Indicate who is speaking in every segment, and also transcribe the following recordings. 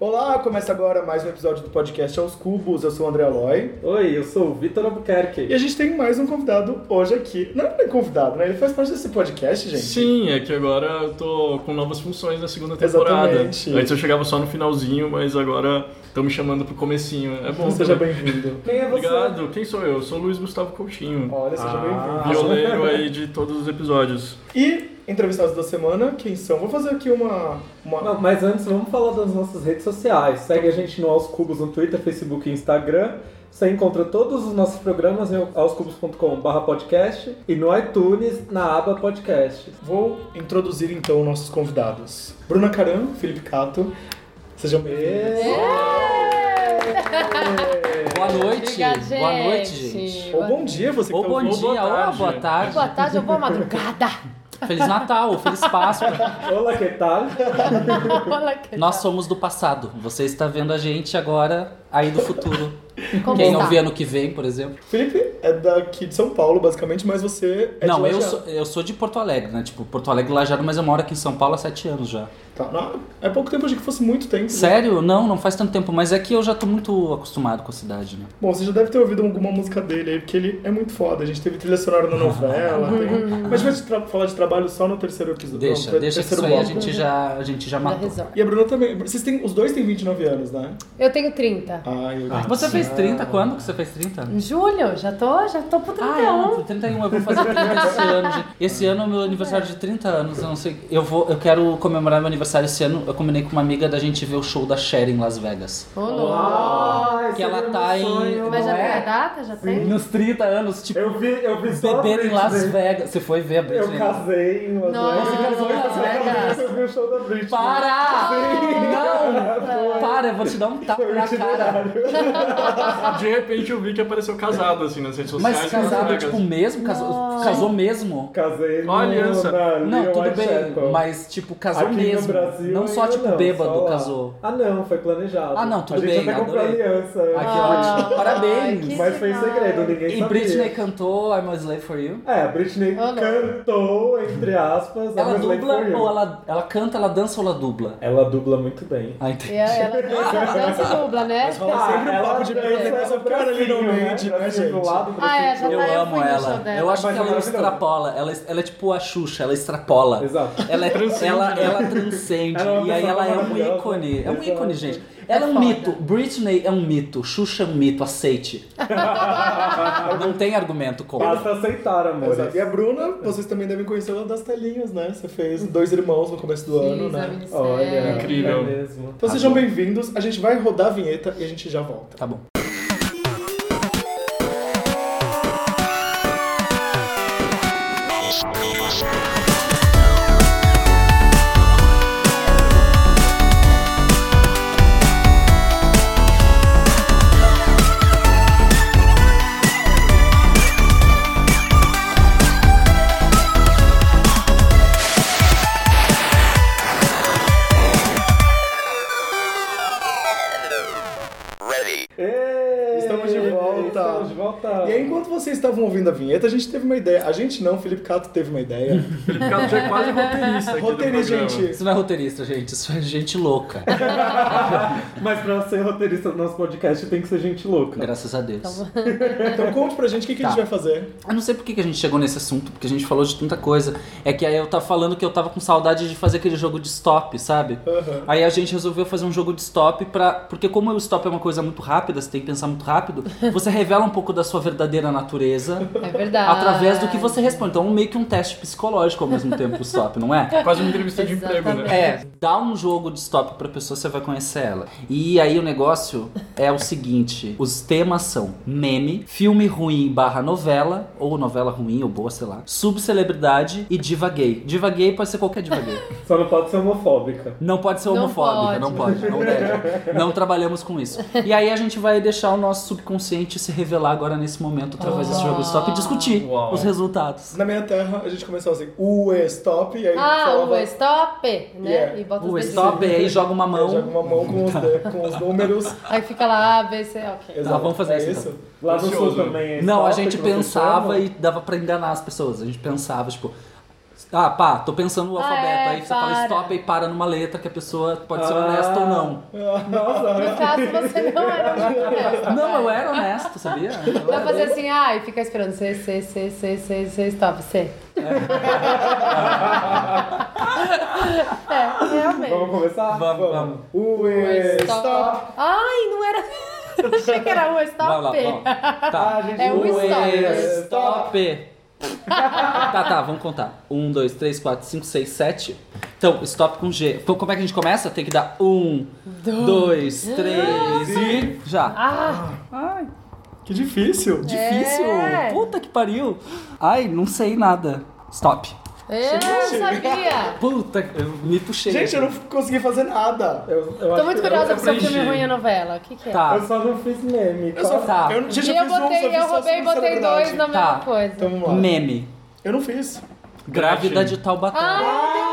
Speaker 1: Olá, começa agora mais um episódio do podcast Aos Cubos. Eu sou o André Aloy.
Speaker 2: Oi, eu sou o Vitor
Speaker 1: E
Speaker 2: Albuquerque.
Speaker 1: a gente tem mais um convidado hoje aqui. Não é bem convidado, né? Ele faz parte desse podcast, gente.
Speaker 3: Sim, é que agora eu tô com novas funções na segunda temporada.
Speaker 1: Exatamente.
Speaker 3: Antes eu chegava só no finalzinho, mas agora estão me chamando pro comecinho. É bom.
Speaker 1: Então, Seja
Speaker 3: também.
Speaker 1: bem-vindo.
Speaker 2: Quem é você?
Speaker 3: Obrigado. Quem sou eu? Eu Sou o Luiz Gustavo Coutinho,
Speaker 1: Olha, seja
Speaker 2: Ah.
Speaker 1: bem-vindo.
Speaker 3: violeiro aí de todos os episódios.
Speaker 1: E entrevistados da semana, quem são? Vou fazer aqui uma. uma...
Speaker 2: Não, mas antes, vamos falar das nossas redes sociais. Segue a gente no Aos Cubos no Twitter, Facebook e Instagram. Você encontra todos os nossos programas em aoscubos.com.br podcast e no iTunes na aba podcast.
Speaker 1: Vou introduzir então nossos convidados: Bruna Caram, Felipe Cato. Sejam bem-vindos.
Speaker 4: É. Boa noite.
Speaker 5: Obrigada, gente.
Speaker 4: Boa noite, gente.
Speaker 1: Ou bom dia, você que
Speaker 4: Ou
Speaker 1: tá
Speaker 4: bom
Speaker 1: ouvindo.
Speaker 4: dia, ou boa
Speaker 3: tarde.
Speaker 4: tarde.
Speaker 5: Boa tarde ou boa madrugada.
Speaker 4: Feliz Natal, feliz Páscoa.
Speaker 2: Olá, que tal?
Speaker 5: Olha que
Speaker 4: Nós somos do passado. Você está vendo a gente agora aí do futuro.
Speaker 5: Como
Speaker 4: Quem
Speaker 5: tá?
Speaker 4: não vê ano que vem, por exemplo.
Speaker 1: Felipe é daqui de São Paulo, basicamente, mas você é de
Speaker 4: não, eu
Speaker 1: Lajeado.
Speaker 4: sou, eu sou de Porto Alegre, né? Tipo, Porto Alegre Lajado, mas eu moro aqui em São Paulo há sete anos já.
Speaker 1: Tá, não, é pouco tempo, achei que fosse muito tempo.
Speaker 4: Sério? Não, não faz tanto tempo, mas é que eu já tô muito acostumado com a cidade, né?
Speaker 1: Bom, você já deve ter ouvido alguma música dele aí, porque ele é muito foda. A gente teve trilha sonora na novela. tem- Mas a gente vai tra- falar de trabalho só no terceiro episódio.
Speaker 4: Deixa,
Speaker 1: não,
Speaker 4: deixa que
Speaker 1: terceiro
Speaker 4: isso aí a
Speaker 1: bloco.
Speaker 4: gente já, a gente já
Speaker 5: Da
Speaker 4: matou.
Speaker 5: Resorb.
Speaker 1: E a Bruna também. Vocês têm, os dois têm 29 anos, né?
Speaker 5: Eu tenho 30.
Speaker 4: Ah,
Speaker 1: Ai, eu.
Speaker 4: Você fez 30? Quando que você fez 30?
Speaker 5: Em julho, já tô, já tô pro
Speaker 4: Ah,
Speaker 6: Então.
Speaker 4: é,
Speaker 5: 31.
Speaker 4: 31, eu vou fazer 30 esse ano. gente. Esse ano é meu aniversário de 30 anos, eu não sei. Eu, vou, eu quero comemorar meu aniversário esse ano. Eu combinei com uma amiga da gente ver o show da Cher em Las Vegas.
Speaker 5: Ô, louco.
Speaker 2: Ah,
Speaker 4: Que ela tá em-
Speaker 5: Mas já
Speaker 4: é? não
Speaker 5: tem
Speaker 4: é?
Speaker 5: a data? Já
Speaker 6: né?
Speaker 5: tem?
Speaker 4: Nos 30 anos, tipo,
Speaker 2: Eu vi, eu vi só a
Speaker 4: beber em
Speaker 2: Britney.
Speaker 4: Las Vegas. Você foi ver a
Speaker 2: Eu
Speaker 4: Britney?
Speaker 2: casei em Las
Speaker 5: Nossa,
Speaker 2: Vegas.
Speaker 5: casou em Las Vegas.
Speaker 2: Eu vi o show da Britney.
Speaker 4: Para! Não! Para, eu vou te dar um tapa
Speaker 2: Foi o
Speaker 4: na cara.
Speaker 2: itinerário.
Speaker 3: De repente eu vi que apareceu casado assim nas redes sociais.
Speaker 4: Mas
Speaker 3: nas
Speaker 4: casado,
Speaker 3: Vegas.
Speaker 4: tipo, mesmo? Casou, casou mesmo?
Speaker 2: Casei no,
Speaker 3: Olha essa.
Speaker 2: na
Speaker 4: Não,
Speaker 2: Leo
Speaker 4: tudo
Speaker 2: Whitechapel.
Speaker 4: bem, mas tipo, casou
Speaker 2: então. Aqui
Speaker 4: mesmo.
Speaker 2: no Brasil
Speaker 4: não só
Speaker 2: ainda
Speaker 4: tipo
Speaker 2: não,
Speaker 4: bêbado
Speaker 2: só lá.
Speaker 4: casou.
Speaker 2: Ah não, foi planejado.
Speaker 4: Ah, não, tudo
Speaker 2: a gente
Speaker 4: bem,
Speaker 2: até comprou
Speaker 4: adorei.
Speaker 2: aliança.
Speaker 4: Ah, que ótimo. Parabéns.
Speaker 5: que
Speaker 2: Mas foi em
Speaker 5: legal.
Speaker 2: segredo, ninguém
Speaker 4: E
Speaker 2: sabia.
Speaker 4: Britney cantou I'm a Slave for You?
Speaker 2: É, a Britney
Speaker 1: Ah,
Speaker 5: Oh, não.
Speaker 2: cantou, entre aspas, I
Speaker 4: Ela
Speaker 2: Was Late
Speaker 4: dubla
Speaker 2: For You.
Speaker 4: ou ela, ela canta, ela dança ou ela dubla?
Speaker 2: Ela dubla muito bem.
Speaker 4: Ah, entendi.
Speaker 5: E ela ela dança e dubla, né?
Speaker 1: Rola sempre um
Speaker 2: Ah, ela
Speaker 1: papo de
Speaker 2: dança
Speaker 1: peito nessa
Speaker 2: pra
Speaker 1: cara ali no
Speaker 2: cima,
Speaker 1: ambiente,
Speaker 2: Pra
Speaker 1: né,
Speaker 2: cima, do
Speaker 1: gente?
Speaker 2: lado, pra
Speaker 5: Ah, é,
Speaker 2: cima.
Speaker 5: já
Speaker 4: Eu
Speaker 5: tá, eu
Speaker 4: amo
Speaker 5: fui no show
Speaker 4: ela.
Speaker 5: dela.
Speaker 4: Eu acho
Speaker 2: Mas é
Speaker 4: que ela
Speaker 2: ela
Speaker 4: extrapola. Ela, ela é tipo a Xuxa, ela
Speaker 1: tá.
Speaker 4: extrapola.
Speaker 2: Exato.
Speaker 4: Ela, é-
Speaker 3: Transcende,
Speaker 4: ela,
Speaker 3: né?
Speaker 4: ela transcende.
Speaker 2: Ela é uma
Speaker 4: e aí
Speaker 2: pessoa
Speaker 4: ela é um
Speaker 2: maravilhosa.
Speaker 4: ícone. É um
Speaker 2: Exato.
Speaker 4: ícone, gente. Ela é um
Speaker 5: foda.
Speaker 4: mito. Britney é um mito. Xuxa é um mito. Aceite. Não tem argumento contra.
Speaker 2: Basta aceitar, amor.
Speaker 1: Exato. E a Bruna, vocês também devem conhecer ela das telinhas, né? Você fez Dois Irmãos no começo do ano,
Speaker 5: Fiz a
Speaker 1: né?
Speaker 5: minissérie.
Speaker 2: Olha,
Speaker 3: Incrível.
Speaker 2: É mesmo.
Speaker 1: Então sejam bem-vindos, a gente vai rodar a vinheta e a gente já volta.
Speaker 4: Tá bom.
Speaker 2: Ê,
Speaker 1: Estamos de volta.
Speaker 2: Estamos de volta.
Speaker 1: E aí, enquanto vocês estavam ouvindo a vinheta, a gente teve uma ideia. A gente não, Felipe Cato teve uma ideia.
Speaker 3: Felipe Cato já é quase roteirista aqui
Speaker 1: Roteirista,
Speaker 3: do programa.
Speaker 1: gente.
Speaker 4: Isso não é roteirista, gente. Isso é gente louca.
Speaker 2: Mas pra ser roteirista do nosso podcast tem que ser gente louca.
Speaker 4: Graças a
Speaker 5: Tá
Speaker 4: Deus.
Speaker 1: Então conte pra gente o que, que a
Speaker 4: Tá.
Speaker 1: gente vai fazer.
Speaker 4: Eu não sei por que que a gente chegou nesse assunto, porque a gente falou de tanta coisa. É que aí eu tava falando que eu tava com saudade de fazer aquele jogo de stop, sabe?
Speaker 1: Aham.
Speaker 4: Aí a gente resolveu fazer um jogo de stop pra. Porque como o stop é uma coisa muito rápida, você tem que pensar muito rápido, você revela um pouco da sua verdadeira natureza
Speaker 5: É
Speaker 6: Ah.
Speaker 5: verdade.
Speaker 4: através do que você responde. Então meio que um teste psicológico ao mesmo tempo, o stop, não é?
Speaker 3: Quase uma entrevista de emprego, né?
Speaker 4: É, dá um jogo de stop pra pessoa, você vai conhecer ela. E aí o negócio é o seguinte: os temas são meme, filme ruim barra novela, ou novela ruim ou boa, sei lá, subcelebridade e diva gay. Diva gay pode ser qualquer diva gay.
Speaker 2: Só não pode ser homofóbica.
Speaker 4: Não pode ser
Speaker 5: Não
Speaker 4: homofóbica,
Speaker 5: pode.
Speaker 4: não pode, não deve. Não trabalhamos com isso. E aí a gente vai deixar o nosso subconsciente se revelar agora nesse momento através desse jogo de stop e discutir
Speaker 3: Uau.
Speaker 4: os resultados.
Speaker 1: Na minha terra, a gente começou assim, ué, stop, e aí
Speaker 5: Ah,
Speaker 1: falava,
Speaker 5: o stop, né?
Speaker 1: Yeah.
Speaker 5: E bota os
Speaker 4: é. O
Speaker 5: dedos.
Speaker 4: stop e aí joga uma
Speaker 1: joga
Speaker 4: mão. Tá. Ah,
Speaker 1: uma mão com os, com os números.
Speaker 5: Aí fica lá, A, B, C, ok.
Speaker 1: Exato.
Speaker 4: vamos fazer então.
Speaker 1: é
Speaker 4: isso,
Speaker 1: isso.
Speaker 2: Lá no sul
Speaker 3: Ansioso.
Speaker 2: também é
Speaker 4: Não, a
Speaker 2: stop,
Speaker 4: gente
Speaker 2: que você
Speaker 4: pensava
Speaker 2: chama.
Speaker 4: e dava pra enganar as pessoas. A gente pensava, tipo, Ah, pá, tô pensando no
Speaker 6: Ah,
Speaker 4: alfabeto.
Speaker 6: é,
Speaker 4: aí você
Speaker 6: para.
Speaker 4: fala stop e para numa letra que a pessoa pode ser
Speaker 2: Ah.
Speaker 4: honesta ou não.
Speaker 6: No caso, você não
Speaker 5: é,
Speaker 6: era muito
Speaker 2: Ah.
Speaker 6: honesta.
Speaker 4: Não, eu era honesto, sabia? Eu
Speaker 6: Vai
Speaker 4: era-
Speaker 6: fazer assim, ah, e fica esperando. C, C, C, C, C, C, stop, C. É,
Speaker 2: Vamos
Speaker 6: realmente.
Speaker 2: começar?
Speaker 4: Vamos, vamos.
Speaker 1: O e- stop.
Speaker 6: Ai, não era. Achei que era um stop.
Speaker 4: Vai lá, vamos. Tá.
Speaker 2: Ah, gente,
Speaker 6: É um
Speaker 2: ué.
Speaker 6: stop.
Speaker 4: Stop! tá, tá, vamos contar. Um, dois, três, quatro, cinco, seis, sete. Então, stop com G. Então, como é que a gente começa? Tem que dar um, dois, três e. Já.
Speaker 6: Ah,
Speaker 4: Ai,
Speaker 1: Que difícil.
Speaker 4: difícil!
Speaker 6: É.
Speaker 4: Puta que pariu! Ai, não sei nada. Stop.
Speaker 6: eu sabia.
Speaker 4: Puta, eu me puxei.
Speaker 1: Gente, eu não consegui fazer nada.
Speaker 2: Eu, eu
Speaker 6: Tô
Speaker 2: acho
Speaker 6: muito
Speaker 2: que-
Speaker 6: curiosa
Speaker 3: eu
Speaker 6: pro seu filme
Speaker 3: aprendi.
Speaker 6: ruim e a novela. O que, que é?
Speaker 4: Tá.
Speaker 2: Eu só não fiz meme.
Speaker 1: Eu só
Speaker 4: Tá.
Speaker 1: eu, gente,
Speaker 6: E
Speaker 1: eu
Speaker 6: eu
Speaker 1: fiz um, só
Speaker 6: botei,
Speaker 1: fiz
Speaker 6: eu
Speaker 1: só
Speaker 6: roubei e
Speaker 1: sobre
Speaker 6: botei dois
Speaker 1: celebridade.
Speaker 6: na mesma
Speaker 4: Tá.
Speaker 6: coisa.
Speaker 1: Então vamos lá.
Speaker 4: Meme.
Speaker 1: Eu não fiz.
Speaker 4: Grávida
Speaker 3: Gretchen.
Speaker 4: de Taubaté.
Speaker 6: Ah, Ai,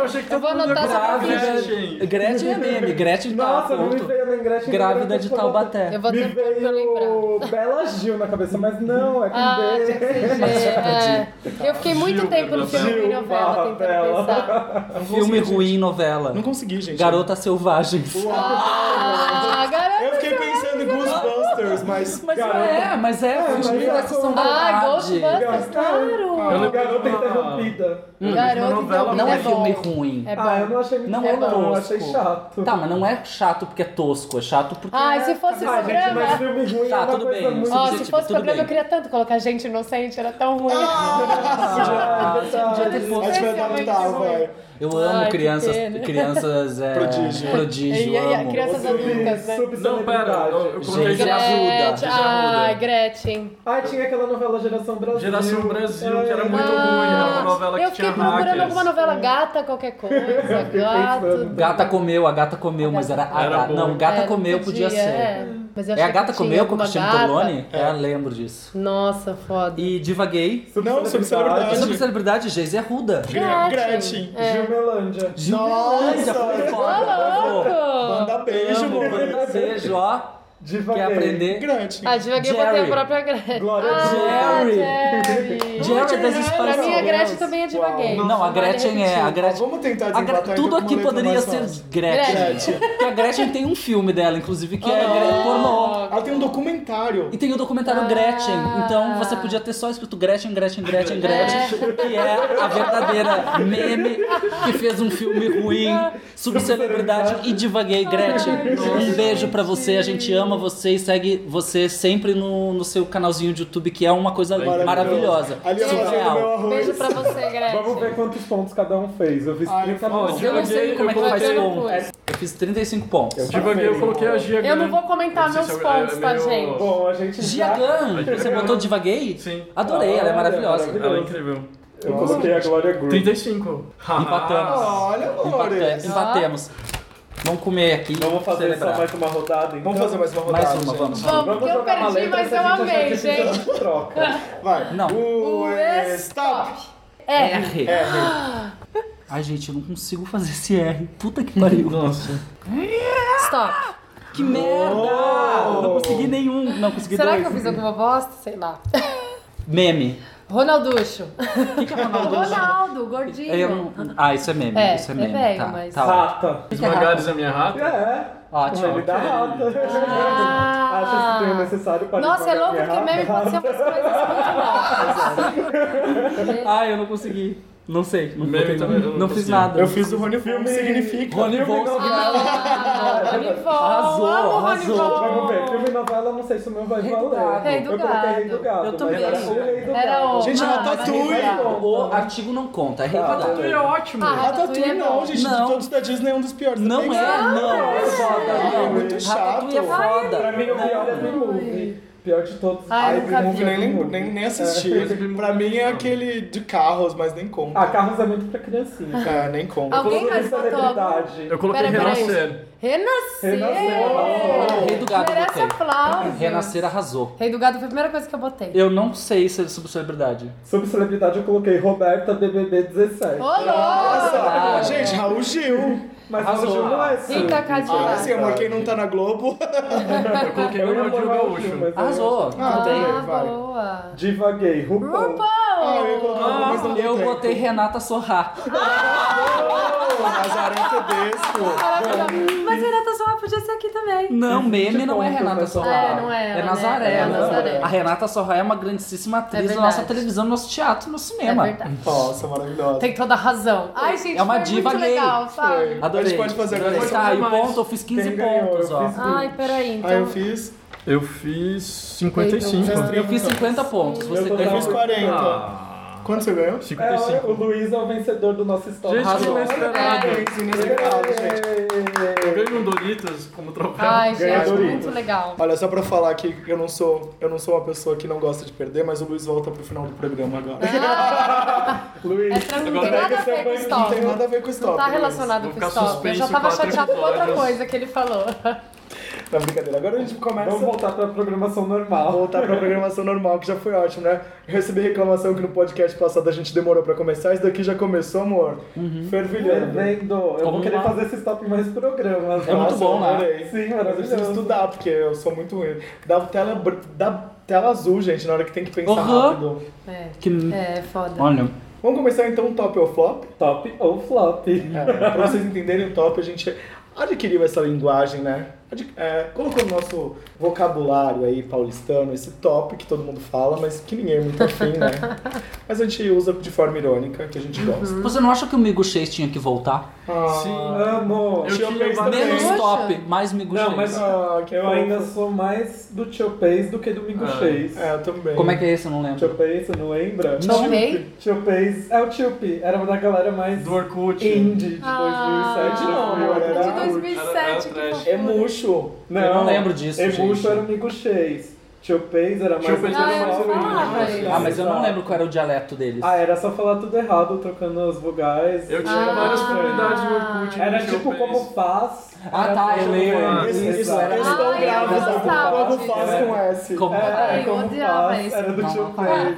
Speaker 1: Eu achei que
Speaker 6: Eu
Speaker 1: todo
Speaker 6: vou
Speaker 1: mundo ia
Speaker 6: anotar essa
Speaker 1: gravar.
Speaker 6: pra frente.
Speaker 3: Gretchen.
Speaker 4: Gretchen é meme. Gretchen tá
Speaker 2: Nossa, me
Speaker 4: ponto.
Speaker 2: veio na Gretchen.
Speaker 4: Grávida de
Speaker 2: Gretchen,
Speaker 4: Taubaté.
Speaker 6: Eu vou
Speaker 2: Me
Speaker 6: ter pra lembrar.
Speaker 2: veio Bela Gil na cabeça, mas não, é com
Speaker 6: Ah, tinha
Speaker 2: B.
Speaker 6: que ser G, é. Eu fiquei muito
Speaker 3: Gil,
Speaker 6: tempo no filme e
Speaker 2: Gil,
Speaker 6: novela tentando
Speaker 2: Barra,
Speaker 6: pensar.
Speaker 1: Eu não consegui,
Speaker 4: Filme
Speaker 1: gente.
Speaker 4: ruim, novela.
Speaker 1: Não consegui, gente.
Speaker 4: Garota Selvagem.
Speaker 6: Ah, garoto.
Speaker 1: Eu fiquei pensando em Ghostbusters, mas.
Speaker 4: Mas
Speaker 2: Garota.
Speaker 4: é, mas é,
Speaker 2: mas
Speaker 4: filme
Speaker 2: é
Speaker 4: da sessão
Speaker 2: como-
Speaker 4: da
Speaker 6: Ah,
Speaker 4: tarde.
Speaker 6: Ghostbusters,
Speaker 3: Eu
Speaker 6: claro.
Speaker 3: lembro-
Speaker 2: Ah, Garota
Speaker 3: de uma-
Speaker 2: interrompida.
Speaker 4: Hum,
Speaker 6: Garoto
Speaker 3: novela,
Speaker 4: Não
Speaker 6: é
Speaker 4: é
Speaker 6: bom.
Speaker 4: filme ruim.
Speaker 6: É
Speaker 2: Ah, eu
Speaker 6: bom.
Speaker 2: não achei muito
Speaker 4: Não
Speaker 2: bom,
Speaker 4: é
Speaker 2: não. Eu
Speaker 4: tosco.
Speaker 2: achei chato.
Speaker 4: Tá, mas não é chato porque é tosco, é chato porque.
Speaker 6: Ai,
Speaker 4: é-
Speaker 6: se fosse
Speaker 2: Ah, gente, mas
Speaker 6: programa...
Speaker 2: filme ruim
Speaker 4: Tá,
Speaker 2: é uma
Speaker 4: tudo
Speaker 2: coisa
Speaker 4: bem.
Speaker 2: muito...
Speaker 6: Ó, se
Speaker 4: subjetivo,
Speaker 6: fosse
Speaker 4: tudo
Speaker 6: programa,
Speaker 4: bem.
Speaker 6: eu queria tanto colocar gente inocente, era tão ruim.
Speaker 1: A gente
Speaker 4: Ah, podia ter posto.
Speaker 1: vai adaptar, vai.
Speaker 4: Eu amo
Speaker 6: Ai, que
Speaker 4: crianças.
Speaker 6: pena.
Speaker 4: Crianças. É,
Speaker 1: Prodígio.
Speaker 4: Prodígio.
Speaker 6: E- e- e-
Speaker 4: amo.
Speaker 6: crianças adultas, né?
Speaker 2: Sub-
Speaker 3: Não, pera, eu, eu contei
Speaker 4: Gente,
Speaker 6: é
Speaker 3: Geração,
Speaker 6: Gretchen.
Speaker 4: Deja Vu,
Speaker 6: Ai,
Speaker 4: Deja Vu.
Speaker 6: Gretchen.
Speaker 2: Ah, tinha aquela novela Geração Brasil.
Speaker 3: Geração Brasil, que era
Speaker 2: É.
Speaker 3: muito
Speaker 6: Ah,
Speaker 3: ruim, era uma novela que
Speaker 6: eu fiquei
Speaker 3: tinha
Speaker 6: procurando
Speaker 3: hackers.
Speaker 6: alguma novela gata, qualquer coisa, gato.
Speaker 2: pensando.
Speaker 4: Gata comeu, a gata comeu, mas era a
Speaker 3: Era
Speaker 4: gata.
Speaker 3: bom.
Speaker 4: Não, gata
Speaker 6: É, não
Speaker 4: comeu podia,
Speaker 6: É,
Speaker 4: ser.
Speaker 6: Mas eu
Speaker 4: É, a
Speaker 6: achei
Speaker 4: gata
Speaker 6: que tinha
Speaker 4: comeu com o
Speaker 6: alguma
Speaker 4: Cristiano
Speaker 6: gata.
Speaker 4: Torlone? É, eu lembro disso.
Speaker 6: Nossa, foda.
Speaker 4: E divaguei.
Speaker 1: Não, sobre celebridade.
Speaker 4: E sobre celebridade, Geise é ruda.
Speaker 1: Gretchen.
Speaker 6: é.
Speaker 2: Gilmelândia.
Speaker 4: Jubilândia, foi
Speaker 6: Ô,
Speaker 4: foda.
Speaker 6: louco!
Speaker 1: Manda beijo,
Speaker 4: Amo, manda
Speaker 1: mano.
Speaker 4: beijo, ó.
Speaker 2: Divaguei.
Speaker 4: Quer aprender?
Speaker 1: Gretchen.
Speaker 6: Ah, devaguei eu botei a
Speaker 4: Jerry.
Speaker 6: própria Gretchen.
Speaker 2: Glória
Speaker 6: ah,
Speaker 4: Jerry.
Speaker 6: Jerry.
Speaker 4: Jerry das
Speaker 6: Pra
Speaker 4: Spice
Speaker 6: mim, a
Speaker 4: Girls.
Speaker 6: Gretchen também é devaguei.
Speaker 4: Não, a Gretchen é. A Gretchen,
Speaker 1: Vamos tentar
Speaker 4: a Gre-
Speaker 1: desempatar então
Speaker 4: tudo
Speaker 1: com uma
Speaker 4: aqui
Speaker 1: letra
Speaker 4: poderia
Speaker 1: mais
Speaker 4: ser
Speaker 1: fácil.
Speaker 4: Gretchen.
Speaker 1: Gretchen.
Speaker 4: Porque a Gretchen tem um filme dela, inclusive, que é Gre- pornô.
Speaker 1: Ela tem um documentário.
Speaker 4: E tem o documentário
Speaker 6: Ah.
Speaker 4: Gretchen. Então você podia ter só escrito Gretchen, Gretchen, Gretchen, Gretchen. Que é a verdadeira meme que fez um filme ruim, subcelebridade e divaguei Gretchen. Um beijo pra você, a gente ama você e segue você sempre no, no seu canalzinho de YouTube, que é uma coisa
Speaker 1: Maravilhoso.
Speaker 4: maravilhosa. é
Speaker 1: Ali eu fazendo meu
Speaker 4: Surreal.
Speaker 1: arroz.
Speaker 6: Beijo pra você, Gretchen.
Speaker 2: Vamos ver quantos pontos cada um fez. Eu fiz
Speaker 1: Ai,
Speaker 2: 30
Speaker 1: foda.
Speaker 2: pontos.
Speaker 4: Eu não sei como é que
Speaker 6: Eu
Speaker 4: faz
Speaker 6: botei no
Speaker 4: ponto.
Speaker 6: quiz.
Speaker 4: Eu fiz 35 pontos.
Speaker 3: Divaguei, eu coloquei a G.
Speaker 6: Eu não vou comentar
Speaker 3: Não sei se
Speaker 6: meus
Speaker 3: é- é- é
Speaker 6: pontos, tá,
Speaker 3: meio-
Speaker 6: gente?
Speaker 2: Bom, a gente já...
Speaker 4: Giagan, você botou divaguei?
Speaker 3: Sim.
Speaker 4: Adorei, ela é maravilhosa.
Speaker 3: Ela é incrível.
Speaker 2: Eu coloquei a Glória Groove.
Speaker 3: 35.
Speaker 4: Empatamos.
Speaker 1: Olha, é
Speaker 4: Empate-
Speaker 1: amores.
Speaker 4: Empatemos. Vamos comer aqui.
Speaker 2: Vamos Então fazer
Speaker 4: celebrar.
Speaker 2: só mais uma rodada, então.
Speaker 1: Vamos fazer mais uma rodada.
Speaker 4: Mais uma, vamos.
Speaker 6: Vamos, porque eu
Speaker 2: jogar uma
Speaker 6: perdi,
Speaker 2: letra
Speaker 6: mas
Speaker 2: que a
Speaker 6: eu
Speaker 2: gente achar
Speaker 6: amei,
Speaker 2: que a
Speaker 6: gente.
Speaker 2: gente Troca.
Speaker 1: gente. Vai.
Speaker 4: Não.
Speaker 1: O
Speaker 6: O
Speaker 1: stop.
Speaker 6: É.
Speaker 4: R.
Speaker 1: R.
Speaker 4: Ai, gente, eu não consigo fazer esse R. Puta que pariu.
Speaker 3: Nossa.
Speaker 6: Stop.
Speaker 4: Que merda! Não consegui nenhum. Não consegui
Speaker 6: Será
Speaker 4: dois.
Speaker 6: que eu fiz alguma bosta? Sei lá.
Speaker 4: Meme.
Speaker 6: Ronalducho.
Speaker 4: O que, que é Ronaldo?
Speaker 6: Ronaldo, gordinho.
Speaker 4: Eu não- Ah, isso é meme.
Speaker 6: É,
Speaker 4: isso
Speaker 6: é
Speaker 4: é meme.
Speaker 6: velho,
Speaker 4: tá,
Speaker 6: mas-
Speaker 3: Ah.
Speaker 4: tá ótimo.
Speaker 2: Rata.
Speaker 3: Esmagares a minha rata.
Speaker 2: Ah,
Speaker 3: Ah,
Speaker 2: É.
Speaker 4: Ótimo.
Speaker 2: Ele dá rata.
Speaker 6: Ah.
Speaker 2: Acha que tem o necessário para
Speaker 6: Nossa, é
Speaker 2: esmagar
Speaker 6: louco,
Speaker 2: minha
Speaker 6: porque meme
Speaker 2: rata.
Speaker 6: pode ser umas coisas muito loucas.
Speaker 4: Ai, Ah, eu não consegui. Não sei. Não,
Speaker 3: Meme
Speaker 4: botei
Speaker 3: também,
Speaker 4: nada.
Speaker 3: eu não
Speaker 4: não fiz
Speaker 3: consegui.
Speaker 4: nada.
Speaker 1: Eu fiz o Rony Filme significa.
Speaker 4: Rony Von
Speaker 6: Ah, Ronivon,
Speaker 4: Arrasou,
Speaker 6: amo
Speaker 4: arrasou.
Speaker 6: Ronivon.
Speaker 2: Vamos ver, filme e novela, não sei se o meu vai
Speaker 4: Oh. Rei do
Speaker 2: valer.
Speaker 4: Gado.
Speaker 6: Rei do
Speaker 2: eu coloquei Rei do
Speaker 6: Gado.
Speaker 2: Gado.
Speaker 4: Eu
Speaker 2: mas
Speaker 4: também.
Speaker 2: era o Rei do
Speaker 6: Era
Speaker 2: Gado.
Speaker 6: o...
Speaker 1: Gente, é
Speaker 6: Ah,
Speaker 1: Ratatouille.
Speaker 6: mas-
Speaker 4: O artigo não conta. É rei
Speaker 2: Tá.
Speaker 4: do gado.
Speaker 3: Ratatouille é ótimo.
Speaker 6: Ah, Ratatouille
Speaker 1: Ratatouille
Speaker 6: é
Speaker 1: não,
Speaker 6: bom.
Speaker 1: gente. De
Speaker 4: Não.
Speaker 1: todos da Disney é um dos piores. da
Speaker 4: Não é, não,
Speaker 1: Pixar.
Speaker 4: é foda, não.
Speaker 1: É muito chato.
Speaker 4: Ratatouille é foda.
Speaker 2: Pra mim, o pior é
Speaker 4: Não.
Speaker 2: B-Movie. Pior de todos.
Speaker 6: Ai,
Speaker 1: Ai,
Speaker 6: eu
Speaker 1: Baby
Speaker 6: nunca
Speaker 1: Movie
Speaker 6: vi.
Speaker 1: nem, lembro, um nem, nem assisti.
Speaker 3: É.
Speaker 1: Pra mim é aquele de carros, mas nem conta.
Speaker 2: Ah, Carros é muito pra criancinha.
Speaker 1: É, nem conta.
Speaker 6: Alguém
Speaker 2: Coloquei
Speaker 6: mais botou algum?
Speaker 2: celebridade.
Speaker 3: Eu coloquei
Speaker 6: Pera, pera aí.
Speaker 3: renascer.
Speaker 6: Renascer.
Speaker 2: Renascer.
Speaker 4: Rei do gado,
Speaker 6: Merece
Speaker 4: botei.
Speaker 6: aplausos.
Speaker 4: Renascer arrasou.
Speaker 6: Rei do gado foi a primeira coisa que eu botei.
Speaker 4: Eu não sei se é sobre celebridade.
Speaker 2: Sobre celebridade, eu coloquei Roberta BBB 17.
Speaker 6: Ô, louco!
Speaker 1: Nossa,
Speaker 4: Ah,
Speaker 1: gente, Raul Gil.
Speaker 2: Mas
Speaker 4: Arrasou.
Speaker 2: hoje não é assim.
Speaker 6: Rita
Speaker 1: Ah,
Speaker 6: Cadillac.
Speaker 1: assim, amor, quem não tá na Globo.
Speaker 3: Eu coloquei
Speaker 2: Eu ia
Speaker 3: Ronaldinho
Speaker 2: colocar o filme,
Speaker 3: Gaúcho.
Speaker 2: mas eu-
Speaker 4: Arrasou.
Speaker 1: Ah,
Speaker 4: Não tem.
Speaker 1: vai.
Speaker 6: boa.
Speaker 2: Divaguei, RuPaul.
Speaker 6: RuPaul!
Speaker 1: Ah, eu ia colocar
Speaker 3: Ah,
Speaker 1: alguma aranhas não
Speaker 4: Eu botei Renata Sorrá.
Speaker 1: As aranhas tedesco.
Speaker 5: Mas Renata Sorra podia ser aqui também.
Speaker 4: Não, meme não é
Speaker 2: bom,
Speaker 4: Renata
Speaker 2: professor.
Speaker 4: Sorrá.
Speaker 5: É, não é ela,
Speaker 4: É
Speaker 5: né?
Speaker 4: Nazaré.
Speaker 5: É
Speaker 4: né?
Speaker 5: Nazaré.
Speaker 4: A Renata Sorrá é uma grandíssima
Speaker 5: É
Speaker 4: atriz da
Speaker 5: verdade.
Speaker 4: nossa televisão, do nosso teatro, no
Speaker 5: É
Speaker 4: cinema.
Speaker 5: verdade.
Speaker 1: Nossa, maravilhosa.
Speaker 6: Tem toda a razão. Ai, gente,
Speaker 4: É uma
Speaker 6: foi
Speaker 4: diva
Speaker 6: muito
Speaker 4: gay.
Speaker 6: legal, sabe?
Speaker 1: Foi.
Speaker 4: Adorei.
Speaker 1: A gente pode fazer agora.
Speaker 4: Adorei. Tá, e o
Speaker 3: mais.
Speaker 4: ponto, eu fiz 15
Speaker 1: Quem ganhou?
Speaker 4: pontos,
Speaker 1: Eu
Speaker 4: ó.
Speaker 1: fiz-
Speaker 5: Ai, peraí, então.
Speaker 1: Aí Ah, eu fiz.
Speaker 3: Eu fiz 55.
Speaker 1: Fez
Speaker 4: Eu fiz
Speaker 1: 30.
Speaker 4: 50 pontos, você
Speaker 2: Eu vou
Speaker 1: Então, Eu
Speaker 4: ganhou.
Speaker 1: fiz 40. Quanto você ganhou?
Speaker 3: 55.
Speaker 2: É, o Luiz é o vencedor do nosso estoque.
Speaker 3: Gente,
Speaker 4: Arrasou.
Speaker 3: que inesperado.
Speaker 1: Inesperado, gente.
Speaker 3: Eu ganhei um Doritos como troféu.
Speaker 6: É. Ai, gente,
Speaker 1: um Ganhador.
Speaker 6: muito legal.
Speaker 1: Olha, só pra falar que eu não sou, eu não sou uma pessoa que não gosta de perder, mas o Luiz volta pro final do programa agora. Luiz,
Speaker 6: É tranquilo, não tem
Speaker 1: pega
Speaker 6: nada a
Speaker 1: seu
Speaker 6: ver
Speaker 1: banho,
Speaker 6: com o
Speaker 1: Não tem
Speaker 6: stop.
Speaker 1: nada a ver com o
Speaker 6: Não
Speaker 1: stop.
Speaker 6: tá
Speaker 1: Luiz.
Speaker 6: relacionado
Speaker 3: Vou
Speaker 6: com
Speaker 3: ficar
Speaker 6: o stop. Eu já
Speaker 3: suspenso
Speaker 6: tava
Speaker 3: quatro
Speaker 6: chateada com outra
Speaker 3: episódios.
Speaker 6: coisa que ele falou.
Speaker 1: Não, Tá, brincadeira. Agora a gente começa
Speaker 2: Vamos voltar pra programação normal.
Speaker 1: voltar pra programação normal, que já foi ótimo, né? Eu recebi reclamação que no podcast passado a gente demorou pra começar, esse daqui já começou, amor. Fervilhando.
Speaker 2: Vendo, eu vou
Speaker 4: Vamos
Speaker 2: querer
Speaker 4: lá.
Speaker 2: fazer esse stop em mais programas.
Speaker 4: É muito
Speaker 1: Nossa,
Speaker 4: bom, né?
Speaker 1: adorei.
Speaker 2: Sim,
Speaker 1: Mas eu preciso
Speaker 2: maravilhoso.
Speaker 1: estudar, porque eu sou muito ruim. Dá tela, br- dá tela azul, gente, na hora que tem que pensar
Speaker 4: Aham.
Speaker 1: rápido.
Speaker 6: É,
Speaker 4: Que...
Speaker 6: é foda.
Speaker 4: Olha,
Speaker 1: Vamos começar então o top ou flop?
Speaker 2: Top ou flop?
Speaker 1: É, pra vocês entenderem o top, a gente adquiriu essa linguagem, né? Ad- é, colocou no nosso vocabulário aí paulistano esse top que todo mundo fala, mas que ninguém é muito afim, né? Mas a gente usa de forma irônica, que a gente gosta.
Speaker 4: você não acha que o Migo Chase tinha que voltar?
Speaker 1: Ah,
Speaker 3: Sim.
Speaker 2: Amo!
Speaker 3: Eu
Speaker 1: Tio
Speaker 3: tinha
Speaker 1: Pez
Speaker 3: bastante.
Speaker 1: também.
Speaker 4: Menos
Speaker 6: Tá Poxa.
Speaker 4: top, mais Migo
Speaker 2: Não,
Speaker 4: Chase.
Speaker 2: mas
Speaker 1: Ah, que
Speaker 2: eu
Speaker 1: fofo.
Speaker 2: ainda sou mais do Tio Pace do que do Mingo
Speaker 3: Ah.
Speaker 2: Chase.
Speaker 1: É, eu também.
Speaker 4: Como é que é esse? Eu não lembro.
Speaker 2: Tio Pace, você não lembra?
Speaker 4: Não.
Speaker 6: Chupei?
Speaker 2: Tio Pace, é o Tio P, era uma da galera mais
Speaker 3: Do Orkut.
Speaker 2: indie de 2007.
Speaker 6: Ah,
Speaker 1: não,
Speaker 2: era-
Speaker 1: era-
Speaker 6: de 2007.
Speaker 3: era- era
Speaker 6: que
Speaker 3: trash.
Speaker 1: É
Speaker 6: fofura.
Speaker 1: murcho.
Speaker 2: Não,
Speaker 4: Eu não lembro disso,
Speaker 2: Emuxo
Speaker 4: gente.
Speaker 2: era o Mingo Chase. Tio Pace era mais...
Speaker 3: Tio Pace
Speaker 6: Ah, eu
Speaker 3: mais
Speaker 6: não
Speaker 3: ou
Speaker 6: falava
Speaker 3: menos.
Speaker 6: isso.
Speaker 4: Ah, mas eu não lembro qual era o dialeto deles.
Speaker 2: Ah, era só falar tudo errado, trocando as vogais.
Speaker 3: Eu tinha várias
Speaker 6: Ah.
Speaker 3: comunidades no Orkut.
Speaker 2: Era
Speaker 3: no Tio
Speaker 2: tipo
Speaker 3: Pez.
Speaker 2: como faz.
Speaker 4: Ah,
Speaker 2: era
Speaker 4: tá, eu
Speaker 2: como
Speaker 4: lembro.
Speaker 2: faz.
Speaker 1: Isso, isso,
Speaker 2: Exato.
Speaker 1: eles
Speaker 4: Ah,
Speaker 1: estão
Speaker 6: Ai, eu
Speaker 1: bravos.
Speaker 6: gostava
Speaker 1: Como
Speaker 6: disso.
Speaker 1: faz com S.
Speaker 4: Como-
Speaker 2: É,
Speaker 6: Ai,
Speaker 2: é,
Speaker 6: eu
Speaker 2: como
Speaker 6: odiava
Speaker 2: faz,
Speaker 6: isso.
Speaker 2: era do
Speaker 4: Não,
Speaker 2: Tio
Speaker 4: não
Speaker 2: Pace.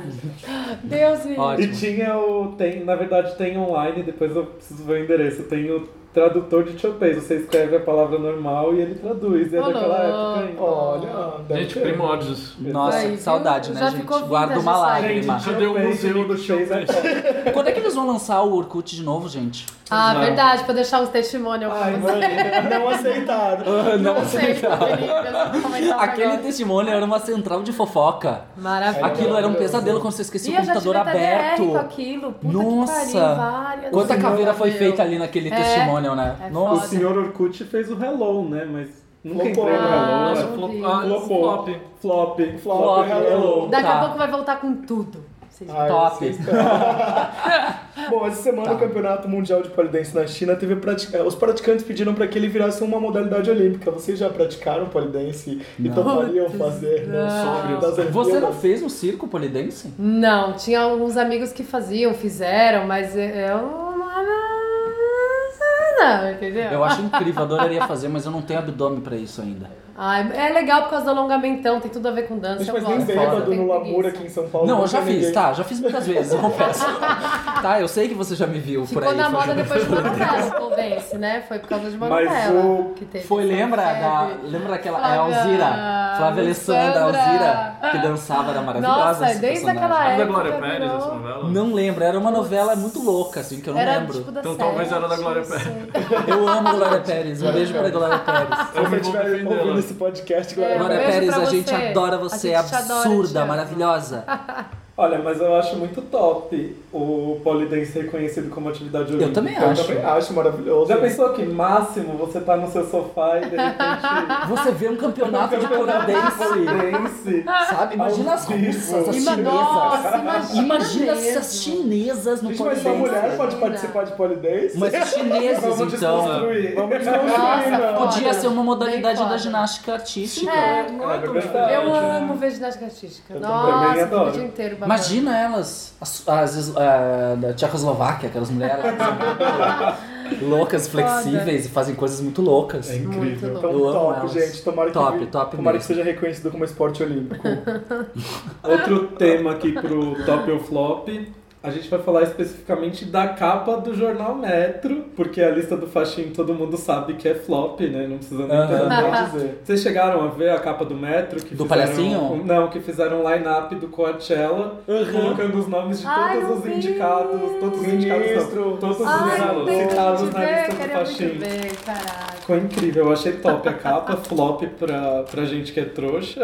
Speaker 6: Deus me livre.
Speaker 4: Ótimo.
Speaker 2: E tinha o. Tem, na verdade, tem online, depois eu preciso ver o endereço. Tem o tradutor de Tio Pace. Você escreve a palavra normal e ele traduz. E é
Speaker 6: Ô,
Speaker 2: daquela
Speaker 6: louco.
Speaker 2: época. ainda.
Speaker 1: Olha, deve
Speaker 3: Gente,
Speaker 1: ter.
Speaker 3: primórdios.
Speaker 4: Nossa,
Speaker 6: Ai, viu?
Speaker 4: saudade, né,
Speaker 6: Já
Speaker 4: gente?
Speaker 6: ficou
Speaker 4: Guarda
Speaker 6: vintage
Speaker 4: uma
Speaker 6: essa
Speaker 4: lágrima.
Speaker 2: Gente,
Speaker 3: Já
Speaker 2: Tio
Speaker 3: deu o
Speaker 2: Pace,
Speaker 3: um museu
Speaker 2: Mingo
Speaker 3: do Tio
Speaker 2: Chase é
Speaker 3: Pace.
Speaker 2: foda.
Speaker 4: Quando é que eles vão lançar o Orkut de novo, gente?
Speaker 6: Ah, verdade, pra deixar os testemunhos.
Speaker 2: Ai,
Speaker 6: não,
Speaker 1: Não aceitaram.
Speaker 6: não sei, Felipe, eu vou comentar um
Speaker 4: Aquele
Speaker 6: negócio.
Speaker 4: testemunho era uma central de fofoca.
Speaker 6: Maravilha.
Speaker 4: Aquilo era um
Speaker 1: maravilhoso.
Speaker 4: pesadelo quando você esquecia
Speaker 6: E
Speaker 4: o
Speaker 6: eu já tive
Speaker 4: computador
Speaker 6: até
Speaker 4: aberto.
Speaker 6: DR com aquilo. Puta que
Speaker 4: Nossa.
Speaker 6: pariu, várias.
Speaker 4: Quanta
Speaker 6: Meu
Speaker 4: caveira foi
Speaker 6: Deus.
Speaker 4: feita ali naquele
Speaker 6: É.
Speaker 4: testemunho, né?
Speaker 6: É
Speaker 2: O
Speaker 6: foda.
Speaker 4: Nossa.
Speaker 2: senhor Orkut fez o Hello, né? Mas nunca
Speaker 1: Flopou.
Speaker 2: entrei no Hello. né?
Speaker 3: Nossa,
Speaker 6: meu
Speaker 3: flop.
Speaker 6: Deus.
Speaker 3: Ah,
Speaker 2: Flopou.
Speaker 3: flop.
Speaker 2: Flop.
Speaker 1: Flop, hello.
Speaker 6: Daqui
Speaker 4: Tá.
Speaker 6: a pouco vai voltar com tudo. Vocês
Speaker 1: Ai,
Speaker 4: Top. Tá.
Speaker 1: vocês estão- Bom, essa semana o Campeonato Mundial de Polidense na China teve prati- eh, os praticantes pediram para que ele virasse uma modalidade olímpica. Vocês já praticaram polidense e topariam fazer? Não,
Speaker 3: Sóbrios.
Speaker 4: Você não fez um circo polidense?
Speaker 6: Não, tinha alguns amigos que faziam, fizeram, mas eu não. Não, entendeu?
Speaker 4: Eu acho incrível, adoraria fazer, mas eu não tenho abdômen pra isso ainda.
Speaker 6: Ai, é legal por causa do alongamentão, tem tudo a ver com dança.
Speaker 1: Gente,
Speaker 6: eu
Speaker 1: mas nem
Speaker 6: gosto, eu
Speaker 1: bêbado
Speaker 6: tenho
Speaker 1: no Lamour
Speaker 6: preguiça.
Speaker 1: aqui em São Paulo.
Speaker 4: não, eu
Speaker 1: nunca
Speaker 4: já fiz,
Speaker 1: ninguém-
Speaker 4: tá? Já fiz muitas vezes, eu confesso. tá, eu sei que você já me viu por
Speaker 6: Ficou
Speaker 4: aí.
Speaker 6: na moda
Speaker 4: fazendo-
Speaker 6: depois de uma novela, o Dance, né? Foi por causa de uma
Speaker 2: Mas
Speaker 6: novela
Speaker 2: o-
Speaker 6: que teve.
Speaker 4: Foi,
Speaker 6: essa
Speaker 4: lembra da.
Speaker 6: febre.
Speaker 4: Lembra daquela. É
Speaker 6: Flávia-
Speaker 4: a Alzira. Flávia Alessandra,
Speaker 6: Alessandra.
Speaker 4: Alzira, que dançava, era maravilhosa.
Speaker 6: Nossa,
Speaker 4: esse
Speaker 6: desde
Speaker 4: personagem.
Speaker 6: aquela
Speaker 3: Era da
Speaker 6: época.
Speaker 3: Glória Pérez
Speaker 6: Ah,
Speaker 3: assim, né?
Speaker 6: é, virou-
Speaker 3: essa novela?
Speaker 4: Não lembro, era uma novela muito louca, assim, que eu não
Speaker 6: Era
Speaker 4: lembro.
Speaker 6: tipo da
Speaker 3: Então
Speaker 6: sete,
Speaker 3: talvez era da Glória
Speaker 6: não sei.
Speaker 4: Eu amo Glória Pérez, um beijo pra Glória Pérez.
Speaker 1: Se
Speaker 3: Eu
Speaker 1: você
Speaker 3: me vou
Speaker 1: estiver
Speaker 3: defender
Speaker 1: ouvindo
Speaker 3: ela.
Speaker 1: esse podcast,
Speaker 6: É,
Speaker 1: agora
Speaker 4: Glória
Speaker 6: beijo
Speaker 4: Pérez,
Speaker 6: pra
Speaker 4: a gente
Speaker 6: você.
Speaker 4: adora
Speaker 6: A
Speaker 4: você,
Speaker 6: gente
Speaker 4: é
Speaker 6: te adora, te
Speaker 4: absurda,
Speaker 6: ama.
Speaker 4: maravilhosa.
Speaker 2: Olha, mas eu acho muito top o polidense reconhecido como atividade olímpica.
Speaker 4: também
Speaker 1: eu
Speaker 4: acho.
Speaker 1: também acho maravilhoso.
Speaker 2: Já pensou que máximo você tá no seu sofá e de repente
Speaker 4: Você vê um campeonato de polidense,
Speaker 2: polidense?
Speaker 4: sabe? Imagina as
Speaker 2: Ao vivo.
Speaker 4: russas, as
Speaker 6: Ima-
Speaker 4: chinesas.
Speaker 6: Nossa, imagina.
Speaker 4: Imagina se
Speaker 6: mesmo.
Speaker 4: as chinesas no
Speaker 1: Gente, mas só mulher
Speaker 4: polidense.
Speaker 1: pode participar de polidense?
Speaker 4: Mas os chineses,
Speaker 2: Vamos
Speaker 4: então. é.
Speaker 2: desconstruir.
Speaker 1: Vamos desconstruir,
Speaker 6: Nossa,
Speaker 1: não.
Speaker 6: foda.
Speaker 4: Podia ser
Speaker 3: um
Speaker 4: uma
Speaker 6: Bem
Speaker 4: modalidade
Speaker 6: foda.
Speaker 4: da ginástica artística.
Speaker 6: É,
Speaker 3: Muito
Speaker 2: verdade.
Speaker 6: eu amo ver ginástica artística.
Speaker 1: Eu
Speaker 6: Nossa,
Speaker 2: também
Speaker 6: eu fico
Speaker 2: adoro.
Speaker 6: o dia inteiro babando.
Speaker 4: Imagina elas, as, as- a- da Tchecoslováquia, aquelas mulheres lá, loucas, flexíveis e fazem coisas muito loucas.
Speaker 1: É incrível.
Speaker 6: Muito
Speaker 1: Então,
Speaker 4: louco. Eu
Speaker 1: top,
Speaker 4: amo elas.
Speaker 1: gente. Tomara,
Speaker 4: Top,
Speaker 1: que,
Speaker 4: top
Speaker 1: tomara que
Speaker 4: mesmo.
Speaker 1: seja reconhecido como esporte olímpico.
Speaker 2: Outro tema aqui pro top ou flop A gente vai falar especificamente da capa do jornal Metro, porque a lista do Faxin todo mundo sabe que é flop, né? Não precisa nem
Speaker 1: Aham.
Speaker 2: entender.
Speaker 1: Pode dizer.
Speaker 2: Vocês chegaram a ver a capa do Metro? Que
Speaker 4: Do
Speaker 2: fizeram-
Speaker 4: palhacinho?
Speaker 2: Não, que fizeram um line-up do Coachella, colocando os nomes de
Speaker 6: Ai,
Speaker 2: todos
Speaker 6: não
Speaker 2: os
Speaker 6: vi.
Speaker 2: indicados, todos os indicados, não,
Speaker 1: Ministro.
Speaker 2: todos os
Speaker 6: Ai, eu tenho
Speaker 2: citados
Speaker 6: que
Speaker 2: na
Speaker 6: ver,
Speaker 2: tá lista do
Speaker 6: queria muito
Speaker 2: Faxin.
Speaker 6: ver, caraca.
Speaker 2: Ficou incrível, eu achei top a capa, flop pra, pra gente que é trouxa.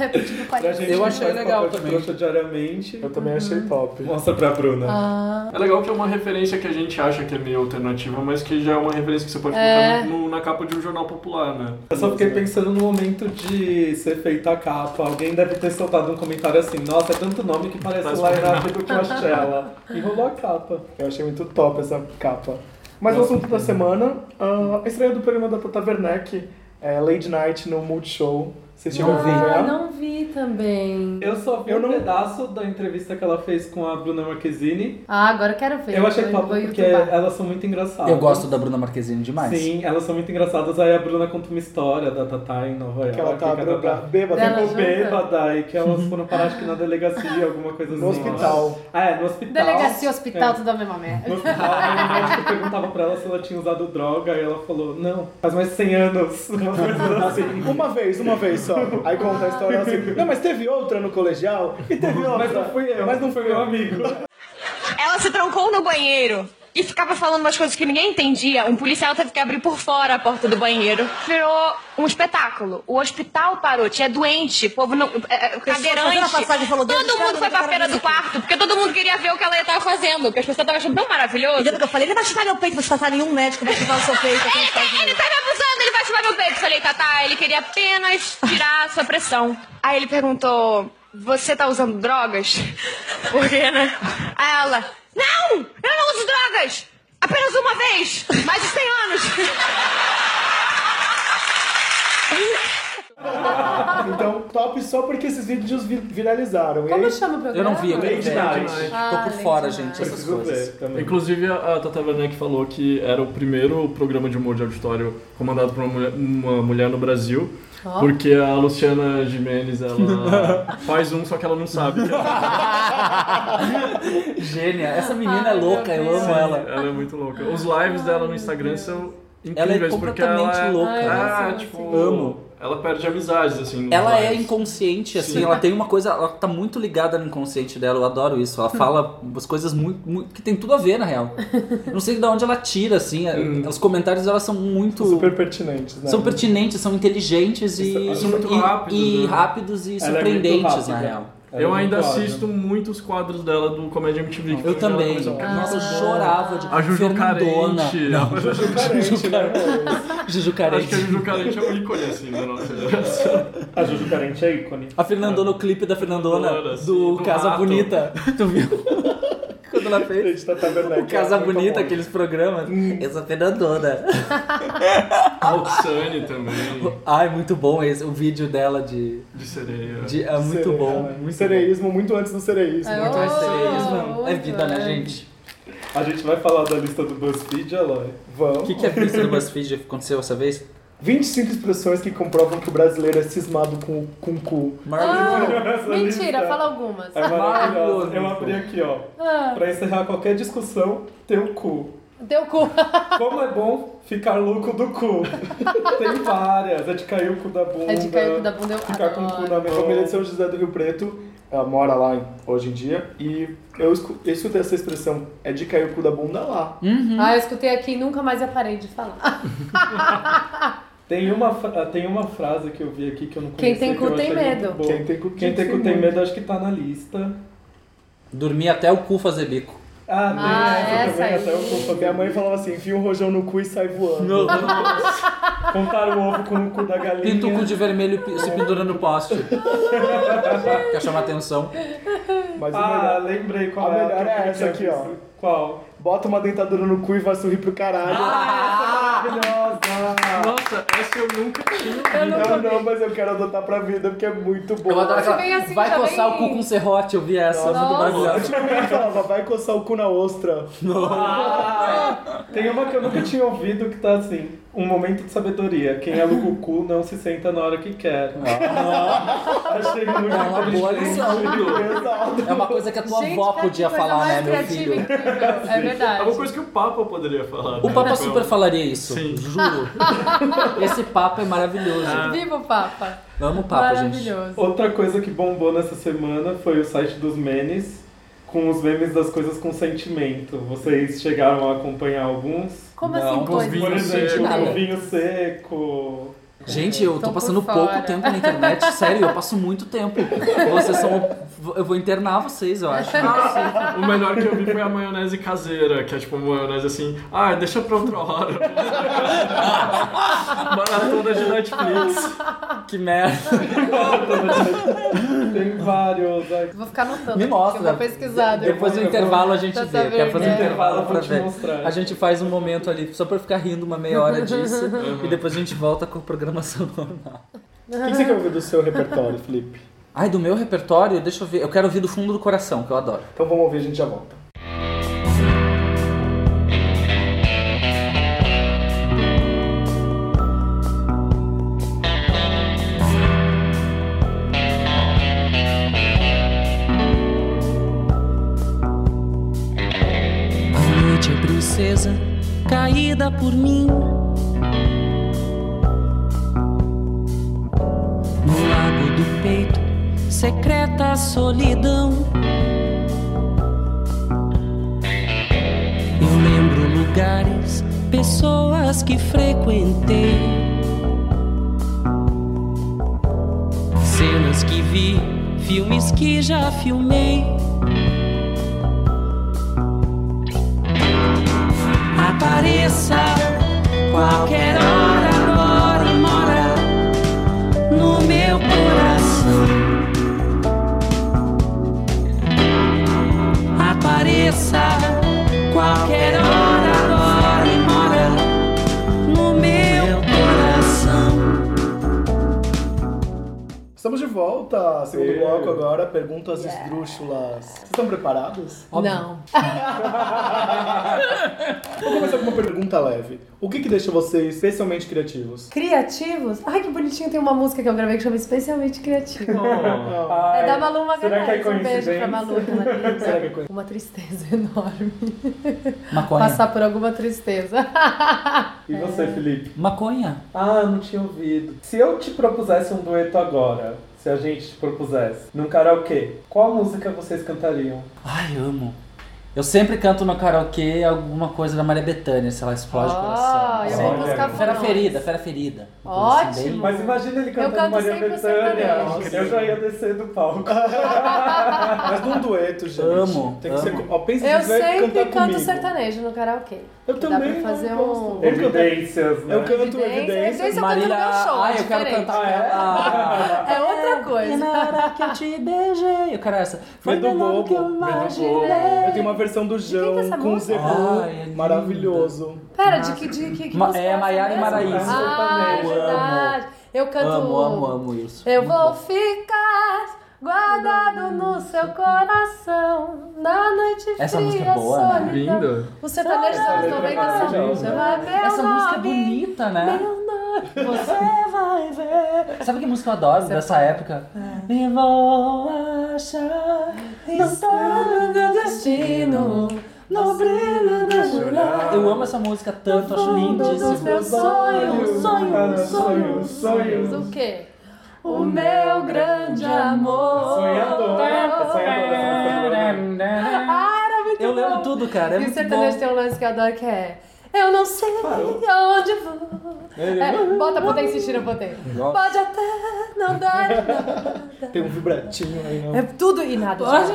Speaker 6: É tipo
Speaker 2: Pra
Speaker 6: parecido.
Speaker 2: gente que
Speaker 4: achei
Speaker 2: faz
Speaker 4: legal
Speaker 2: papel de
Speaker 4: também.
Speaker 2: trouxa diariamente.
Speaker 1: Eu também
Speaker 6: Uhum.
Speaker 1: achei top.
Speaker 2: Mostra pra Bruna.
Speaker 6: Ah,
Speaker 3: É legal que é uma referência que a gente acha que é meio alternativa, mas que já é uma referência que você pode
Speaker 6: É.
Speaker 3: colocar no- na capa de um jornal popular, né?
Speaker 2: Eu só fiquei pensando no momento de ser feita a capa. Alguém deve ter soltado um comentário assim, nossa, é tanto nome que parece o
Speaker 3: Parece
Speaker 4: um
Speaker 2: line-up do Coachella. E rolou a capa.
Speaker 1: Eu achei muito top essa capa. Mas o assunto da semana, ah, a estreia do programa da Tata Werneck, é, Lady Night no Multishow. Vocês chegam a
Speaker 6: ah,
Speaker 1: acompanhar?
Speaker 6: não vi também.
Speaker 2: Eu só vi
Speaker 1: Eu
Speaker 2: um
Speaker 1: não-
Speaker 2: pedaço da entrevista que ela fez com a Bruna Marquezine.
Speaker 6: Ah, agora eu quero ver.
Speaker 2: Eu achei
Speaker 6: Vou-
Speaker 2: top
Speaker 6: vou
Speaker 2: porque
Speaker 6: youtubar.
Speaker 2: elas são muito engraçadas.
Speaker 4: Eu gosto da Bruna Marquezine demais.
Speaker 2: Sim, elas são muito engraçadas. Aí a Bruna conta uma história da Tatá em Nova York.
Speaker 1: Que ela tá
Speaker 2: a Tatá
Speaker 1: bêbada, bêbada assim,
Speaker 6: Dela
Speaker 2: ficou
Speaker 6: junta?
Speaker 2: bêbada e que elas foram parar acho que na delegacia, alguma coisa
Speaker 1: no
Speaker 2: assim.
Speaker 1: hospital.
Speaker 2: Ah, é, no hospital.
Speaker 6: Delegacia hospital,
Speaker 2: É.
Speaker 6: tudo a mesma merda.
Speaker 2: No hospital, aí o médico perguntava pra ela se ela tinha usado droga e ela falou, não, faz mais 100 anos. Uma
Speaker 6: tá
Speaker 2: coisa assim.
Speaker 1: Uma vez, uma vez só. Aí conta a história assim. Não, mas teve outra no colegial e teve outra.
Speaker 2: Mas não fui eu,
Speaker 1: Mas não
Speaker 2: foi
Speaker 1: foi
Speaker 2: meu
Speaker 1: eu.
Speaker 2: amigo.
Speaker 7: Ela se trancou no banheiro e ficava falando umas coisas que ninguém entendia. Um policial teve que abrir por fora a porta do banheiro. Virou um espetáculo. O hospital parou, tinha doente, povo não, é, é,
Speaker 5: fazendo a
Speaker 7: cadeirante.
Speaker 5: passagem, falou, "Deus,
Speaker 7: todo
Speaker 5: cara,
Speaker 7: mundo foi
Speaker 5: cara,
Speaker 7: pra feira
Speaker 5: cara,
Speaker 7: do quarto, porque todo mundo queria ver o que ela estava fazendo, porque as pessoas estavam achando tão maravilhoso.
Speaker 5: Lembra que eu falei, ele vai chutar meu peito, vou chutar nenhum médico, vai chutar o seu peito. aqui nos Estados
Speaker 7: Ele
Speaker 5: Unidos."
Speaker 7: tá me abusando, ele vai chamar meu peito. Falei, Tatá, ele queria apenas tirar a sua pressão. Aí ele perguntou, você tá usando drogas? Por quê, né? Aí ela, não, eu não uso drogas. Apenas uma vez, mais de 100 anos.
Speaker 1: Então, top só porque esses vídeos vi- viralizaram. E
Speaker 6: Como assim?
Speaker 1: aí,
Speaker 6: chama o programa?
Speaker 4: Eu não vi, eu quero
Speaker 2: Lady
Speaker 4: ver.
Speaker 2: Night.
Speaker 6: Ah,
Speaker 4: Tô por fora,
Speaker 6: Lady
Speaker 4: gente,
Speaker 6: Night.
Speaker 4: essas
Speaker 2: Preciso
Speaker 4: coisas.
Speaker 2: ver também.
Speaker 3: Inclusive, a Tata Werneck falou que era o primeiro programa de humor de auditório comandado por uma mulher, uma mulher no Brasil.
Speaker 6: Ó.
Speaker 3: Porque a Luciana Jimenez, ela faz um, só que ela não sabe. que Ela,
Speaker 4: Gênia, essa menina é
Speaker 6: Ai,
Speaker 4: louca,
Speaker 6: Ah, meu
Speaker 4: eu amo
Speaker 6: Deus.
Speaker 4: ela.
Speaker 3: ela é muito louca. Os lives dela no Instagram são
Speaker 4: Ela é
Speaker 3: incríveis, porque
Speaker 4: completamente
Speaker 3: ela é...
Speaker 4: louca.
Speaker 6: Ai,
Speaker 4: né?
Speaker 6: eu
Speaker 3: Ah,
Speaker 6: amo,
Speaker 3: tipo,
Speaker 6: assim.
Speaker 4: Amo.
Speaker 3: ela perde amizades, assim, nos
Speaker 4: Ela é
Speaker 3: lives.
Speaker 4: inconsciente, assim,
Speaker 3: Sim.
Speaker 4: ela tem uma coisa, ela tá muito ligada no inconsciente dela, eu adoro isso.
Speaker 3: Hum.
Speaker 4: Ela fala umas coisas muito, muito- que tem tudo a ver, na real. Eu Não sei de onde ela tira, assim, a-
Speaker 3: Hum.
Speaker 4: os comentários dela são muito.
Speaker 1: super pertinentes, né?
Speaker 4: São pertinentes, são inteligentes e,
Speaker 3: São muito
Speaker 4: e-
Speaker 3: rápidos,
Speaker 4: e
Speaker 3: né?
Speaker 4: rápidos e
Speaker 2: Ela é muito
Speaker 4: surpreendentes,
Speaker 2: rápida.
Speaker 4: na real.
Speaker 2: Ela é
Speaker 3: Eu
Speaker 2: muito
Speaker 3: ainda
Speaker 2: ótima.
Speaker 3: assisto muitos quadros dela do Comédia MTV. que
Speaker 4: Eu
Speaker 3: foi quando ela
Speaker 4: também.
Speaker 3: começou, porque é
Speaker 4: Nossa, eu
Speaker 3: muito bom.
Speaker 4: chorava de
Speaker 3: A Juju
Speaker 4: Fernandona.
Speaker 3: Carente.
Speaker 4: Não,
Speaker 1: Super carente, né?
Speaker 4: Juju
Speaker 3: Acho que a
Speaker 4: Carente.
Speaker 3: Juju Carente é um ícone, assim, da nossa geração.
Speaker 2: A Juju Carente é ícone.
Speaker 4: A Fernandona, o clipe da Fernandona
Speaker 3: Fernandona, assim,
Speaker 4: do
Speaker 3: do
Speaker 4: Casa
Speaker 3: rato.
Speaker 4: Bonita. Tu viu? Quando ela fez?
Speaker 2: tá
Speaker 1: Gente, Tata Werneck
Speaker 4: O Casa
Speaker 1: é muito
Speaker 4: Bonita,
Speaker 1: bom.
Speaker 4: aqueles programas.
Speaker 1: Hum.
Speaker 4: Essa Fernandona.
Speaker 3: A Roxane também,
Speaker 4: Ai, muito bom esse, o vídeo dela de.
Speaker 3: de sereia.
Speaker 4: de- é muito
Speaker 1: Sereia,
Speaker 4: bom.
Speaker 1: né?
Speaker 4: Muito
Speaker 1: Sereísmo, muito antes do sereísmo.
Speaker 6: É,
Speaker 4: bom. Muito mais
Speaker 6: Oh,
Speaker 4: sereísmo. então É
Speaker 6: muito
Speaker 4: vida, né,
Speaker 6: bem.
Speaker 4: gente?
Speaker 2: A gente vai falar da lista do BuzzFeed, Eloy.
Speaker 4: O
Speaker 1: Vamos.
Speaker 4: que, que é isso do BuzzFeed que aconteceu essa vez?
Speaker 1: 25 expressões que comprovam que o brasileiro é cismado com, com o cu.
Speaker 4: Maravilhoso.
Speaker 6: Ah, mentira,
Speaker 2: lista.
Speaker 6: fala algumas.
Speaker 2: É maravilhosa.
Speaker 4: Maravilhoso.
Speaker 2: Eu abri aqui, ó.
Speaker 6: Ah,
Speaker 2: Pra encerrar qualquer discussão,
Speaker 1: um
Speaker 2: teu cu.
Speaker 6: deu cu.
Speaker 2: Como é bom ficar louco do cu. Tem várias. É de cair o cu da bunda.
Speaker 6: É de cair o cu da bunda, eu
Speaker 2: Ficar com o cu na
Speaker 6: adoro.
Speaker 1: Minha família é de
Speaker 2: mão.
Speaker 1: São José do Rio Preto, ela mora lá em- hoje em dia, e eu escu- eu escutei essa expressão, é de cair o cu da bunda lá.
Speaker 6: Ah, eu escutei aqui e nunca mais eu parei de falar.
Speaker 2: Tem uma, fra- ah, tem uma frase que eu vi aqui que eu não
Speaker 6: Quem
Speaker 2: conhecia.
Speaker 6: tem
Speaker 2: que eu
Speaker 6: cu tem
Speaker 2: achei
Speaker 6: medo.
Speaker 2: muito boa.
Speaker 1: Quem tem cu
Speaker 2: Quem tem cu tem medo acho que tá na lista.
Speaker 4: Dormir até o cu fazer bico.
Speaker 2: Ah, tem
Speaker 6: Ah,
Speaker 2: essa também, até
Speaker 6: essa aí.
Speaker 2: o cu fazer
Speaker 1: Minha mãe falava assim, enfia um rojão no cu e sai voando.
Speaker 2: Contar o ovo com o cu da galinha.
Speaker 4: Pinta o cu de vermelho e pi- se pendura no poste. Quer chamar atenção.
Speaker 1: Mas o
Speaker 2: Ah,
Speaker 1: melhor,
Speaker 2: lembrei qual
Speaker 1: A
Speaker 2: é.
Speaker 1: melhor é
Speaker 2: que eu
Speaker 1: essa aqui,
Speaker 2: tinha
Speaker 1: ó.
Speaker 2: visto. Qual?
Speaker 1: bota uma dentadura no cu e vai sorrir pro caralho.
Speaker 2: Maravilhosa!
Speaker 3: Nossa, essa eu nunca tinha.
Speaker 6: Eu nunca
Speaker 1: Então, não, não, mas eu quero adotar pra vida, porque é muito bom.
Speaker 4: Eu adoro
Speaker 6: Nossa,
Speaker 4: aquela.
Speaker 6: bem assim
Speaker 4: vai
Speaker 6: também.
Speaker 4: coçar o cu com um serrote, eu vi essa. Muito
Speaker 6: Nossa.
Speaker 4: maravilhosa.
Speaker 1: Ele falava, vai coçar o cu na ostra.
Speaker 2: Tem uma que eu nunca tinha ouvido que tá assim. Um momento de sabedoria. Quem aluga o cu não se senta na hora que quer. Achei muito
Speaker 4: É uma boa lição, Dudu.
Speaker 2: pesado.
Speaker 4: É uma coisa que a tua
Speaker 6: Gente,
Speaker 4: avó
Speaker 6: que
Speaker 4: podia
Speaker 6: coisa
Speaker 4: falar, né,
Speaker 6: mais
Speaker 4: meu
Speaker 6: criativa e
Speaker 4: filho?
Speaker 6: incrível. É
Speaker 3: É uma
Speaker 6: verdade.
Speaker 3: coisa que o Papa poderia falar.
Speaker 4: O
Speaker 3: né?
Speaker 4: Papa
Speaker 3: Então,
Speaker 4: super falaria isso.
Speaker 3: Sim.
Speaker 4: Juro. Esse Papa é maravilhoso.
Speaker 6: Viva o Papa.
Speaker 4: Amo o Papa, gente.
Speaker 6: Ah. Maravilhoso.
Speaker 2: Outra coisa que bombou nessa semana foi o site dos memes com os memes das coisas com sentimento. Vocês chegaram a acompanhar alguns?
Speaker 6: Como
Speaker 4: Não,
Speaker 6: assim,
Speaker 4: com
Speaker 3: os
Speaker 6: coisa?
Speaker 3: Vinho
Speaker 2: Por exemplo,
Speaker 4: seco.
Speaker 2: o vinho seco.
Speaker 4: Gente, eu tô,
Speaker 6: Tô
Speaker 4: passando
Speaker 6: por
Speaker 4: pouco
Speaker 6: fora.
Speaker 4: tempo na internet, sério, eu passo muito tempo. Vocês são. Eu vou internar vocês, eu acho.
Speaker 3: O melhor que eu vi foi a maionese caseira, que é tipo uma maionese assim, ah, deixa pra outra hora. Maratona de Netflix.
Speaker 4: Que merda.
Speaker 2: Tem vários. ai,
Speaker 6: Vou ficar anotando.
Speaker 4: Me
Speaker 6: aqui,
Speaker 4: mostra.
Speaker 6: que Eu vou pesquisar.
Speaker 4: Depois do
Speaker 2: eu vou-
Speaker 4: intervalo a gente
Speaker 6: Pra
Speaker 4: vê.
Speaker 6: saber,
Speaker 4: Quero fazer um
Speaker 6: né?
Speaker 4: intervalo
Speaker 2: Eu
Speaker 4: pra
Speaker 2: vou te
Speaker 4: ver.
Speaker 2: mostrar.
Speaker 4: A gente faz um momento ali só pra eu ficar rindo uma meia hora disso. E depois a gente volta com a programação normal.
Speaker 1: O que você quer ouvir do seu repertório, Felipe?
Speaker 4: Ai, do meu repertório, deixa eu ver. Eu quero ouvir do fundo do coração, que eu adoro.
Speaker 1: Então vamos ouvir, a gente já volta.
Speaker 8: A noite é princesa caída por mim. No lago do peito, secreta solidão. Eu lembro lugares, pessoas que frequentei. Cenas que vi, filmes que já filmei. apareça qualquer hora agora e mora no meu coração. Apareça qualquer hora agora e mora no meu coração.
Speaker 1: Estamos de volta, segundo
Speaker 2: Sim.
Speaker 1: bloco agora, perguntas esdrúxulas. Vocês estão preparados?
Speaker 6: Não.
Speaker 1: Vou começar com uma pergunta leve. O que que deixa vocês especialmente criativos?
Speaker 6: Criativos? Ai, que bonitinho. Tem uma música que eu gravei que chama Especialmente Criativo. É da Malu
Speaker 2: será que é
Speaker 6: Magalhães. Um beijo
Speaker 2: coincidência?
Speaker 6: pra Malu. que ela tem
Speaker 1: Será que é coisa?
Speaker 6: Uma tristeza enorme.
Speaker 4: Maconha.
Speaker 6: Passar por alguma tristeza.
Speaker 2: E você, Felipe?
Speaker 4: Maconha?
Speaker 2: Ah, não tinha ouvido. Se eu te propusesse um dueto agora, se a gente te propusesse, num karaokê, qual música vocês cantariam?
Speaker 4: Ai, amo. Eu sempre canto no karaokê alguma coisa da Maria Bethânia, sei lá, explode o
Speaker 6: Ah,
Speaker 4: coração.
Speaker 6: eu
Speaker 4: Sério.
Speaker 6: vou buscar
Speaker 2: Olha,
Speaker 4: Fera
Speaker 6: fonones.
Speaker 4: ferida, fera ferida. Uma coisa assim,
Speaker 6: Ótimo.
Speaker 2: Mas imagina ele
Speaker 6: canto
Speaker 2: cantando Maria
Speaker 6: sempre o
Speaker 2: Bethânia.
Speaker 6: sertanejo.
Speaker 2: Eu já ia descer do palco.
Speaker 1: Mas num dueto, gente.
Speaker 4: Amo,
Speaker 1: Tem que ser.
Speaker 4: amo.
Speaker 1: Ó, pensa
Speaker 6: Eu
Speaker 1: que você vai
Speaker 6: sempre
Speaker 1: cantar
Speaker 6: canto
Speaker 1: comigo.
Speaker 6: sertanejo no karaokê.
Speaker 1: Eu
Speaker 6: Dá
Speaker 1: também. né?
Speaker 6: pra fazer
Speaker 1: Eu
Speaker 6: um-
Speaker 1: canto-
Speaker 2: Evidências, né?
Speaker 1: Eu canto
Speaker 6: Evidência-
Speaker 1: evidência.
Speaker 6: Evidência eu canto no
Speaker 4: Marília,
Speaker 6: meu show,
Speaker 4: ai,
Speaker 6: é
Speaker 4: eu quero
Speaker 6: diferente.
Speaker 4: cantar aquela.
Speaker 6: É outra coisa.
Speaker 4: E na hora que eu te beijei, eu quero essa. Foi
Speaker 1: Medo
Speaker 4: do
Speaker 1: bobo,
Speaker 4: que eu
Speaker 1: medo
Speaker 4: imaginei.
Speaker 1: Eu tenho uma versão do
Speaker 6: que é
Speaker 1: João
Speaker 6: essa
Speaker 1: com o
Speaker 6: música?
Speaker 1: Zebu.
Speaker 4: Ai, é linda.
Speaker 1: maravilhoso.
Speaker 6: Pera, de que, de que, que
Speaker 4: Ma-
Speaker 6: música
Speaker 4: é
Speaker 6: essa
Speaker 4: Maiara e
Speaker 6: mesmo?
Speaker 4: Maraíza.
Speaker 6: Ah, é
Speaker 4: Eu amo.
Speaker 6: verdade. Eu canto...
Speaker 4: Amo, amo, amo isso.
Speaker 6: Eu
Speaker 4: Muito
Speaker 6: vou
Speaker 4: bom.
Speaker 6: ficar guardado no seu coração na noite fria,
Speaker 4: Essa música é boa, né? é
Speaker 6: solidão. tá
Speaker 3: Linda.
Speaker 6: O sertanejo dos anos 90 são. Chama meu
Speaker 4: Essa música é
Speaker 6: nome,
Speaker 4: bonita, né?
Speaker 6: Meu nome.
Speaker 4: Você vai ver. Sabe que música eu adoro dessa época? Me vou achar. Está
Speaker 6: é
Speaker 4: no meu destino. No brilho da jornada. Eu amo essa música tanto, acho
Speaker 6: dos
Speaker 4: lindíssima.
Speaker 6: meus sonhos,
Speaker 2: Ah,
Speaker 4: sonho,
Speaker 2: sonho, sonho.
Speaker 6: O quê? O meu grande amor.
Speaker 2: Sonhador. É sonhador essa música.
Speaker 6: Ah, era muito
Speaker 4: Eu
Speaker 6: bom.
Speaker 4: lembro tudo, cara. É
Speaker 6: e o
Speaker 4: muito
Speaker 6: sertanejo
Speaker 4: bom.
Speaker 6: tem um lance que eu adoro que é. Eu não sei onde vou. É, bota potência e tira potência. Pode até não dar. em nada.
Speaker 1: Tem um vibratinho aí, não.
Speaker 6: É tudo e nada. Pode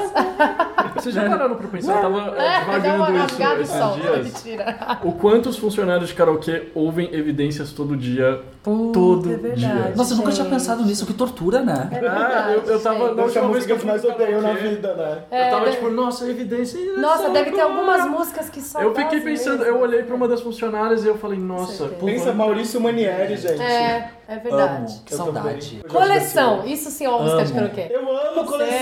Speaker 3: Vocês já pararam pra pensar? Eu tava é,
Speaker 6: É, dá uma
Speaker 3: divagando isso
Speaker 6: rasgada e
Speaker 3: esses
Speaker 6: solta.
Speaker 3: dias.
Speaker 6: Mentira.
Speaker 3: O quanto os funcionários de karaokê ouvem evidências todo dia, todo
Speaker 6: é
Speaker 3: dia.
Speaker 4: Nossa, eu nunca tinha pensado nisso. Que tortura, né?
Speaker 3: Ah, eu, eu tava na
Speaker 1: Essa é a
Speaker 3: última vez
Speaker 1: música
Speaker 3: que eu
Speaker 1: que
Speaker 3: fui no
Speaker 1: mais odeio na
Speaker 3: karaokê,
Speaker 1: vida, né?
Speaker 3: Eu tava
Speaker 6: É,
Speaker 3: tipo, nossa, evidência.
Speaker 6: Nossa,
Speaker 3: essa
Speaker 6: deve ter
Speaker 3: loucura.
Speaker 6: algumas músicas que são.
Speaker 3: Eu fiquei
Speaker 6: das
Speaker 3: pensando,
Speaker 6: mesmas.
Speaker 3: eu olhei pra uma das funcionárias e eu falei, nossa,
Speaker 4: Uhum.
Speaker 6: Certeza.
Speaker 3: pô,
Speaker 1: Pensa Maurício Manieri, gente.
Speaker 6: É, É verdade.
Speaker 4: Amo. Que saudade.
Speaker 1: também.
Speaker 6: Coleção, isso sim é uma música de
Speaker 4: Amo.
Speaker 6: karaokê.
Speaker 1: Eu amo coleção.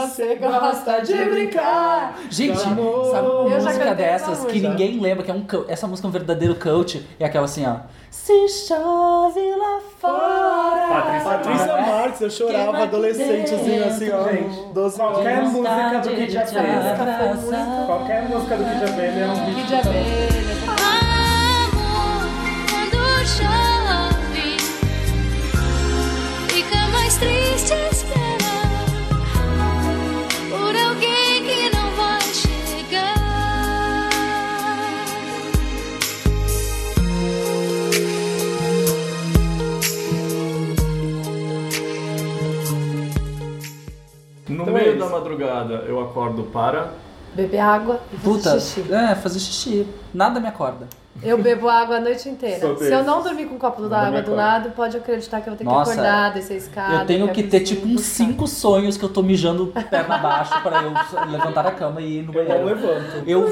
Speaker 6: que você gosta de brincar.
Speaker 4: Gente, sabe
Speaker 1: Amor. Eu
Speaker 4: uma
Speaker 6: já
Speaker 4: música
Speaker 6: cantei essa
Speaker 4: dessas que
Speaker 6: música.
Speaker 4: ninguém lembra, que é um cou- essa música é um verdadeiro coach, é aquela assim, ó. Se chove lá fora.
Speaker 1: Patrícia
Speaker 6: né?
Speaker 1: Marques, eu chorava adolescentezinho assim, ó.
Speaker 2: Gente,
Speaker 1: 12
Speaker 2: Qualquer
Speaker 1: anos.
Speaker 2: música do Kid
Speaker 4: Vontade de te
Speaker 2: Abelha.
Speaker 4: abraçar.
Speaker 2: Qualquer música do Kid Abelha é um
Speaker 6: Que
Speaker 2: hit.
Speaker 6: de abelha.
Speaker 9: Amor, quando chove, fica mais triste esperar por alguém que não vai chegar.
Speaker 3: No
Speaker 2: Então é
Speaker 3: meio
Speaker 2: isso.
Speaker 3: da madrugada eu acordo para.
Speaker 6: Beber água e fazer
Speaker 4: Puta,
Speaker 6: xixi.
Speaker 4: é, fazer xixi. Nada me acorda.
Speaker 6: Eu bebo água a noite inteira.
Speaker 2: Sou
Speaker 6: Se eu
Speaker 2: desses.
Speaker 6: não dormir com um copo
Speaker 2: Não
Speaker 6: da água
Speaker 2: me
Speaker 6: do
Speaker 2: acorda.
Speaker 6: lado, pode acreditar que eu vou ter
Speaker 4: Nossa,
Speaker 6: que acordar, descer a escada.
Speaker 4: eu tenho
Speaker 6: ir
Speaker 4: que
Speaker 6: pra
Speaker 4: ter
Speaker 6: cozinha,
Speaker 4: tipo uns
Speaker 6: buscar.
Speaker 4: cinco sonhos que eu tô mijando perna abaixo pra eu levantar a cama e ir no
Speaker 2: Eu não
Speaker 4: banheiro.
Speaker 2: levanto.
Speaker 4: Eu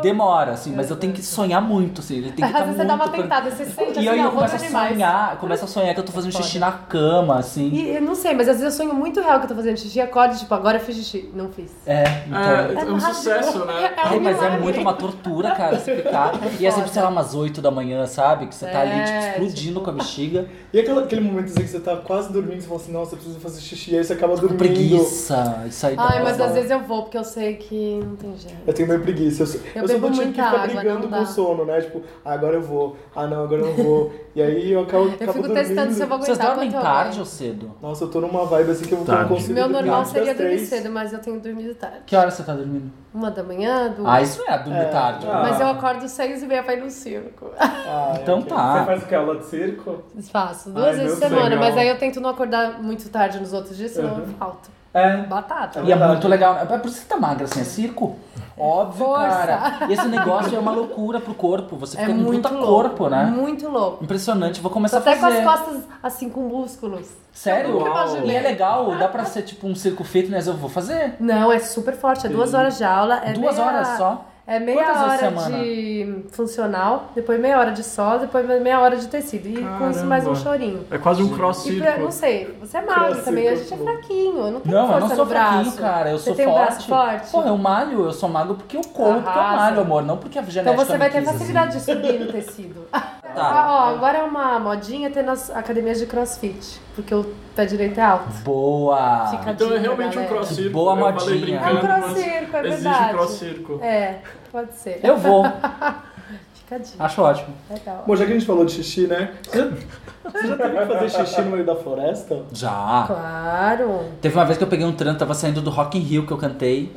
Speaker 4: demora, assim, mas eu tenho que sonhar muito, assim. Ele tem que
Speaker 6: Às
Speaker 4: estar
Speaker 6: vezes você dá uma
Speaker 4: muito per-
Speaker 6: tentada, você sente
Speaker 4: E
Speaker 6: assim,
Speaker 4: aí eu
Speaker 6: não, vou
Speaker 4: começo a
Speaker 6: dormir mais.
Speaker 4: sonhar, começo a sonhar que eu tô fazendo xixi na cama, assim.
Speaker 6: E eu não sei, mas às vezes eu sonho muito real que eu tô fazendo xixi, acordo, tipo, agora eu fiz xixi. Não fiz.
Speaker 3: É,
Speaker 6: Ah,
Speaker 4: É,
Speaker 6: tá
Speaker 4: então.
Speaker 3: é um sucesso, né?
Speaker 6: um
Speaker 4: Ai, mas é
Speaker 6: milagre.
Speaker 4: muito uma tortura, cara, se ficar. E é sempre, sei lá, umas 8 da manhã, sabe? Que você tá ali, tipo,
Speaker 6: É,
Speaker 4: explodindo com a bexiga.
Speaker 1: E aquele, aquele momentozinho que você tá quase dormindo, você fala assim, nossa, eu preciso fazer xixi, e aí você acaba
Speaker 4: Com
Speaker 1: dormindo.
Speaker 4: preguiça. Isso aí dá
Speaker 6: Ai,
Speaker 4: uma-
Speaker 6: mas às vezes eu vou, porque eu sei que não tem jeito.
Speaker 1: Eu tenho meio preguiça. Eu, sou- eu sou
Speaker 6: bebo
Speaker 1: do tipo que
Speaker 6: muita
Speaker 1: fica
Speaker 6: água,
Speaker 1: brigando
Speaker 6: não
Speaker 1: com
Speaker 6: dá.
Speaker 1: o sono, né? Tipo, ah, agora eu vou. Ah, não, agora eu não vou. E aí eu acabo,
Speaker 6: Eu
Speaker 1: acabo
Speaker 6: fico
Speaker 1: dormindo.
Speaker 6: testando se eu vou aguentar.
Speaker 4: Vocês dormem
Speaker 6: quanto eu
Speaker 4: tarde
Speaker 6: aguento.
Speaker 4: ou cedo?
Speaker 1: Nossa, eu tô numa vibe assim que eu
Speaker 4: Tá,
Speaker 1: não
Speaker 3: Tarde.
Speaker 1: consigo
Speaker 6: Meu
Speaker 1: dormir
Speaker 6: normal
Speaker 1: antes
Speaker 6: seria
Speaker 1: das
Speaker 6: dormir
Speaker 1: três.
Speaker 6: cedo, mas eu tenho dormido tarde.
Speaker 4: Que horas você tá dormindo?
Speaker 6: Uma da manhã, duas.
Speaker 4: Ah, isso é dormir
Speaker 1: É.
Speaker 4: tarde.
Speaker 2: Ah.
Speaker 6: Mas eu acordo seis e meia pra ir no circo.
Speaker 1: Ah, é,
Speaker 4: Então
Speaker 1: ok.
Speaker 2: Você
Speaker 4: tá.
Speaker 2: faz o que? Aula de circo?
Speaker 6: Faço duas
Speaker 2: Ai,
Speaker 6: vezes por
Speaker 2: meu
Speaker 6: semana,
Speaker 2: legal.
Speaker 6: mas aí eu tento não acordar muito tarde nos outros dias, senão
Speaker 4: Uhum.
Speaker 6: eu falto.
Speaker 2: É.
Speaker 6: Batata.
Speaker 4: E é
Speaker 2: verdade.
Speaker 4: muito legal. É por isso que você tá magra, assim, é circo? Óbvio,
Speaker 6: Força.
Speaker 4: cara. E esse negócio é uma loucura pro corpo. Você
Speaker 6: É
Speaker 4: fica com muito
Speaker 6: muito louco.
Speaker 4: corpo, né?
Speaker 6: Muito louco.
Speaker 4: Impressionante. Vou começar
Speaker 6: Até
Speaker 4: a fazer.
Speaker 6: com as costas assim com músculos.
Speaker 4: Sério?
Speaker 6: Eu nunca imaginei.
Speaker 4: E é legal, dá pra ser tipo um circo fitness, eu vou fazer.
Speaker 6: Não, é super forte. É duas horas de aula. É
Speaker 4: Duas
Speaker 6: meia-
Speaker 4: horas só.
Speaker 6: É meia
Speaker 4: Quantas vezes
Speaker 6: hora
Speaker 4: semana?
Speaker 6: de funcional, depois meia hora de só, depois meia hora de tecido. E com isso mais um
Speaker 3: Caramba.
Speaker 6: chorinho.
Speaker 3: É quase um cross
Speaker 6: E pra,
Speaker 3: circo.
Speaker 6: não sei, você é magro
Speaker 1: Cresce,
Speaker 6: também, a
Speaker 1: cresce.
Speaker 6: gente é fraquinho. Eu não tenho
Speaker 4: Não, eu
Speaker 6: força
Speaker 4: não sou
Speaker 6: no braço.
Speaker 4: fraquinho, cara. Eu
Speaker 6: você
Speaker 4: sou
Speaker 6: tem um braço
Speaker 4: forte.
Speaker 6: forte?
Speaker 4: Porra, eu malho, eu sou magro porque eu corro, porque eu
Speaker 6: Arrasa.
Speaker 4: malho, amor, não porque a genética
Speaker 6: Então você vai
Speaker 4: me
Speaker 6: ter
Speaker 4: quis,
Speaker 6: facilidade de subir no tecido.
Speaker 4: assim.
Speaker 6: Ah,
Speaker 4: Tá.
Speaker 6: ó, agora é uma modinha ter nas academias de crossfit, porque o pé direito é alto.
Speaker 4: Boa.
Speaker 6: Fica a
Speaker 3: Então é
Speaker 6: dica,
Speaker 3: realmente um
Speaker 6: né, galera.
Speaker 3: cross circo.
Speaker 4: Boa
Speaker 3: Eu falei
Speaker 6: É
Speaker 4: modinha.
Speaker 6: um
Speaker 3: brincando, mas
Speaker 6: cross-circo, é
Speaker 3: Existe um
Speaker 6: verdade.
Speaker 3: cross circo.
Speaker 6: É, pode ser.
Speaker 4: Eu vou.
Speaker 6: Fica a dica,
Speaker 4: Acho ótimo.
Speaker 6: legal.
Speaker 1: Bom, já que a gente falou de xixi, né? Você já teve que fazer xixi no meio da floresta?
Speaker 4: Já.
Speaker 6: Claro.
Speaker 4: Teve uma vez que eu peguei um trânsito, tava saindo do Rock in Rio que eu cantei.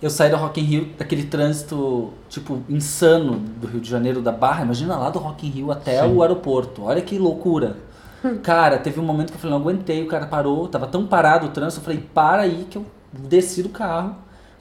Speaker 4: Eu saí do Rock in Rio, daquele trânsito, tipo, insano do Rio de Janeiro, da Barra. Imagina lá do Rock in Rio até o aeroporto. Olha que loucura. Cara, teve um momento que eu falei, não aguentei, o cara parou. Tava tão parado o trânsito, eu falei, para aí que eu desci do carro.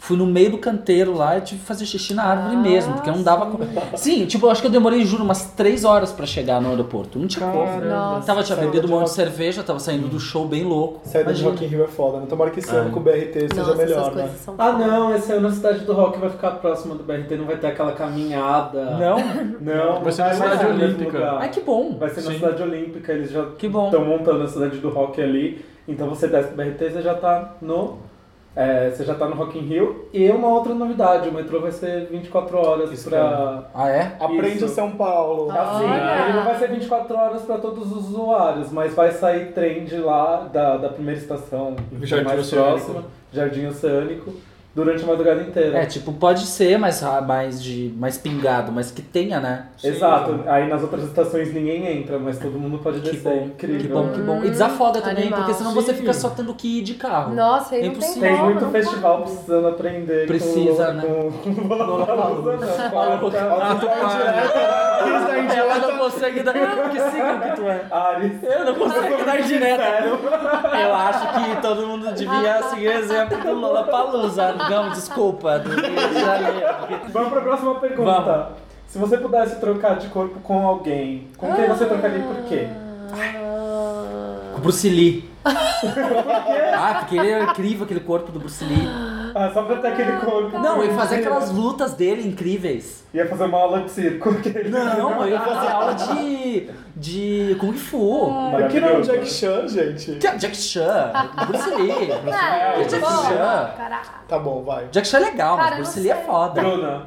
Speaker 4: Fui no meio do canteiro lá e tive que fazer xixi na árvore
Speaker 6: Ah,
Speaker 4: mesmo, porque não dava... co- Sim, tipo, eu acho que eu demorei, juro, umas três horas pra chegar no aeroporto. Não tinha como.
Speaker 6: Nossa.
Speaker 4: Tava, tinha
Speaker 1: Saída de
Speaker 4: bebido um monte de
Speaker 1: Rock-
Speaker 4: cerveja, tava saindo do show bem louco.
Speaker 1: Saída de
Speaker 4: Imagina.
Speaker 1: Rock in Rio é foda, né? Tomara que esse ano com o BRT seja
Speaker 6: Nossa,
Speaker 1: melhor,
Speaker 6: essas
Speaker 1: né?
Speaker 6: coisas são
Speaker 2: Ah,
Speaker 6: foda.
Speaker 2: não, esse ano a Cidade do Rock vai ficar próxima do BRT, não vai ter aquela caminhada.
Speaker 4: Não?
Speaker 2: Não,
Speaker 3: Vai ser na
Speaker 2: não
Speaker 3: Cidade
Speaker 2: no mesmo
Speaker 3: Olímpica.
Speaker 2: lugar.
Speaker 4: Ai, que bom.
Speaker 2: Vai ser na
Speaker 3: Sim.
Speaker 2: Cidade Olímpica, eles já
Speaker 4: Que bom.
Speaker 2: estão montando a Cidade do Rock ali. Então você desce do BRT, você já tá no. é, você já tá no Rock in Rio. E uma outra novidade, o metrô vai ser 24 horas
Speaker 1: Isso,
Speaker 2: pra.
Speaker 4: Ah, é?
Speaker 1: Aprende
Speaker 2: Isso.
Speaker 1: o São Paulo.
Speaker 2: Assim,
Speaker 6: Olha!
Speaker 2: ele não vai ser 24 horas pra todos os usuários, mas vai sair trem de lá, da, da primeira estação
Speaker 3: Jardim
Speaker 2: mais
Speaker 3: Oceânico.
Speaker 2: próxima, Jardim Oceânico, durante a madrugada inteira.
Speaker 4: É, tipo, pode ser mais, ra- mais, de, mais pingado, mas que tenha, né?
Speaker 2: Exato. Aí nas outras estações ninguém entra, mas todo mundo pode descer.
Speaker 4: Que bom,
Speaker 2: Incrível.
Speaker 4: que bom, que bom. E desafoga também,
Speaker 6: animal.
Speaker 4: porque senão você fica só tendo que ir de carro.
Speaker 6: Nossa, aí
Speaker 4: É
Speaker 6: não tem
Speaker 4: impossível.
Speaker 2: Tem
Speaker 6: como,
Speaker 2: muito
Speaker 6: não
Speaker 2: festival
Speaker 6: pode.
Speaker 2: precisando aprender
Speaker 4: Precisa,
Speaker 2: com,
Speaker 4: né?
Speaker 2: com, né? com Lollapalooza, não.
Speaker 1: Ah,
Speaker 2: Lollapalooza.
Speaker 1: tu vai direto, né? Isso daí
Speaker 4: Ela não consegue dar. Que signo que tu é?
Speaker 2: Ares.
Speaker 4: Eu não consigo dar direta. Eu acho que todo mundo devia seguir o exemplo do Lola Palusa. Não, desculpa, do Rio de Janeiro. porque-
Speaker 2: Vamos para a próxima pergunta.
Speaker 4: Vamos.
Speaker 2: Se você pudesse trocar de corpo com alguém, com quem você trocaria e por quê?
Speaker 4: Ah, Com o Bruce Lee. Ah, porque ele era incrível, aquele é corpo do Bruce Lee.
Speaker 2: Ah, só pra ter aquele cômico.
Speaker 4: Não, e fazer aquelas lutas dele incríveis.
Speaker 2: Ia fazer uma aula de circo.
Speaker 4: Não, eu ia fazer aula de. de Kung Fu.
Speaker 1: Por que não o Jack Chan, gente?
Speaker 4: Que- é Jack Chan, Bruce Lee.
Speaker 6: Ah,
Speaker 4: Que Jack Chan.
Speaker 6: Caralho.
Speaker 1: Tá bom, vai.
Speaker 4: Jack Chan é legal,
Speaker 6: Cara,
Speaker 4: mas
Speaker 6: eu
Speaker 4: Bruce
Speaker 6: não
Speaker 4: Lee é
Speaker 6: sei.
Speaker 4: foda.
Speaker 2: Bruna.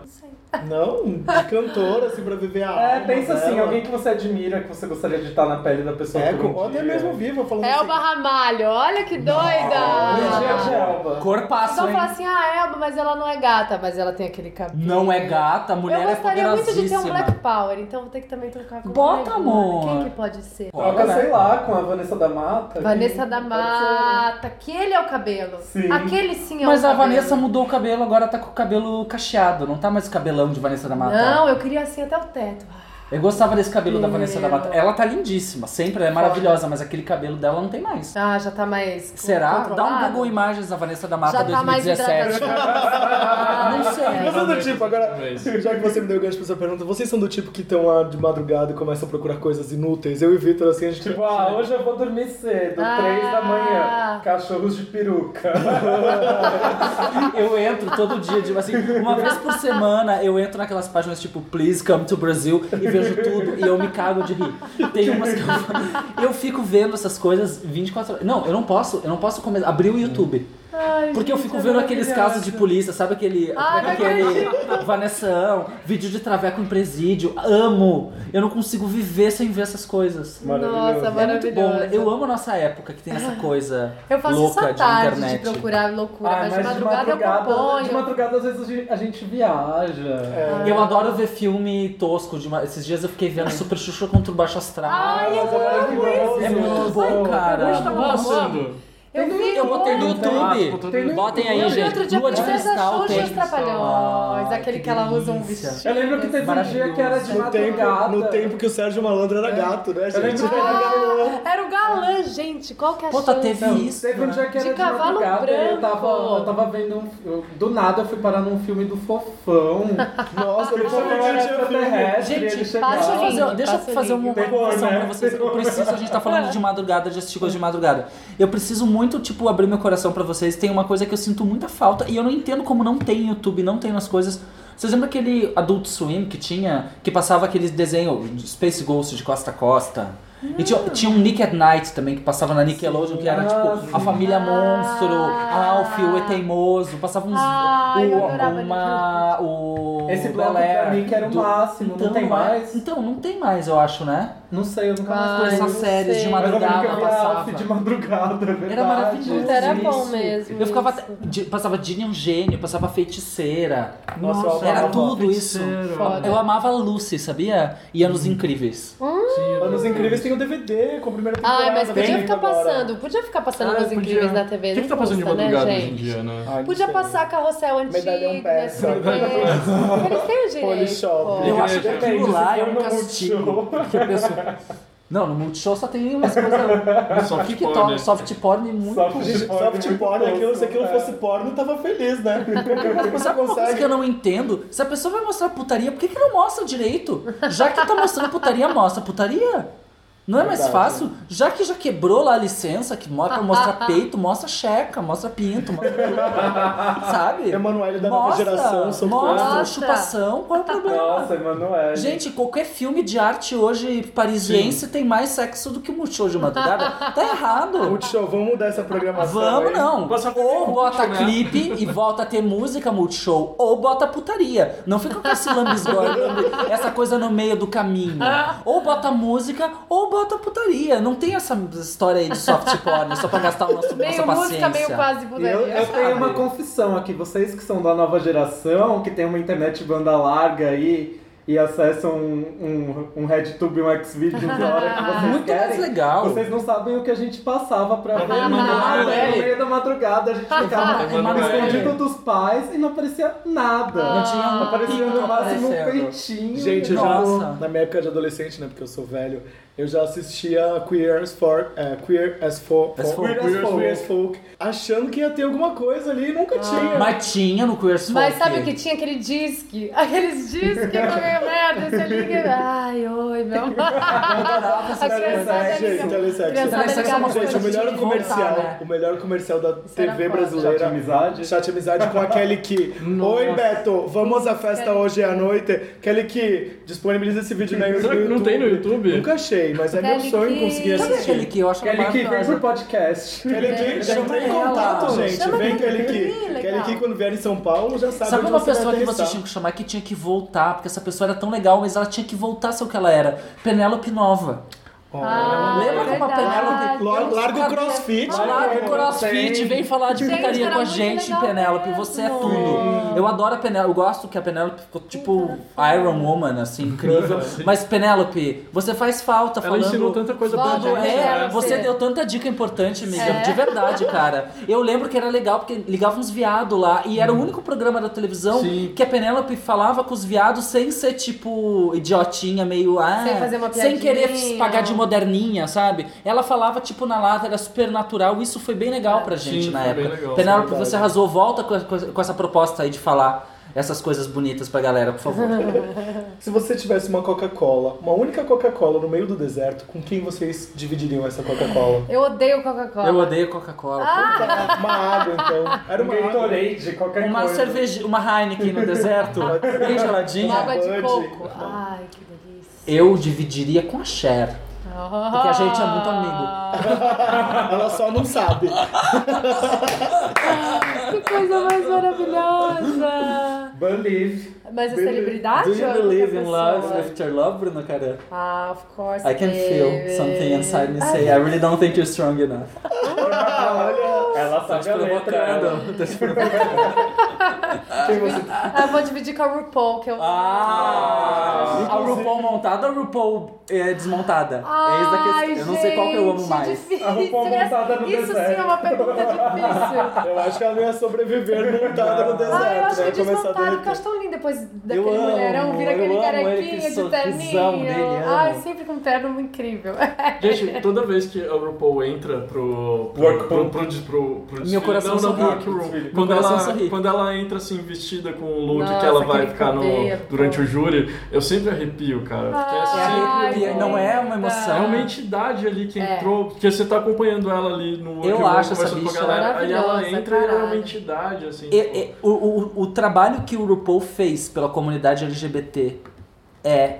Speaker 1: Não, de cantora, assim, pra viver a
Speaker 2: É,
Speaker 1: alma
Speaker 2: pensa assim,
Speaker 1: dela.
Speaker 2: alguém que você admira, que você gostaria de estar na pele da pessoa
Speaker 1: É,
Speaker 2: por um
Speaker 1: com- ou até
Speaker 2: dia.
Speaker 1: mesmo viva falando
Speaker 6: Elba
Speaker 1: assim.
Speaker 6: Ramalho, É olha que doida!
Speaker 2: Gente, é Elba.
Speaker 4: Corpaço,
Speaker 6: Então
Speaker 4: hein?
Speaker 6: fala assim, ah, Elba, mas ela não é gata, mas ela tem aquele cabelo.
Speaker 4: Não é gata, a mulher
Speaker 6: Eu
Speaker 4: é
Speaker 6: gostaria muito de ter um
Speaker 4: poderosíssima.
Speaker 6: Black Power, então vou ter que também trocar com
Speaker 4: Bota,
Speaker 6: o Black Power.
Speaker 4: amor.
Speaker 6: Quem que pode ser?
Speaker 2: Troca,
Speaker 4: né?
Speaker 2: sei lá, com a Vanessa da Mata.
Speaker 6: Vanessa da
Speaker 2: Pode né?
Speaker 6: Mata, aquele é o cabelo.
Speaker 2: Sim.
Speaker 6: Aquele sim é o
Speaker 4: Mas a
Speaker 6: cabelo.
Speaker 4: Vanessa mudou o cabelo, agora tá com o cabelo cacheado. Não tá mais o cabelão de Vanessa da Mata.
Speaker 6: Não, eu queria assim até o teto.
Speaker 4: Eu gostava desse cabelo da
Speaker 6: Meu.
Speaker 4: Vanessa da Mata. Ela tá lindíssima, sempre ela é maravilhosa, mas aquele cabelo dela não tem mais.
Speaker 6: Ah, já tá mais.
Speaker 4: Será? Dá um
Speaker 6: controlado?
Speaker 4: Google Imagens da Vanessa da Mata
Speaker 6: Já tá mais
Speaker 4: 2017.
Speaker 6: hidratado.
Speaker 4: Não sei.
Speaker 1: Eu sou do tipo, agora,
Speaker 3: Mas-
Speaker 1: já que você me deu o gancho pra essa pergunta, vocês são do tipo que estão lá de madrugada e começam a procurar coisas inúteis? Eu e Vitor, assim, a gente.
Speaker 2: ser. Tipo, ah, hoje eu vou dormir cedo,
Speaker 6: Ah.
Speaker 2: três da manhã. Cachorros de peruca.
Speaker 4: Eu entro todo dia, tipo assim, uma vez por semana eu entro naquelas páginas tipo Please Come to Brazil e vejo tudo e eu me cago de rir. Tem umas que eu, eu fico vendo essas coisas 24 horas. Não, eu não posso, eu não posso começar, abrir o YouTube. Porque eu
Speaker 6: é
Speaker 4: fico vendo aqueles casos de polícia, sabe aquele,
Speaker 6: Ai, não
Speaker 4: aquele Vanessão, vídeo de traveco em presídio, amo. Eu não consigo viver sem ver essas coisas.
Speaker 6: Nossa,
Speaker 4: É muito bom,
Speaker 6: maravilhoso.
Speaker 4: né? Eu amo a nossa época que tem essa coisa
Speaker 6: Ah, Eu faço
Speaker 4: louca
Speaker 6: isso à tarde
Speaker 4: de
Speaker 6: de,
Speaker 4: internet.
Speaker 6: procurar loucura,
Speaker 2: Ah,
Speaker 6: mas, de madrugada, eu componho.
Speaker 2: de madrugada, às vezes a gente, a gente viaja.
Speaker 4: Eu adoro ver filme tosco. De uma- Esses dias eu fiquei vendo Super Xuxa contra o Baixo Astral.
Speaker 6: Ai,
Speaker 2: Mas é maravilhoso.
Speaker 4: é muito bom, cara.
Speaker 3: Hoje tava passando.
Speaker 6: eu vi.
Speaker 4: Eu botei no
Speaker 6: muito.
Speaker 4: YouTube. Botem aí,
Speaker 6: Eu vi é outro
Speaker 4: gente.
Speaker 6: dia
Speaker 4: Lua de
Speaker 6: Princesa
Speaker 4: Cristal
Speaker 6: Xuxa e os
Speaker 4: tem.
Speaker 6: Trapalhões.
Speaker 4: Ai,
Speaker 6: aquele que,
Speaker 4: que
Speaker 6: ela usa um
Speaker 4: delícia.
Speaker 6: vestido.
Speaker 2: Eu lembro que teve um dia que era de
Speaker 1: No tempo,
Speaker 2: madrugada. É.
Speaker 1: no tempo que o Sérgio Malandro era gato, né,
Speaker 2: Eu
Speaker 1: gente?
Speaker 2: lembro que
Speaker 6: Ah,
Speaker 2: era
Speaker 6: Era o galã, gente. Qual que é a
Speaker 4: Puta,
Speaker 6: chance?
Speaker 4: teve isso.
Speaker 2: Teve um
Speaker 4: né?
Speaker 2: dia que era
Speaker 6: De
Speaker 2: de,
Speaker 6: cavalo
Speaker 2: madrugada, eu
Speaker 6: branco.
Speaker 2: tava, eu tava vendo um. eu- do nada eu fui parar num filme do Fofão.
Speaker 1: Nossa, eu não
Speaker 2: Fofão
Speaker 1: sabia
Speaker 2: era
Speaker 1: que tinha filme.
Speaker 2: extraterrestre,
Speaker 4: Gente,
Speaker 2: ele chegava.
Speaker 4: Deixa eu
Speaker 6: Passa o
Speaker 4: fazer,
Speaker 6: link,
Speaker 4: deixa eu
Speaker 6: passa o
Speaker 4: fazer uma
Speaker 6: link.
Speaker 4: informação
Speaker 2: né?
Speaker 4: pra vocês. Eu preciso, a gente tá falando de madrugada, de assistir coisa de madrugada. Eu preciso muito, tipo, abrir meu coração pra vocês. Tem uma coisa que eu sinto muita falta e eu não entendo como não tem YouTube, não tem nas coisas. Vocês lembram aquele Adult Swim que tinha, que passava aqueles desenhos de Space Ghost de Costa a Costa? E tinha, tinha um Nick at Night também, que passava na Nickelodeon, que era
Speaker 2: Ah,
Speaker 4: tipo a
Speaker 2: sim.
Speaker 4: família
Speaker 6: Ah.
Speaker 4: monstro, Alf, o E Teimoso, passava uns.
Speaker 6: Ah, eu
Speaker 4: o-
Speaker 6: adorava
Speaker 4: uma, o
Speaker 2: Esse bloco pra mim que era um o
Speaker 4: do-
Speaker 2: máximo, não tem
Speaker 4: é-
Speaker 2: mais.
Speaker 4: Então, não tem mais, eu acho, né?
Speaker 2: Não sei, eu nunca
Speaker 6: Ah,
Speaker 2: mais
Speaker 4: Por
Speaker 6: eu
Speaker 4: essas
Speaker 6: não
Speaker 4: séries
Speaker 6: sei.
Speaker 4: de
Speaker 2: Mas eu lembro que eu
Speaker 4: madrugada
Speaker 2: via Alf
Speaker 4: passava.
Speaker 2: de madrugada, é verdade.
Speaker 4: Era maravilhoso.
Speaker 6: Era bom
Speaker 4: isso.
Speaker 6: mesmo
Speaker 4: Eu ficava.
Speaker 6: isso.
Speaker 4: de- passava Dini um gênio, passava feiticeira.
Speaker 1: Nossa, eu
Speaker 6: É
Speaker 1: amava
Speaker 4: era
Speaker 1: Alf
Speaker 4: É tudo isso.
Speaker 6: Foda.
Speaker 4: um- Eu amava a Lucy, sabia? E Anos
Speaker 2: Uhum.
Speaker 4: Incríveis.
Speaker 1: Anos Incríveis tem o DVD com a primeira temporada.
Speaker 6: Ai, mas podia
Speaker 1: vem
Speaker 6: ficar
Speaker 1: agora.
Speaker 6: passando. Podia ficar passando umas incríveis na TV.
Speaker 3: Ah, O que, que tá
Speaker 6: não
Speaker 3: passando de
Speaker 6: custa,
Speaker 3: madrugada
Speaker 6: né,
Speaker 3: hoje em
Speaker 6: gente?
Speaker 3: dia,
Speaker 4: Tá
Speaker 3: né?
Speaker 1: Ai, não
Speaker 6: Podia
Speaker 1: sei.
Speaker 6: passar carrossel antigo,
Speaker 1: Medalhão
Speaker 6: né?
Speaker 1: peça.
Speaker 6: SBT. Eles têm o direito.
Speaker 1: Polishop.
Speaker 6: pô.
Speaker 4: Eu acho que
Speaker 3: Depende,
Speaker 4: aquilo
Speaker 2: se
Speaker 4: lá
Speaker 2: for
Speaker 4: é um
Speaker 2: no
Speaker 4: castigo.
Speaker 2: Multishow.
Speaker 4: Porque eu penso. Não, no Multishow só tem umas coisas.
Speaker 3: Soft
Speaker 4: TikTok,
Speaker 3: porn.
Speaker 4: soft porn muito.
Speaker 2: Soft
Speaker 1: Gente, tipo,
Speaker 4: Tipo,
Speaker 2: porn,
Speaker 1: soft
Speaker 2: muito
Speaker 1: porn, aquilo, se
Speaker 2: tosco,
Speaker 1: aquilo
Speaker 2: é.
Speaker 1: fosse porno, eu tava feliz, né? Você
Speaker 4: Sabe uma coisa que eu
Speaker 1: consegue.
Speaker 4: não entendo? Se a pessoa vai mostrar putaria, por que, que não mostra direito? Já que tá mostrando putaria, mostra putaria. Não é mais
Speaker 1: Verdade.
Speaker 4: fácil? Já que já quebrou lá a licença, que mostra, mostra peito, mostra checa, mostra pinto, mostra... sabe?
Speaker 1: Emanuele da nova
Speaker 4: mostra,
Speaker 1: geração, são
Speaker 4: mostra,
Speaker 6: coisas.
Speaker 4: chupação, qual é o problema?
Speaker 2: Nossa, Emanuele.
Speaker 4: Gente, qualquer filme de arte hoje parisiense tem mais sexo do que o Multishow de madrugada. Tá errado.
Speaker 1: Multishow, vamos mudar essa programação.
Speaker 4: Vamos
Speaker 1: hein?
Speaker 4: não.
Speaker 3: Passa pra
Speaker 4: Ou
Speaker 3: mim,
Speaker 4: bota
Speaker 3: né?
Speaker 4: clipe e volta a ter música multishow, ou bota putaria. Não fica com esse lambisgoio, lambi- essa coisa no meio do caminho. Ou bota música, ou bota putaria. Não tem essa história aí de soft porn, só pra gastar o nosso, nossa
Speaker 6: Meio música,
Speaker 4: paciência.
Speaker 6: meio quase
Speaker 2: E Eu, eu
Speaker 6: putaria.
Speaker 4: é
Speaker 2: tenho uma confissão aqui, vocês que são da nova geração, que tem uma internet banda larga aí e acessam um, um, um RedTube, um Xvideo de hora que vocês
Speaker 4: Muito
Speaker 2: querem.
Speaker 4: mais legal.
Speaker 2: Vocês não sabem o que a gente passava pra ver
Speaker 3: Emanuele.
Speaker 2: nada. No meio da madrugada a gente ficava
Speaker 3: Emanuele.
Speaker 2: escondido dos pais e não aparecia nada.
Speaker 4: Não tinha um
Speaker 1: Ah,
Speaker 2: aparecia
Speaker 4: pinto
Speaker 2: Tá no máximo um
Speaker 1: tá
Speaker 4: aparecendo.
Speaker 2: peitinho.
Speaker 1: Gente, eu já,
Speaker 4: Nossa.
Speaker 1: na minha época de adolescente, né, porque eu sou velho, Eu já assistia Queer as, for, é, Queer as, for,
Speaker 4: As Folk.
Speaker 1: Queer as,
Speaker 4: Queer
Speaker 1: Folk,
Speaker 4: as
Speaker 1: Queer
Speaker 4: Folk.
Speaker 1: as Folk, achando que ia ter alguma coisa ali e
Speaker 6: Ah.
Speaker 1: nunca tinha.
Speaker 4: Mas tinha no Queer as Folk.
Speaker 6: Mas sabe o que tinha? Aquele disque. Aqueles disque com merda. Você liga e... é-" Ai, oi, meu amor. A criançada
Speaker 1: Gente,
Speaker 6: liga-
Speaker 1: telesexo.
Speaker 6: criançada
Speaker 4: Telesexo é
Speaker 6: ligava
Speaker 4: uma
Speaker 6: quando
Speaker 1: Gente, o
Speaker 4: coisa
Speaker 6: tinha
Speaker 1: melhor
Speaker 6: que
Speaker 1: comercial,
Speaker 6: voltar, né?
Speaker 1: o melhor comercial da
Speaker 6: era
Speaker 1: TV
Speaker 6: foda.
Speaker 1: brasileira.
Speaker 2: Chat Amizade.
Speaker 1: Chat Amizade com aquele que. Oi, Beto, vamos à festa hoje à noite. Aquele que disponibiliza esse vídeo na
Speaker 3: Será que não tem no YouTube?
Speaker 1: Nunca achei, mas é meu
Speaker 6: Kelly
Speaker 1: sonho
Speaker 6: que-
Speaker 1: conseguir
Speaker 4: Sabe
Speaker 1: assistir.
Speaker 4: aquele que eu acho
Speaker 2: Kelly Key vem
Speaker 4: maravilhosa?
Speaker 2: pro podcast.
Speaker 1: Kelly Key, já
Speaker 4: Chama
Speaker 1: tem
Speaker 4: ela.
Speaker 1: contato, gente.
Speaker 6: Chama
Speaker 1: Vem Kelly
Speaker 6: Kelly Key,
Speaker 1: Key.
Speaker 6: legal.
Speaker 1: Kelly Key, quando vier em São Paulo, já sabe
Speaker 4: Sabe
Speaker 1: onde
Speaker 4: uma
Speaker 1: você vai
Speaker 4: pessoa que
Speaker 1: aterrissar.
Speaker 4: vocês tinham que chamar que tinha que voltar, porque essa pessoa era tão legal, mas ela tinha que voltar a ser o que ela era? Penélope Nova.
Speaker 6: Ah,
Speaker 4: Lembra
Speaker 6: é
Speaker 4: como a
Speaker 6: verdade.
Speaker 4: Penélope-
Speaker 1: Lar- Larga o
Speaker 4: Cadê?
Speaker 1: crossfit.
Speaker 4: Larga o crossfit, vem falar de
Speaker 6: Gente,
Speaker 4: putaria
Speaker 6: era
Speaker 4: com a
Speaker 6: muito
Speaker 4: gente,
Speaker 6: legal
Speaker 4: Penélope.
Speaker 6: mesmo.
Speaker 4: Você é tudo. Eu adoro a Penélope, eu gosto que a Penélope ficou tipo
Speaker 6: tá
Speaker 4: Iron Woman, assim, incrível. Mas, Penélope, você faz falta
Speaker 3: Ela
Speaker 4: falando.
Speaker 3: ensinou tanta coisa pra
Speaker 6: Volta,
Speaker 3: gente.
Speaker 4: É,
Speaker 6: Penélope.
Speaker 4: você deu tanta dica importante, amiga,
Speaker 6: É.
Speaker 4: de verdade, cara. Eu lembro que era legal porque ligava uns viados lá e era o único programa da televisão
Speaker 3: Sim.
Speaker 4: que a Penélope falava com os viados sem ser tipo idiotinha, meio ah,
Speaker 6: Sem fazer uma
Speaker 4: sem querer se
Speaker 6: piadinha.
Speaker 4: pagar de moderninha, sabe? Ela falava tipo na lata, era super natural. Isso foi bem legal pra gente
Speaker 3: Sim,
Speaker 4: na
Speaker 3: foi bem
Speaker 4: época.
Speaker 3: legal,
Speaker 4: Penélope,
Speaker 1: verdade.
Speaker 4: você arrasou, volta com, com- com essa proposta aí de falar essas coisas bonitas pra galera, por favor.
Speaker 1: Se você tivesse uma Coca-Cola, uma única Coca-Cola no meio do deserto, com quem vocês dividiriam essa Coca-Cola?
Speaker 6: Eu odeio Coca-Cola.
Speaker 4: Eu odeio Coca-Cola.
Speaker 6: Ah,
Speaker 1: Uma água, então. Era
Speaker 2: Um
Speaker 1: uma água.
Speaker 2: Gatorade, qualquer
Speaker 4: Uma
Speaker 2: coisa.
Speaker 4: cerveja, uma Heineken no deserto, bem
Speaker 6: Uma
Speaker 4: geladinha.
Speaker 6: água de
Speaker 1: Bud.
Speaker 6: coco. Ai, que delícia.
Speaker 4: Eu dividiria com a Cher.
Speaker 6: Porque
Speaker 4: a gente é muito amigo.
Speaker 1: Ela só não sabe.
Speaker 6: Que coisa mais maravilhosa!
Speaker 2: Believe.
Speaker 6: Mas a
Speaker 1: Believe-
Speaker 6: celebridade
Speaker 4: Do you
Speaker 6: ou é outra
Speaker 4: believe in
Speaker 6: pessoa?
Speaker 4: love after love, Bruno Cara?
Speaker 6: Ah, of course.
Speaker 4: I can feel
Speaker 6: baby. Ah,
Speaker 4: something inside me say, I really don't think you're strong enough.
Speaker 2: Ela
Speaker 4: Tô te
Speaker 2: sabe a letra. ela.
Speaker 4: Tá provocando. Tô te provocando.
Speaker 6: Ah, eu vou dividir com a RuPaul, que eu.
Speaker 4: Ah! A RuPaul montada ou a RuPaul eh, desmontada? é isso da
Speaker 6: Ai,
Speaker 4: questão. Eu não sei qual que eu amo
Speaker 6: gente, é
Speaker 4: mais.
Speaker 6: Difícil.
Speaker 2: A RuPaul montada um no
Speaker 6: Isso sim
Speaker 2: deserto.
Speaker 6: é uma pergunta difícil.
Speaker 1: Eu acho que ela não ia sobreviver montada no deserto.
Speaker 6: Ah, eu acho
Speaker 1: né?
Speaker 6: que
Speaker 1: Começar a
Speaker 6: desmontado, porque eu
Speaker 1: derreter.
Speaker 6: acho tão lindo depois daquele
Speaker 4: amo,
Speaker 6: mulherão, vira
Speaker 4: eu
Speaker 6: aquele
Speaker 4: amo ele,
Speaker 6: carequinha
Speaker 4: aquele
Speaker 6: de
Speaker 4: sorrisão
Speaker 6: terninho.
Speaker 4: dele, amo. é
Speaker 6: Ai, sempre com um terno incrível.
Speaker 3: Gente, toda vez que a RuPaul entra pro. pro
Speaker 2: Workroom.
Speaker 3: pro, pro, des- pro- pro desfile-
Speaker 4: coração
Speaker 3: não, não, pro
Speaker 4: sorri.
Speaker 3: workroom.
Speaker 2: Desfile.
Speaker 3: Quando,
Speaker 4: Meu coração
Speaker 3: ela,
Speaker 4: sorri.
Speaker 3: quando ela entra assim, vestida com o look
Speaker 6: Nossa,
Speaker 3: que ela vai
Speaker 6: aquele
Speaker 3: ficar no,
Speaker 6: cabelo.
Speaker 3: durante o júri, eu sempre arrepio, cara. Porque é
Speaker 6: Ai,
Speaker 3: sempre.
Speaker 6: Ai,
Speaker 4: E não é uma emoção.
Speaker 3: É uma entidade ali que
Speaker 6: É.
Speaker 3: entrou, porque você tá acompanhando ela ali no
Speaker 4: Eu
Speaker 3: workroom,
Speaker 4: acho essa
Speaker 3: conversando com a
Speaker 4: bicha
Speaker 3: galera, aí ela
Speaker 6: maravilhosa,
Speaker 3: entra e é uma
Speaker 6: caralho.
Speaker 3: entidade, assim.
Speaker 4: E-
Speaker 3: tipo,
Speaker 4: e- o, o- o trabalho que o RuPaul fez pela comunidade LGBT é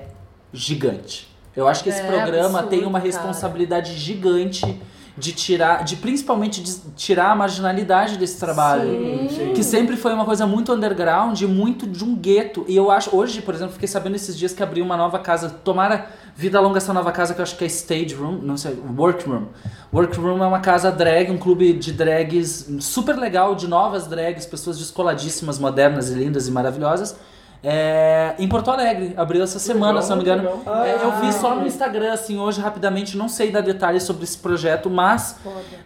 Speaker 4: gigante. Eu acho que esse
Speaker 6: É
Speaker 4: programa
Speaker 6: absurdo,
Speaker 4: tem uma
Speaker 6: cara.
Speaker 4: responsabilidade gigante de tirar, de principalmente de tirar a marginalidade desse trabalho.
Speaker 6: Sim.
Speaker 3: Sim.
Speaker 4: Que sempre foi uma coisa muito underground, e muito de um gueto. E eu acho, hoje, por exemplo, fiquei sabendo esses dias que abriu uma nova casa. Tomara vida longa essa nova casa, que eu acho que é Stage Room, não sei, Workroom. Workroom é uma casa drag, um clube de drags super legal, de novas drags, pessoas descoladíssimas, modernas e lindas e maravilhosas. É, em Porto Alegre, abriu essa semana, se não me engano. É, eu vi só
Speaker 6: Ah,
Speaker 4: no Instagram, assim, hoje rapidamente, não sei dar detalhes sobre esse projeto, mas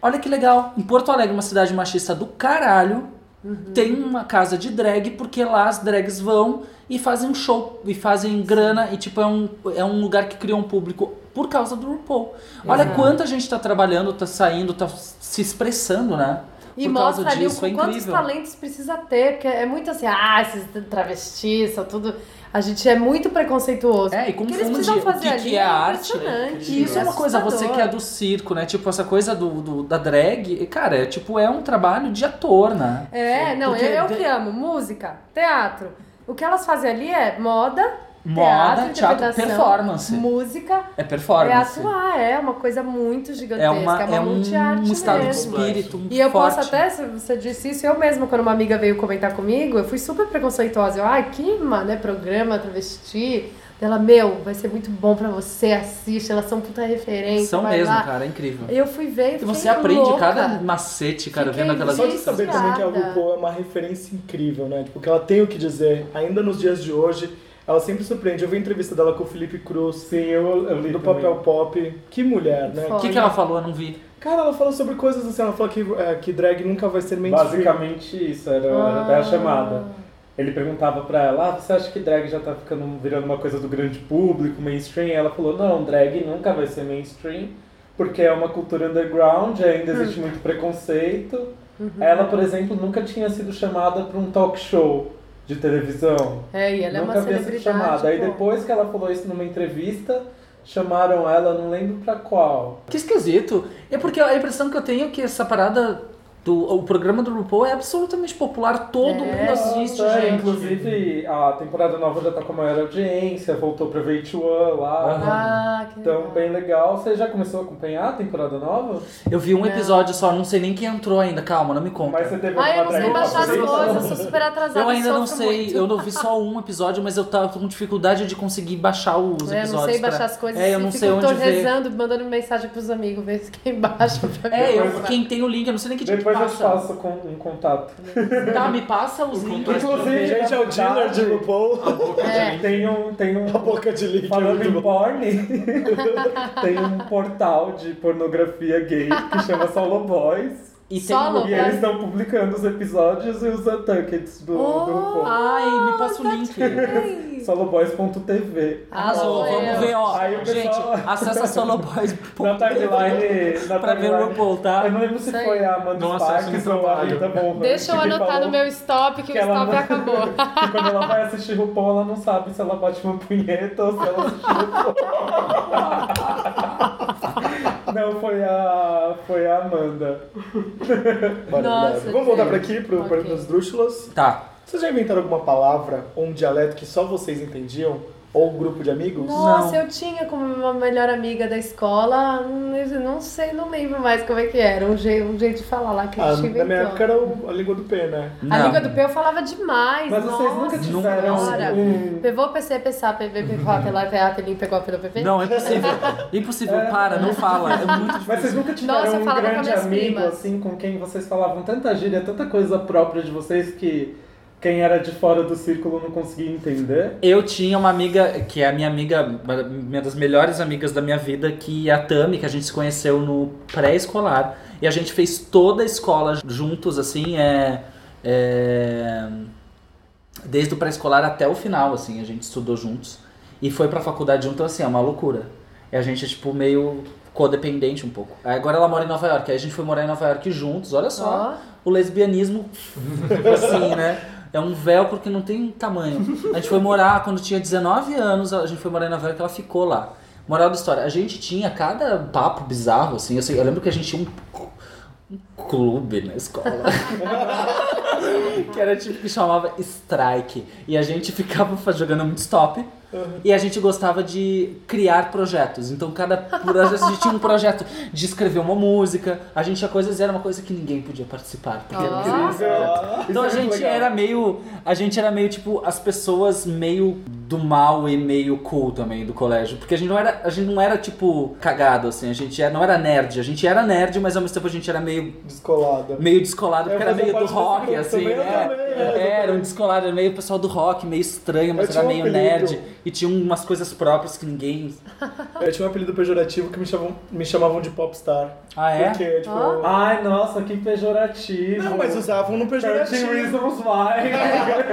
Speaker 4: olha que legal. Em Porto Alegre, uma cidade machista do caralho,
Speaker 6: Uhum.
Speaker 4: tem uma casa de drag, porque lá as drags vão e fazem um show, e fazem grana, e tipo, é um, é um lugar que cria um público por causa do RuPaul. Olha quanta gente tá trabalhando, tá saindo, tá se expressando, né?
Speaker 6: E
Speaker 4: por
Speaker 6: mostra
Speaker 4: causa
Speaker 6: ali o
Speaker 4: disso, é
Speaker 6: quantos
Speaker 4: incrível.
Speaker 6: talentos precisa ter, porque é muito assim, ah, esses travestis, são tudo. A gente é muito preconceituoso.
Speaker 4: É, e
Speaker 6: o que
Speaker 4: confunde
Speaker 6: eles precisam
Speaker 4: o
Speaker 6: fazer
Speaker 4: que,
Speaker 6: ali
Speaker 4: que é a arte.
Speaker 6: impressionante.
Speaker 4: E isso é uma coisa, você que é do circo, né? Tipo, essa coisa do, do- da drag, cara, é, tipo, é um trabalho de ator, né?
Speaker 6: É, não,
Speaker 4: Porque
Speaker 6: eu, eu
Speaker 4: de-
Speaker 6: que amo música, teatro. O que elas fazem ali é moda,
Speaker 4: Moda,
Speaker 6: teatro,
Speaker 4: teatro,
Speaker 6: interpretação,
Speaker 4: performance.
Speaker 6: música,
Speaker 4: É
Speaker 6: é
Speaker 4: performance.
Speaker 6: atuar, é uma coisa muito gigantesca,
Speaker 4: É, uma, é um,
Speaker 6: multiarte
Speaker 4: estado de
Speaker 6: mesmo.
Speaker 4: espírito
Speaker 6: E eu
Speaker 4: forte.
Speaker 6: posso até, se você disse isso, eu mesma, quando uma amiga veio comentar comigo, eu fui super preconceituosa. Eu, ai, que ma- né, programa travesti. Ela, meu, vai ser muito bom pra você, assiste, elas são puta referência.
Speaker 4: São
Speaker 6: vai
Speaker 4: mesmo,
Speaker 6: lá.
Speaker 4: cara, é incrível.
Speaker 6: Eu fui ver e
Speaker 4: E você
Speaker 6: fiquei
Speaker 4: aprende
Speaker 6: louca.
Speaker 4: cada macete, cara,
Speaker 6: Fiquei
Speaker 4: vendo aquelas
Speaker 1: Só de
Speaker 6: Gente,
Speaker 1: saber também que a
Speaker 6: nada.
Speaker 1: RuPaul é uma referência incrível, né? Tipo, que ela tem o que dizer, ainda nos dias de hoje. Ela sempre surpreende. Eu vi a entrevista dela com o Felipe Cruz.
Speaker 2: Sim, eu, eu li
Speaker 1: Do
Speaker 2: também.
Speaker 1: papel pop. Que mulher, né?
Speaker 4: O que, que ela falou? Eu não vi.
Speaker 1: Cara, ela falou sobre coisas assim. Ela falou que, é, que drag nunca vai ser mainstream.
Speaker 2: Basicamente isso, era, era até a tá chamada. Ele perguntava pra ela, ah, você acha que drag já tá ficando, virando uma coisa do grande público, mainstream? Ela falou, não, drag nunca vai ser mainstream, porque é uma cultura underground, ainda
Speaker 6: Hum.
Speaker 2: existe muito preconceito.
Speaker 6: Uhum.
Speaker 2: Ela, por exemplo, nunca tinha sido chamada pra um talk show de televisão.
Speaker 6: É, e ela é uma
Speaker 2: Nunca havia sido
Speaker 6: celebridade,
Speaker 2: chamada. Aí
Speaker 6: pô.
Speaker 2: depois que ela falou isso numa entrevista, chamaram ela, não lembro pra qual.
Speaker 4: Que esquisito. É porque a impressão que eu tenho é que essa parada do o programa do RuPaul é absolutamente popular, todo mundo assiste,
Speaker 2: Nossa, é,
Speaker 4: gente.
Speaker 2: Inclusive, a temporada nova já tá com a maior audiência, voltou pra VH1 lá.
Speaker 6: Ah, que
Speaker 2: Então, bem legal. Você já começou a acompanhar a temporada nova?
Speaker 4: Eu vi um
Speaker 6: Não.
Speaker 4: episódio só, não sei nem quem entrou ainda. Calma, não me conta.
Speaker 2: Mas você teve
Speaker 6: Ah, eu
Speaker 2: alguma
Speaker 6: não sei baixar as
Speaker 2: drag favorita?
Speaker 6: coisas, sou super atrasada.
Speaker 4: Eu ainda não
Speaker 6: sofro
Speaker 4: sei,
Speaker 6: muito.
Speaker 4: eu não vi só um episódio, mas eu tava com dificuldade de conseguir baixar os
Speaker 6: É, eu
Speaker 4: episódios.
Speaker 6: não sei
Speaker 4: pra-
Speaker 6: baixar as coisas.
Speaker 4: É, eu
Speaker 6: e
Speaker 4: não
Speaker 6: fico-
Speaker 4: sei onde
Speaker 6: tô
Speaker 4: ver.
Speaker 6: rezando, mandando mensagem pros amigos, ver se quem baixa pra mim.
Speaker 4: É, eu, quem tem o link, eu não sei nem que dia que
Speaker 2: Depois eu te
Speaker 4: passa.
Speaker 2: faço com um contato.
Speaker 4: Tá, me passa os links.
Speaker 2: Inclusive,
Speaker 1: Gente, é o dealer de RuPaul.
Speaker 6: É.
Speaker 2: Tem um, tem um
Speaker 1: A boca de link é
Speaker 2: Falando
Speaker 1: muito
Speaker 2: em
Speaker 1: bom.
Speaker 2: porn, tem um portal de pornografia gay que chama Solo Boys.
Speaker 4: E tem
Speaker 6: Solo?
Speaker 4: o-
Speaker 2: E tá eles estão publicando os episódios e os untuckeds do,
Speaker 6: Oh.
Speaker 2: do RuPaul.
Speaker 4: Ai, me passa o link.
Speaker 2: Soloboys.tv.
Speaker 4: Arrasou,
Speaker 6: Nossa,
Speaker 4: vamos
Speaker 6: é eu-
Speaker 4: ver, ó.
Speaker 2: Aí o
Speaker 4: Gente,
Speaker 2: pessoal-
Speaker 4: acessa soloboys
Speaker 2: Na timeline. Na
Speaker 4: pra ver o
Speaker 2: timeline.
Speaker 4: RuPaul, tá?
Speaker 2: Eu não lembro se
Speaker 6: Isso aí.
Speaker 2: foi a Amanda
Speaker 3: Não
Speaker 2: Sparks
Speaker 3: acessa
Speaker 2: ou a
Speaker 3: trabalho.
Speaker 2: Rita Von Hunt
Speaker 6: Deixa eu
Speaker 2: que
Speaker 6: anotar
Speaker 2: falou
Speaker 6: no meu stop que,
Speaker 2: que
Speaker 6: o
Speaker 2: ela não-
Speaker 6: stop acabou.
Speaker 2: que quando ela vai assistir RuPaul, ela não sabe se ela bate uma punheta ou se ela assiste RuPaul. não, foi a, foi a Amanda.
Speaker 1: Barbaridade.
Speaker 6: Nossa,
Speaker 1: Vamos voltar pra
Speaker 6: sério.
Speaker 1: aqui, pro, para
Speaker 6: Ok.
Speaker 1: os drúxulas.
Speaker 4: Tá.
Speaker 1: Vocês já inventaram alguma palavra ou um dialeto que só vocês entendiam? Ou um grupo de amigos?
Speaker 6: Nossa,
Speaker 4: Não.
Speaker 6: eu tinha como uma melhor amiga da escola, hum, eu não sei, não lembro mais como é que era, um jeito, um jeito de falar lá que a
Speaker 1: Ah,
Speaker 6: gente
Speaker 1: na
Speaker 6: inventou.
Speaker 1: minha época era o- a língua do P, né?
Speaker 6: A
Speaker 4: Não.
Speaker 6: língua do P eu falava demais,
Speaker 2: Mas
Speaker 6: nossa.
Speaker 2: vocês nunca tiveram
Speaker 6: senhora.
Speaker 2: um.
Speaker 6: Pegou PC, PSA, PV, PVA, PLA, PA, PLIM, pegou pelo PV?
Speaker 4: Não, é impossível. Impossível, para, não fala. É muito
Speaker 2: Mas vocês nunca tiveram
Speaker 6: Nossa, eu
Speaker 2: um
Speaker 6: falava com
Speaker 2: grande
Speaker 6: minhas
Speaker 2: amigo,
Speaker 6: primas.
Speaker 2: assim, com quem vocês falavam tanta gíria, tanta coisa própria de vocês que quem era de fora do círculo não conseguia entender?
Speaker 4: Eu tinha uma amiga, que é a minha amiga, uma das melhores amigas da minha vida, que é a Tami, que a gente se conheceu no pré-escolar. E a gente fez toda a escola juntos, assim, é. é, desde o pré-escolar até o final, assim, a gente estudou juntos. E foi pra faculdade junto, assim, é uma loucura. E a gente é, tipo, meio codependente um pouco. Aí Agora ela mora em Nova York, aí a gente foi morar em Nova York juntos, olha
Speaker 6: Ó,
Speaker 4: só o lesbianismo, assim, né? É um velcro que não tem tamanho. A gente foi morar, quando tinha 19 anos, a gente foi morar em Nova York, ela ficou lá. Moral da história, a gente tinha cada papo bizarro, assim. Eu, sei- eu lembro que a gente tinha um, cu- um clube na escola. que era tipo, que chamava Strike. E a gente ficava fa- jogando muito stop.
Speaker 2: Uhum.
Speaker 4: E a gente gostava de criar projetos. Então, cada projeto, a gente tinha um projeto de escrever uma música. A gente tinha coisas, era uma coisa que ninguém podia participar. Porque era
Speaker 6: Ah.
Speaker 4: criar um projeto.
Speaker 2: Isso
Speaker 4: Então
Speaker 2: é
Speaker 4: a
Speaker 2: muito
Speaker 4: gente
Speaker 2: legal.
Speaker 4: era meio. A gente era meio tipo as pessoas meio do mal e meio cool também do colégio. Porque a gente não era, a gente não era tipo cagado, assim, a gente era- não era nerd. A gente era nerd, mas ao mesmo tempo a gente era meio,
Speaker 1: Descolada.
Speaker 4: meio descolado, porque
Speaker 1: É, Eu
Speaker 4: era
Speaker 1: fazia
Speaker 4: meio do
Speaker 1: parte desse
Speaker 4: rock,
Speaker 1: grupo
Speaker 4: assim,
Speaker 1: também, eu
Speaker 4: né?
Speaker 1: também, é,
Speaker 4: Era um
Speaker 1: exatamente.
Speaker 4: descolado, era meio pessoal do rock, meio estranho, mas
Speaker 1: Eu
Speaker 4: era
Speaker 1: tinha um
Speaker 4: meio
Speaker 1: apelido.
Speaker 4: nerd. E tinha umas coisas próprias que ninguém.
Speaker 1: Eu tinha um apelido pejorativo que me chamavam, me chamavam de popstar.
Speaker 4: Ah, é?
Speaker 1: Porque, tipo...
Speaker 2: Ai, nossa, que pejorativo.
Speaker 1: Não, mas usavam no
Speaker 2: 13
Speaker 1: pejorativo.
Speaker 2: Reasons Why.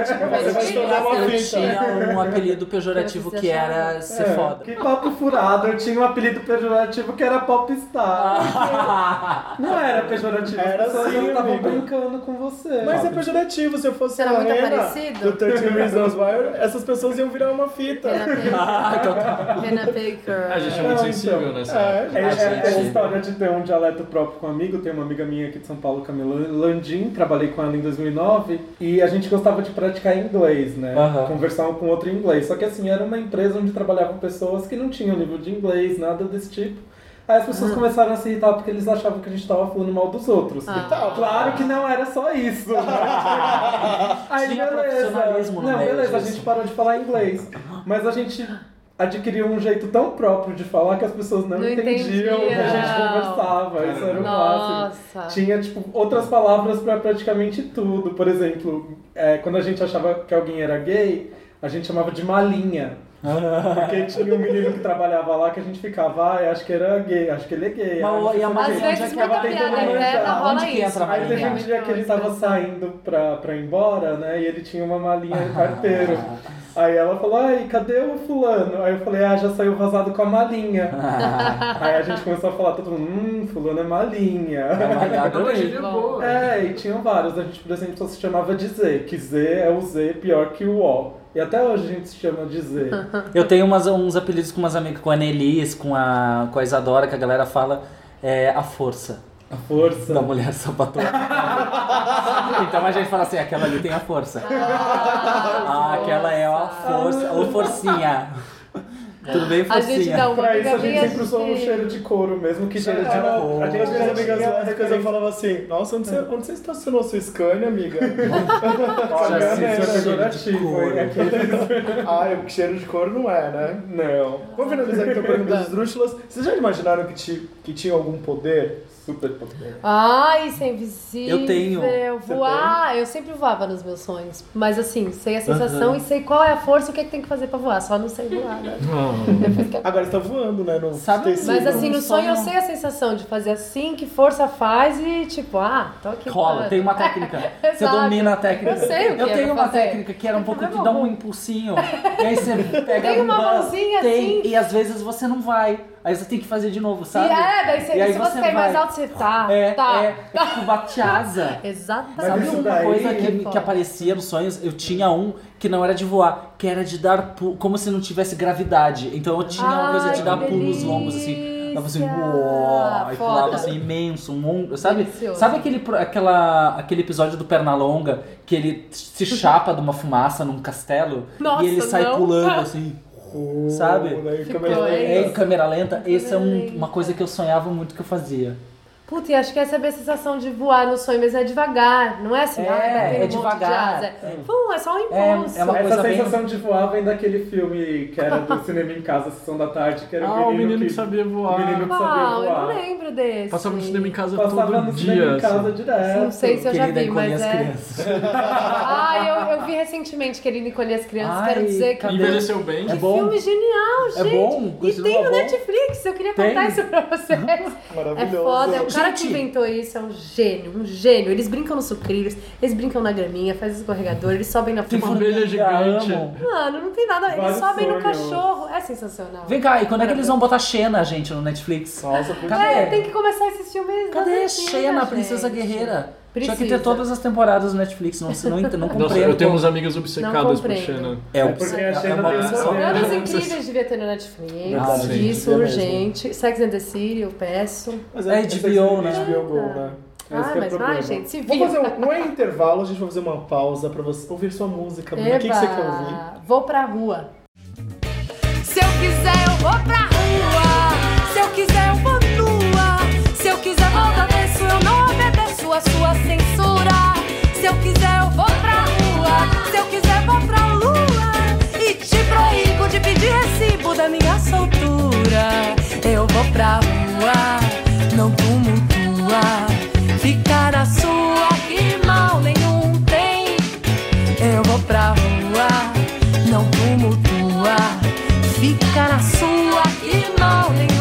Speaker 1: Você vai estourar uma
Speaker 4: Eu
Speaker 1: fita.
Speaker 4: tinha um apelido pejorativo
Speaker 6: Vocês
Speaker 4: que era ser
Speaker 2: É,
Speaker 4: foda.
Speaker 2: Que papo furado. Eu tinha um apelido pejorativo que era popstar. Não era pejorativo.
Speaker 1: Era
Speaker 2: as pessoas
Speaker 1: sim,
Speaker 2: não estavam
Speaker 1: amigo.
Speaker 2: brincando com você.
Speaker 1: Mas é pejorativo, se eu fosse
Speaker 6: Será
Speaker 1: a
Speaker 6: muito
Speaker 1: Hannah
Speaker 6: parecido? É.
Speaker 1: do 13 Reasons Why, essas pessoas iam virar uma fita.
Speaker 6: Hannah
Speaker 4: Ah, então tá.
Speaker 6: Baker. Hannah Baker.
Speaker 3: A gente é
Speaker 2: Ah,
Speaker 3: muito
Speaker 2: então.
Speaker 3: sensível nessa
Speaker 1: É,
Speaker 2: É,
Speaker 1: gente.
Speaker 2: é,
Speaker 4: gente.
Speaker 2: é a história de ter um dialeto próprio com um amigo. Tem uma amiga minha aqui de São Paulo, Camila Landim, trabalhei com ela em 2009 e a gente gostava de praticar inglês, né?
Speaker 4: Aham.
Speaker 2: Conversar um com o outro em inglês. Só que assim, era uma empresa onde trabalhavam pessoas que não tinham nível de inglês, nada desse tipo. Aí as pessoas começaram a se irritar porque eles achavam que a gente tava falando mal dos outros.
Speaker 4: Então.
Speaker 6: Ah.
Speaker 2: Claro que não era só isso. né? Aí
Speaker 4: Tinha
Speaker 2: beleza.
Speaker 4: profissionalismo no
Speaker 2: Não,
Speaker 4: meio
Speaker 2: beleza, a
Speaker 4: disso.
Speaker 2: gente parou de falar inglês. Mas a gente adquiriu um jeito tão próprio de falar que as pessoas não,
Speaker 6: Não
Speaker 2: entendiam o que a gente
Speaker 6: entendiam.
Speaker 2: conversava. Isso era o máximo.
Speaker 6: Nossa.
Speaker 2: Tinha, tipo, outras palavras pra praticamente tudo. Por exemplo, é, quando a gente achava que alguém era gay, a gente chamava de malinha. Porque tinha um menino que trabalhava lá que a gente ficava, ah, acho que era gay, acho que ele é gay.
Speaker 4: Mas,
Speaker 2: ah,
Speaker 4: e a Maria,
Speaker 6: Às
Speaker 4: onde é
Speaker 6: vezes
Speaker 4: que
Speaker 6: muita
Speaker 4: ela
Speaker 2: tava tentando
Speaker 6: piada interna
Speaker 2: arranjar?
Speaker 6: rola
Speaker 4: Onde que
Speaker 6: isso.
Speaker 4: entra a
Speaker 2: Aí teve um
Speaker 4: Maria?
Speaker 2: dia que ele tava saindo pra, pra ir embora, né? E ele tinha uma malinha de carteiro. Aí ela falou, ai, cadê o fulano? Aí eu falei, ah, já saiu vazado com a malinha. Aí a gente começou a falar, todo mundo, hum, fulano é malinha.
Speaker 4: Maria, adorei.
Speaker 3: Gíria boa.
Speaker 2: É, e tinham vários. A gente, por exemplo, só se chamava de Z, que Z é o Z pior que o O. E até hoje a gente se chama de Z.
Speaker 4: Eu tenho umas- uns apelidos com umas amigas, com a Nelis, com a, com a Isadora, que a galera fala é, a força
Speaker 2: A força.
Speaker 4: da mulher sapatona. então a gente fala assim, aquela ali tem a força. Ah, aquela é a força, ou forcinha. Tudo bem,
Speaker 6: A
Speaker 4: forcinha?
Speaker 6: gente dá um uma
Speaker 2: Pra É isso a gente
Speaker 6: amiga
Speaker 2: sempre usou um
Speaker 6: de-
Speaker 2: cheiro de couro mesmo, que cheiro de
Speaker 1: Era-
Speaker 2: couro.
Speaker 1: a gente as amigas
Speaker 2: tinha
Speaker 1: lá, eu falava assim, nossa, onde você, onde você estacionou sua Scania, amiga?
Speaker 2: Olha,
Speaker 4: Já
Speaker 2: isso
Speaker 4: se
Speaker 2: é
Speaker 4: cheiro de
Speaker 2: pejorativo,
Speaker 4: couro.
Speaker 2: hein? Aquele-
Speaker 1: ah, o cheiro de couro não é, né?
Speaker 2: Não.
Speaker 1: Vamos finalizar então perguntando das drúxulas. Vocês já imaginaram que, ti- que tinha algum poder?
Speaker 2: Super poder.
Speaker 6: Ai, isso é invisível.
Speaker 4: Eu tenho.
Speaker 1: Você
Speaker 6: Voar, eu sempre voava nos meus sonhos. Mas assim, sei a sensação e sei qual é a força e o que, é que tem que fazer pra voar. Só não sei voar, né? Depois que-
Speaker 1: Agora você tá voando, né? No
Speaker 4: Sabe-
Speaker 1: tecido.
Speaker 6: Mas assim, no
Speaker 4: Um
Speaker 6: sonho eu
Speaker 4: sonho.
Speaker 6: sei a sensação de fazer assim, que força faz e tipo, ah, tô aqui. É,
Speaker 4: Rola,
Speaker 6: voando.
Speaker 4: tem uma técnica. Você
Speaker 6: Exato.
Speaker 4: domina a técnica.
Speaker 6: Eu sei o que
Speaker 4: Eu
Speaker 6: é
Speaker 4: tenho
Speaker 6: pra
Speaker 4: uma
Speaker 6: fazer.
Speaker 4: técnica que era um pouco de
Speaker 6: Não.
Speaker 4: dar um impulsinho. e aí você pega
Speaker 6: Tem uma
Speaker 4: um ban-
Speaker 6: mãozinha
Speaker 4: tem,
Speaker 6: assim.
Speaker 4: E às vezes você não vai. Aí você tem que fazer de novo, sabe?
Speaker 6: E é, daí você,
Speaker 4: E aí
Speaker 6: se você
Speaker 4: você
Speaker 6: cair mais
Speaker 4: vai.
Speaker 6: alto, você tá.
Speaker 4: É,
Speaker 6: tá.
Speaker 4: é, é tipo bateasa. Sabe um
Speaker 6: Exatamente.
Speaker 2: isso
Speaker 4: uma
Speaker 2: daí
Speaker 4: coisa
Speaker 2: é
Speaker 4: que, que aparecia nos sonhos? Eu tinha um que não era de voar, que era de dar pulo, como se não tivesse gravidade. Então eu tinha uma coisa
Speaker 6: Ai,
Speaker 4: de dar
Speaker 6: que
Speaker 4: pulo nos longos, assim. Tava assim, uó, e
Speaker 6: delícia!
Speaker 4: pulava
Speaker 6: Foda.
Speaker 4: assim, imenso, um mundo. Sabe,
Speaker 6: Delicioso.
Speaker 4: sabe aquele, pro- aquela, aquele episódio do Pernalonga que ele se chapa de uma fumaça num castelo
Speaker 6: Nossa,
Speaker 4: e ele sai
Speaker 6: não.
Speaker 4: pulando assim?
Speaker 1: Oh,
Speaker 4: Sabe?
Speaker 1: Daí,
Speaker 6: Ficou
Speaker 1: câmera
Speaker 6: aí.
Speaker 1: lenta.
Speaker 4: É, em câmera lenta, essa é um-
Speaker 6: lenta.
Speaker 4: uma coisa que eu sonhava muito que eu fazia.
Speaker 6: Puta, e acho que essa é a minha sensação de voar no sonho, mas é devagar, não é assim,
Speaker 4: É,
Speaker 6: ah, vai
Speaker 4: é
Speaker 6: ter um monte
Speaker 4: devagar.
Speaker 6: de asa. Pum, é só um
Speaker 4: É,
Speaker 6: impulso.
Speaker 4: é uma
Speaker 2: Essa
Speaker 4: coisa bem-
Speaker 2: sensação de voar vem daquele filme que era do cinema em casa, Sessão da Tarde, que era
Speaker 3: Ah, o menino que
Speaker 2: que
Speaker 3: sabia
Speaker 2: O
Speaker 3: voar.
Speaker 2: menino que
Speaker 6: Uau,
Speaker 2: sabia
Speaker 6: eu não
Speaker 2: voar.
Speaker 6: lembro desse.
Speaker 3: Passava no cinema em casa
Speaker 2: Passava
Speaker 3: todo
Speaker 2: no
Speaker 3: dia.
Speaker 2: cinema em casa
Speaker 3: assim.
Speaker 2: direto.
Speaker 6: Não sei se eu já
Speaker 4: Querida,
Speaker 6: vi,
Speaker 4: encolher
Speaker 6: mas
Speaker 4: as
Speaker 6: é.
Speaker 4: crianças.
Speaker 6: Ah, eu, eu vi recentemente Querida Encolher as Crianças,
Speaker 4: Ai,
Speaker 6: quero dizer que.
Speaker 4: cadê?
Speaker 3: Envelheceu bem.
Speaker 4: É
Speaker 6: Que
Speaker 4: bom?
Speaker 6: filme genial,
Speaker 4: É
Speaker 6: gente!
Speaker 4: bom?
Speaker 6: E
Speaker 4: Continua
Speaker 6: tem no
Speaker 4: bom?
Speaker 6: Netflix, eu queria
Speaker 4: Tem?
Speaker 6: contar isso pra vocês. É
Speaker 1: Maravilhoso.
Speaker 6: foda, o cara que
Speaker 4: Gente.
Speaker 6: inventou isso é um gênio, um gênio. Eles brincam nos sucrilhos, eles brincam na graminha, fazem escorregador, eles sobem na
Speaker 3: Tem uma
Speaker 6: formiga.
Speaker 3: abelha gigante.
Speaker 4: Amo.
Speaker 6: Mano, não tem nada. Eles
Speaker 2: Vários
Speaker 6: sobem no
Speaker 2: sonhos.
Speaker 6: cachorro. É sensacional.
Speaker 4: Vem cá, e quando é que eles vão botar Xena, gente, no Netflix?
Speaker 1: Nossa, por
Speaker 6: É,
Speaker 4: Cadê?
Speaker 6: tem que começar a assistir mesmo.
Speaker 4: Cadê
Speaker 6: assim,
Speaker 4: Xena, a
Speaker 6: gente?
Speaker 4: Princesa Guerreira? Tinha que
Speaker 6: Precisa.
Speaker 4: ter todas as temporadas no Netflix, não, se não, um ent- não
Speaker 3: Nossa,
Speaker 4: compreendo.
Speaker 3: eu tenho
Speaker 4: como-
Speaker 3: uns amigos obcecadas por
Speaker 6: compreendo.
Speaker 3: Xena.
Speaker 4: É,
Speaker 2: É porque a Xena
Speaker 4: uma
Speaker 2: tem um
Speaker 4: opção.
Speaker 2: poder.
Speaker 6: Não, Os Incríveis devia ter no Netflix.
Speaker 4: Verdade,
Speaker 1: gente,
Speaker 6: isso,
Speaker 1: devia
Speaker 6: urgente. Sex and the City, eu peço.
Speaker 1: Mas
Speaker 4: É
Speaker 1: essa
Speaker 4: HBO, né?
Speaker 1: HBO Go, né?
Speaker 6: ah,
Speaker 2: que é o
Speaker 6: mas
Speaker 2: problema.
Speaker 6: vai, gente, se
Speaker 1: Vamos fazer
Speaker 6: vira.
Speaker 1: um, não é intervalo, a gente vai fazer uma pausa pra você ouvir sua música. Bruna. O que, que você quer ouvir?
Speaker 6: Eba, vou pra rua.
Speaker 9: Se eu quiser, eu vou pra rua. Se eu quiser, eu vou nua. Se eu quiser, eu obedeço. Eu não obedeço a sua censura. Se eu quiser, eu vou pra rua. Se eu quiser, vou pra lua. E te proíbo de pedir recibo da minha soltura. Eu vou pra rua, não tumultua. Ficar na sua, que mal nenhum tem. Eu vou pra rua, não tumultua. Fica na sua e mal nenhum tem.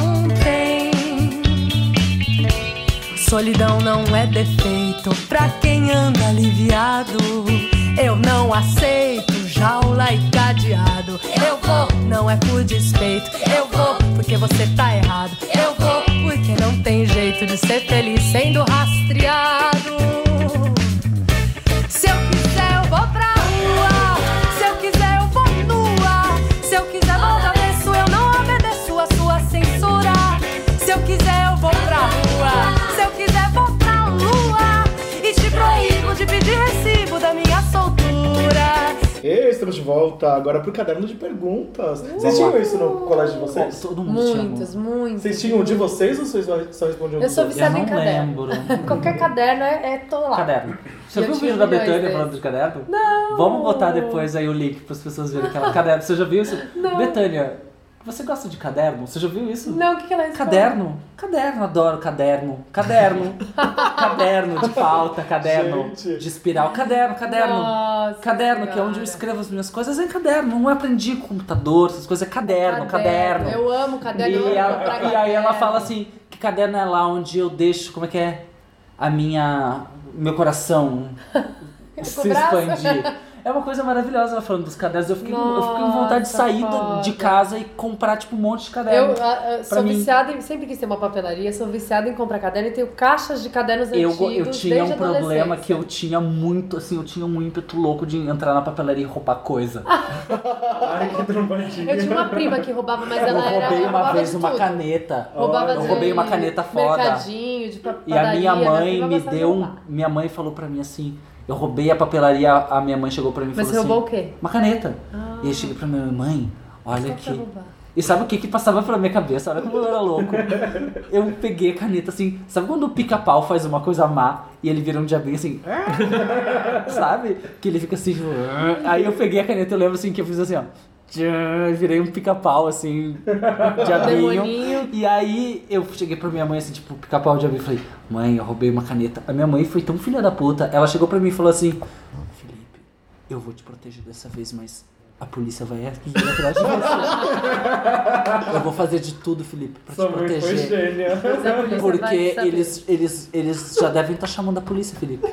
Speaker 9: Solidão não é defeito pra quem anda aliviado. Eu não aceito jaula e cadeado. Eu vou, não é por despeito. Eu vou, porque você tá errado. Eu vou, porque não tem jeito de ser feliz sendo rastreado. Se eu quiser, eu vou pra rua. Se eu quiser, eu vou nua. Se eu quiser, eu obedeço. Eu não obedeço a sua censura. Se eu quiser, eu vou pra rua. Se eu quiser, vou pra lua. E te proíbo de pedir recibo da minha soltura.
Speaker 1: Ei, estamos de volta agora pro caderno de perguntas. Vocês tinham isso no colégio de vocês?
Speaker 4: Todo mundo tinha
Speaker 6: Muitos,
Speaker 4: algum.
Speaker 6: muitos.
Speaker 1: Vocês tinham um de vocês ou vocês só- só respondiam
Speaker 6: Eu
Speaker 1: dos
Speaker 6: sou
Speaker 1: outros?
Speaker 4: Eu
Speaker 6: viciada em
Speaker 4: não
Speaker 6: caderno.
Speaker 4: lembro.
Speaker 6: Qualquer caderno é, é tô lá.
Speaker 4: Caderno. Você
Speaker 6: Eu
Speaker 4: viu o
Speaker 6: tinha
Speaker 4: vídeo da
Speaker 6: milhões
Speaker 4: Betânia
Speaker 6: desses.
Speaker 4: falando de caderno? Não! Vamos botar depois aí o link para as pessoas verem aquela caderno. Você já viu isso? Não. Betânia, Você gosta de caderno? Você já viu isso?
Speaker 6: Não, o que, que ela escreve?
Speaker 4: Caderno? Caderno, adoro caderno. Caderno. caderno de pauta, caderno
Speaker 1: Gente.
Speaker 4: de espiral. Caderno, caderno.
Speaker 6: Nossa
Speaker 4: caderno, que é onde eu
Speaker 6: Senhora.
Speaker 4: escrevo as minhas coisas, é em caderno. Não aprendi com computador, essas coisas, é caderno, caderno.
Speaker 6: Eu amo caderno. eu amo
Speaker 4: E, ela-
Speaker 6: comprar
Speaker 4: e aí ela
Speaker 6: caderno.
Speaker 4: fala assim, que caderno é lá onde eu deixo, como é que é? A minha. meu coração se
Speaker 6: Com Tipo o braço?
Speaker 4: expandir. É uma coisa maravilhosa ela falando dos cadernos. Eu fiquei, eu fiquei com vontade de
Speaker 6: Nossa,
Speaker 4: sair do-
Speaker 6: foda.
Speaker 4: de casa e comprar, tipo, um monte de caderno.
Speaker 6: Eu ah, ah, sou
Speaker 4: mim.
Speaker 6: viciada em. Sempre quis ter uma papelaria, sou viciada em comprar caderno e tenho caixas de cadernos
Speaker 4: Eu, go-
Speaker 6: antigos.
Speaker 4: eu tinha
Speaker 6: desde
Speaker 4: um problema que
Speaker 6: adolescência.
Speaker 4: eu tinha muito, assim, eu tinha um ímpeto louco de entrar na papelaria e roubar coisa.
Speaker 6: Ah,
Speaker 2: Ai, que trombadinha.
Speaker 1: tipo,
Speaker 6: Eu tinha uma prima que roubava, mas
Speaker 4: eu
Speaker 6: ela era.
Speaker 4: roubei uma
Speaker 6: é, roubava
Speaker 4: vez
Speaker 6: de
Speaker 4: uma
Speaker 6: tudo.
Speaker 4: caneta.
Speaker 6: Roubava
Speaker 4: eu
Speaker 6: de
Speaker 4: roubei uma caneta foda.
Speaker 6: Mercadinho, de né? pa-
Speaker 4: E a
Speaker 6: padaria,
Speaker 4: minha mãe
Speaker 6: minha prima
Speaker 4: me
Speaker 6: gostava de
Speaker 4: deu um.
Speaker 6: roubar.
Speaker 4: Minha mãe falou pra mim assim. Eu roubei a papelaria, a minha mãe chegou pra mim e
Speaker 6: Mas
Speaker 4: falou
Speaker 6: você
Speaker 4: assim.
Speaker 6: roubou o quê? Ah.
Speaker 4: Uma caneta. E eu cheguei pra minha mãe, olha
Speaker 6: Só pra
Speaker 4: aqui.
Speaker 6: roubar.
Speaker 4: E sabe o que que passava pela minha cabeça? Olha como eu era louco. Eu peguei a caneta assim, sabe quando o pica-pau faz uma coisa má e ele vira um diabinho assim? sabe? Que ele fica assim. tipo, Aí eu peguei a caneta, eu lembro assim que eu fiz assim, ó. tchan, Virei um pica-pau assim, diabinho.
Speaker 6: Demoninho.
Speaker 4: E aí eu cheguei pra minha mãe assim, tipo, pica-pau diabinho, e falei, mãe, eu roubei uma caneta. A minha mãe foi tão filha da puta, ela chegou pra mim e falou assim, Felipe, eu vou te proteger dessa vez, mas a polícia vai aqui atrás de você. eu vou fazer de tudo, Felipe, pra
Speaker 2: Sua
Speaker 4: te
Speaker 2: mãe foi
Speaker 4: proteger.
Speaker 2: gênia.
Speaker 6: Mas a polícia vai
Speaker 4: Porque
Speaker 6: saber.
Speaker 4: eles, eles, eles já devem estar chamando a polícia, Felipe.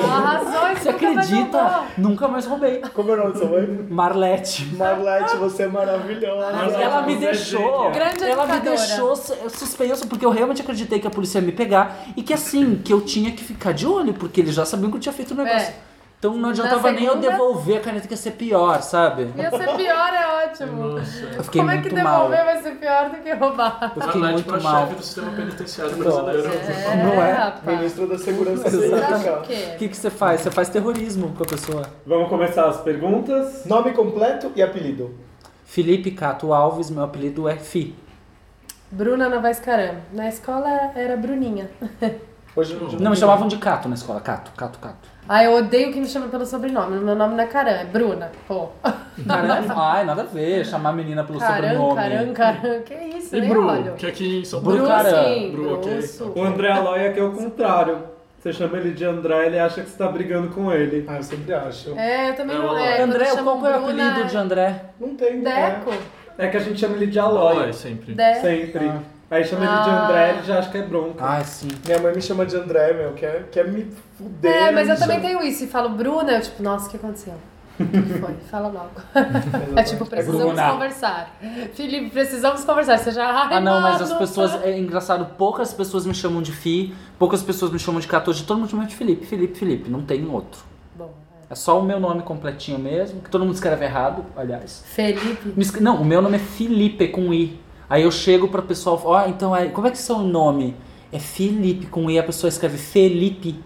Speaker 6: Arrasou, isso
Speaker 4: Você
Speaker 6: nunca mais
Speaker 4: acredita?
Speaker 6: roubou.
Speaker 4: Nunca mais roubei.
Speaker 1: Como é o nome da sua mãe?
Speaker 4: Marlete.
Speaker 1: Marlete, você é maravilhosa.
Speaker 4: Ela me deixou.
Speaker 6: Grande
Speaker 4: ela me
Speaker 6: educadora.
Speaker 4: deixou su- suspenso, porque eu realmente acreditei que a polícia ia me pegar e que assim, que eu tinha que ficar de olho, porque eles já sabiam que eu tinha feito o negócio.
Speaker 6: É.
Speaker 4: Então não adiantava nem eu
Speaker 6: segunda-
Speaker 4: devolver a caneta que ia ser pior, sabe?
Speaker 6: Ia ser pior, é ótimo.
Speaker 4: Eu fiquei
Speaker 6: Como é que
Speaker 4: muito
Speaker 6: devolver
Speaker 4: mal.
Speaker 6: vai ser pior do que roubar?
Speaker 4: Eu fiquei
Speaker 3: Marlete
Speaker 4: muito
Speaker 3: pra
Speaker 4: mal.
Speaker 3: chefe do sistema penitenciário brasileiro.
Speaker 4: Não é?
Speaker 6: rapaz.
Speaker 1: Ministro da Segurança
Speaker 6: Você acha o
Speaker 1: Pública.
Speaker 4: O
Speaker 6: quê?
Speaker 4: que, que você faz? Você faz terrorismo com a pessoa.
Speaker 2: Vamos começar as perguntas.
Speaker 1: Nome completo e apelido.
Speaker 4: Felipe Cato Alves, meu apelido é Fi.
Speaker 6: Bruna Novaes Caram. Na escola era Bruninha.
Speaker 1: Hoje não,
Speaker 4: Não, me chamavam de Cato na escola. Cato, Cato, Cato.
Speaker 6: Ah, eu odeio que me chama pelo sobrenome. Meu nome não é Caram, é Bruna. Pô.
Speaker 4: Caramba, ai, nada a ver. Chamar a menina pelo
Speaker 6: Caram, Caram,
Speaker 4: sobrenome.
Speaker 6: Caram. Que isso,
Speaker 3: E
Speaker 6: nem
Speaker 3: Bru,
Speaker 6: olho.
Speaker 3: que é aqui em São
Speaker 4: Bru,
Speaker 3: Paulo.
Speaker 4: Caram.
Speaker 6: sim.
Speaker 3: Bru, ok.
Speaker 6: Bruço.
Speaker 2: O André Aloy aqui é o contrário. Você chama ele de André, ele acha que você tá brigando com ele.
Speaker 1: Ah, eu sempre acho.
Speaker 6: É, eu também não
Speaker 3: Não,
Speaker 6: é.
Speaker 4: André,
Speaker 6: quando né?
Speaker 4: qual
Speaker 6: chamam
Speaker 4: que é o
Speaker 6: Bruna,
Speaker 4: apelido de André? É.
Speaker 1: Não tem. né?
Speaker 6: Deco.
Speaker 2: É que a gente chama ele de Aloy.
Speaker 3: Oi, sempre.
Speaker 6: Deco.
Speaker 2: Sempre.
Speaker 1: Ah.
Speaker 2: Aí chama ele de
Speaker 6: É? Ah.
Speaker 2: André, ele já acha que é bronca.
Speaker 4: Ai, sim.
Speaker 1: Minha mãe me chama de André, meu. Quer, quer me fuder.
Speaker 6: É, mas eu
Speaker 1: bicho.
Speaker 6: também tenho isso. E falo Bruna, eu tipo, nossa, o que aconteceu? O que foi? Fala logo. é tipo, precisamos
Speaker 4: Bruna.
Speaker 6: conversar. Felipe, precisamos conversar. Você já. Ai,
Speaker 4: Ah, não, mas
Speaker 6: mano,
Speaker 4: as pessoas. É engraçado, poucas pessoas me chamam de Fi, poucas pessoas me chamam de Cato. Hoje todo mundo chama de Felipe, Felipe, Felipe. Não tem outro.
Speaker 6: Bom, é.
Speaker 4: É só o meu nome completinho mesmo, que todo mundo escreve errado, aliás.
Speaker 6: Felipe.
Speaker 4: Me escre- Não, o meu nome é Felipe com I. Aí eu chego pra pessoal e falo, ó, então é... como é que é o nome? É Felipe com I, a pessoa escreve Felipe.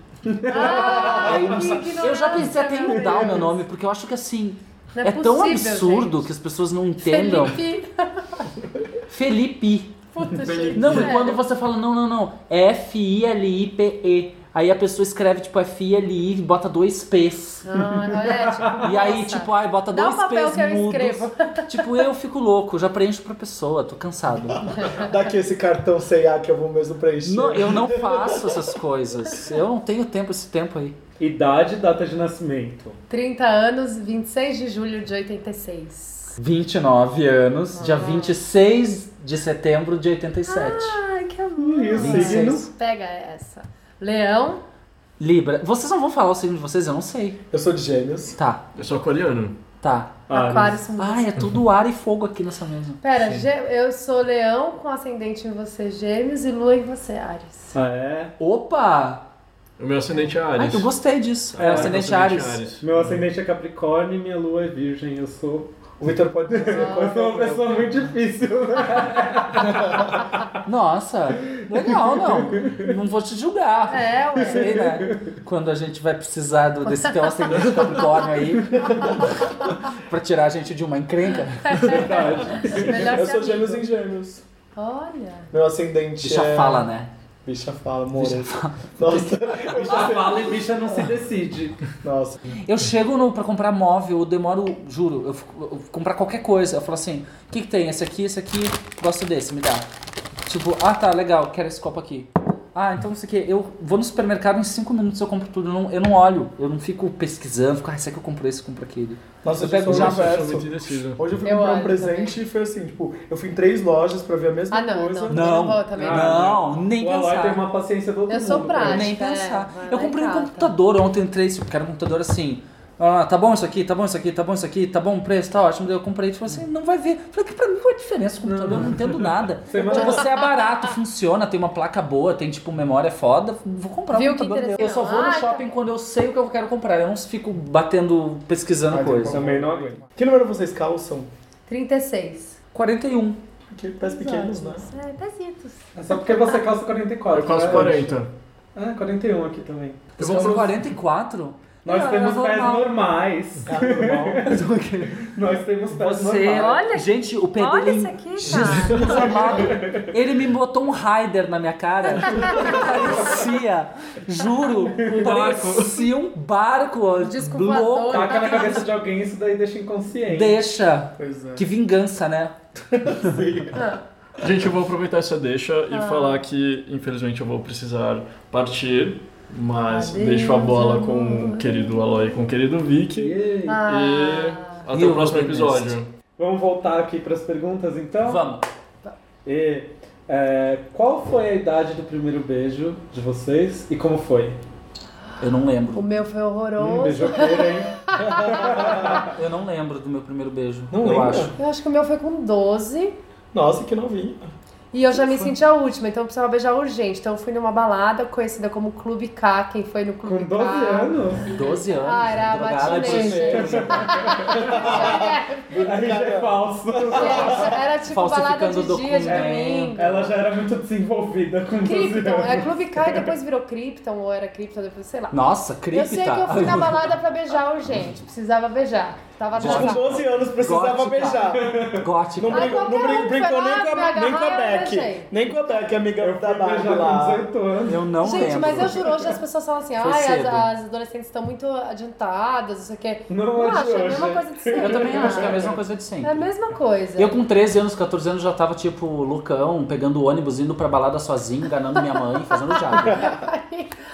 Speaker 6: Ah,
Speaker 4: Aí eu, não sa- eu já pensei até em mudar o meu nome, porque eu acho que assim.
Speaker 6: Não
Speaker 4: é
Speaker 6: é
Speaker 4: tão
Speaker 6: possível,
Speaker 4: absurdo
Speaker 6: gente.
Speaker 4: que as pessoas não entendam.
Speaker 6: Felipe.
Speaker 4: Felipe.
Speaker 6: Puta, gente. É.
Speaker 4: Não, e
Speaker 6: sério.
Speaker 4: quando você fala, não, não, não, é F-I-L-I-P-E. Aí a pessoa escreve, tipo, F-I-L-I e bota dois P's.
Speaker 6: Ah, é, tipo,
Speaker 4: E aí,
Speaker 6: nossa.
Speaker 4: tipo, ai, bota
Speaker 6: Dá
Speaker 4: dois
Speaker 6: um papel
Speaker 4: P's
Speaker 6: que eu
Speaker 4: mudos.
Speaker 6: escrevo.
Speaker 4: Tipo, eu fico louco, já preencho pra pessoa, tô cansado.
Speaker 1: Daqui esse cartão CA que eu vou mesmo preencher.
Speaker 4: Não, eu não faço essas coisas. Eu não tenho tempo, esse tempo aí.
Speaker 2: Idade e data de nascimento.
Speaker 6: 30 anos, 26 de julho de 86.
Speaker 4: 29 anos,
Speaker 6: Ah.
Speaker 4: dia 26 de setembro de 87.
Speaker 6: Ai, que amor.
Speaker 2: E o
Speaker 4: Sim.
Speaker 2: signo?
Speaker 6: Pega essa. Leão.
Speaker 4: Libra. Vocês não vão falar o signo de vocês? Eu não sei.
Speaker 1: Eu sou de gêmeos.
Speaker 4: Tá,
Speaker 3: Eu sou aquariano.
Speaker 4: tá.
Speaker 6: Aquário sumiu.
Speaker 4: Ai, é tudo ar e fogo aqui nessa mesa.
Speaker 6: Pera, gê- eu sou leão com ascendente em você, gêmeos, e lua em você, Ares.
Speaker 2: Ah, é?
Speaker 4: Opa!
Speaker 3: O meu ascendente é
Speaker 4: Ai,
Speaker 3: Ares.
Speaker 4: eu gostei disso.
Speaker 3: É,
Speaker 4: É, ascendente
Speaker 3: meu
Speaker 4: Ares.
Speaker 2: Meu ascendente é Capricórnio e minha lua é virgem. Eu sou.
Speaker 1: O Vitor pode
Speaker 6: Ah.
Speaker 1: dizer qual
Speaker 2: Eu
Speaker 1: foi
Speaker 2: sou
Speaker 1: o
Speaker 2: uma
Speaker 1: meu.
Speaker 2: pessoa muito difícil, né?
Speaker 4: Nossa, legal, não. Não vou te julgar.
Speaker 6: É, ué.
Speaker 4: Sei, né? Quando a gente vai precisar do, desse teu ascendente Capricórnio aí pra tirar a gente de uma encrenca.
Speaker 6: Melhor
Speaker 1: Eu
Speaker 6: ser
Speaker 1: sou
Speaker 6: amigo.
Speaker 1: gêmeos em gêmeos.
Speaker 6: Olha.
Speaker 1: Meu ascendente
Speaker 4: Deixa
Speaker 1: é...
Speaker 4: fala, né?
Speaker 1: Bicha fala, morou. Nossa,
Speaker 2: Bicha fala e bicha não se decide.
Speaker 1: nossa.
Speaker 4: Eu chego no, pra comprar móvel, eu demoro, juro, eu, fico- eu comprar qualquer coisa. Eu falo assim, o que, que tem? Esse aqui, esse aqui, gosto desse, me dá. Tipo, ah tá, legal, quero esse copo aqui. Ah, então não sei o que. Eu vou no supermercado em cinco minutos eu compro tudo. Eu não, eu não olho, eu não fico pesquisando, fico, ah, esse aqui eu compro esse, compro aquele.
Speaker 1: Nossa,
Speaker 4: eu pego
Speaker 1: já
Speaker 4: já.
Speaker 3: sou
Speaker 1: verso.
Speaker 3: muito indeciso.
Speaker 1: Hoje eu fui
Speaker 6: Eu
Speaker 1: comprar um
Speaker 6: olho
Speaker 1: presente e foi assim, tipo, eu fui em três lojas pra ver a mesma
Speaker 6: Ah, não,
Speaker 1: coisa.
Speaker 6: não.
Speaker 4: Não,
Speaker 6: vou também.
Speaker 4: não, nem
Speaker 2: o Aloy
Speaker 4: pensar.
Speaker 2: tem uma paciência do outro
Speaker 6: Eu sou
Speaker 2: mundo.
Speaker 6: prática.
Speaker 4: nem
Speaker 6: Acho que é,
Speaker 4: pensar.
Speaker 6: vai
Speaker 4: eu
Speaker 6: lá
Speaker 4: comprei
Speaker 6: e
Speaker 4: um
Speaker 6: cata.
Speaker 4: computador ontem, entrei, tipo, quero um computador assim. Ah, tá bom isso aqui, tá bom isso aqui, tá bom isso aqui, tá bom o preço, tá ótimo. Daí eu comprei, tipo assim, não vai ver. Falei que pra mim qual é a diferença do computador, eu não entendo nada.
Speaker 2: Semana-
Speaker 4: Tipo, você é barato, funciona, tem uma placa boa, tem tipo memória foda, vou comprar
Speaker 6: Viu
Speaker 4: um
Speaker 6: que
Speaker 4: computador meu. Eu
Speaker 6: interessante.
Speaker 4: só vou no
Speaker 6: Ah,
Speaker 4: shopping quando eu sei o que eu quero comprar, eu não fico batendo, pesquisando
Speaker 1: Ah,
Speaker 4: coisa.
Speaker 2: Também não aguento.
Speaker 1: Que número vocês calçam?
Speaker 6: 36.
Speaker 4: 41.
Speaker 1: Porque pés pequenos, né?
Speaker 6: É, pezitos.
Speaker 2: É só porque você calça 44.
Speaker 3: Eu calço
Speaker 1: É.
Speaker 2: né?
Speaker 3: 40.
Speaker 2: Ah, 41 aqui também.
Speaker 4: Eu
Speaker 3: vou pro-
Speaker 4: 44?
Speaker 2: Nós
Speaker 4: Ah,
Speaker 2: temos
Speaker 4: eu vou
Speaker 2: pés
Speaker 4: mal.
Speaker 2: normais. Nós temos pés
Speaker 4: Você,
Speaker 2: normais.
Speaker 6: Tá. Olha-
Speaker 4: gente, o Pedro
Speaker 6: Olha
Speaker 4: ele-
Speaker 6: isso aqui, cara.
Speaker 4: Jesus amado. Ele me botou um raider na minha cara. Parecia, juro,
Speaker 3: barco.
Speaker 4: parecia um barco.
Speaker 6: Disco
Speaker 4: louco.
Speaker 6: voador.
Speaker 2: Taca na cabeça de alguém, isso daí deixa inconsciente.
Speaker 4: Deixa.
Speaker 1: Pois é.
Speaker 4: Que vingança, né?
Speaker 3: Gente, eu vou aproveitar essa deixa e
Speaker 6: Ah.
Speaker 3: falar que, infelizmente, eu vou precisar partir. Mas
Speaker 6: Adeus,
Speaker 3: deixo a bola com
Speaker 6: amor.
Speaker 3: o querido Aloy e com o querido Vicky.
Speaker 2: Yay.
Speaker 6: Ah.
Speaker 3: E até
Speaker 4: E
Speaker 3: o
Speaker 4: o
Speaker 3: próximo
Speaker 4: Robin
Speaker 3: episódio.
Speaker 2: Vamos voltar aqui para as perguntas, então?
Speaker 4: Vamos.
Speaker 2: E, é, qual foi a idade do primeiro beijo de vocês e como foi?
Speaker 4: Eu não lembro.
Speaker 6: O meu foi
Speaker 4: Um
Speaker 2: Hum,
Speaker 6: horroroso.
Speaker 2: beijoqueira, hein?
Speaker 4: Eu não lembro do meu primeiro beijo.
Speaker 1: Não
Speaker 4: eu
Speaker 1: lembra?
Speaker 4: acho.
Speaker 6: Eu acho que o meu foi com 12.
Speaker 1: Nossa, que novinha.
Speaker 6: E eu já me senti a última, então eu precisava beijar urgente. Então eu fui numa balada conhecida como Clube K. Quem foi no Clube
Speaker 2: Com 12
Speaker 6: K?
Speaker 2: anos?
Speaker 4: 12 anos.
Speaker 6: Ah, era
Speaker 4: drogada,
Speaker 6: matinê.
Speaker 2: Aí já é falso.
Speaker 6: Gente, Era tipo balada
Speaker 4: Falsificando
Speaker 6: de dia, de
Speaker 4: documento.
Speaker 6: domingo.
Speaker 2: Ela já era muito desenvolvida com 12
Speaker 6: Krypton,
Speaker 2: anos.
Speaker 6: é Clube K e depois virou Krypton, ou era Krypton, depois sei lá.
Speaker 4: Nossa, tá?
Speaker 6: Eu
Speaker 4: cripta.
Speaker 6: sei que eu fui na balada pra beijar urgente, precisava beijar. Tava
Speaker 1: Gente, com
Speaker 6: atrasada.
Speaker 1: 12 anos precisava
Speaker 4: Gótica.
Speaker 1: beijar.
Speaker 4: Gótica.
Speaker 1: Não,
Speaker 6: Ah,
Speaker 1: brincou, não
Speaker 6: qualquer
Speaker 1: brin-
Speaker 6: um
Speaker 1: brincou
Speaker 6: foi
Speaker 1: nem
Speaker 6: lá,
Speaker 1: com a,
Speaker 6: me
Speaker 1: nem com a
Speaker 6: agarrar, eu
Speaker 1: Beck.
Speaker 6: beijei.
Speaker 1: Nem com a Beck, amiga
Speaker 2: Eu
Speaker 1: da
Speaker 2: fui
Speaker 1: Barbie
Speaker 2: beijar com
Speaker 1: lá.
Speaker 2: 18 anos.
Speaker 4: Eu não
Speaker 6: Gente,
Speaker 4: lembro.
Speaker 6: mas eu juro, hoje as pessoas falam assim,
Speaker 4: Foi
Speaker 6: ai, as,
Speaker 4: cedo.
Speaker 6: as adolescentes estão muito adiantadas, não sei o quê.
Speaker 2: Não
Speaker 6: Eu
Speaker 2: é de
Speaker 6: acho, é a
Speaker 2: hoje.
Speaker 6: mesma coisa de sempre.
Speaker 4: Eu também acho que é a mesma coisa de sempre.
Speaker 6: É a mesma coisa.
Speaker 4: Eu com 13 anos, 14 anos já tava tipo loucão, pegando ônibus, indo pra balada sozinho, enganando minha mãe, fazendo diabo.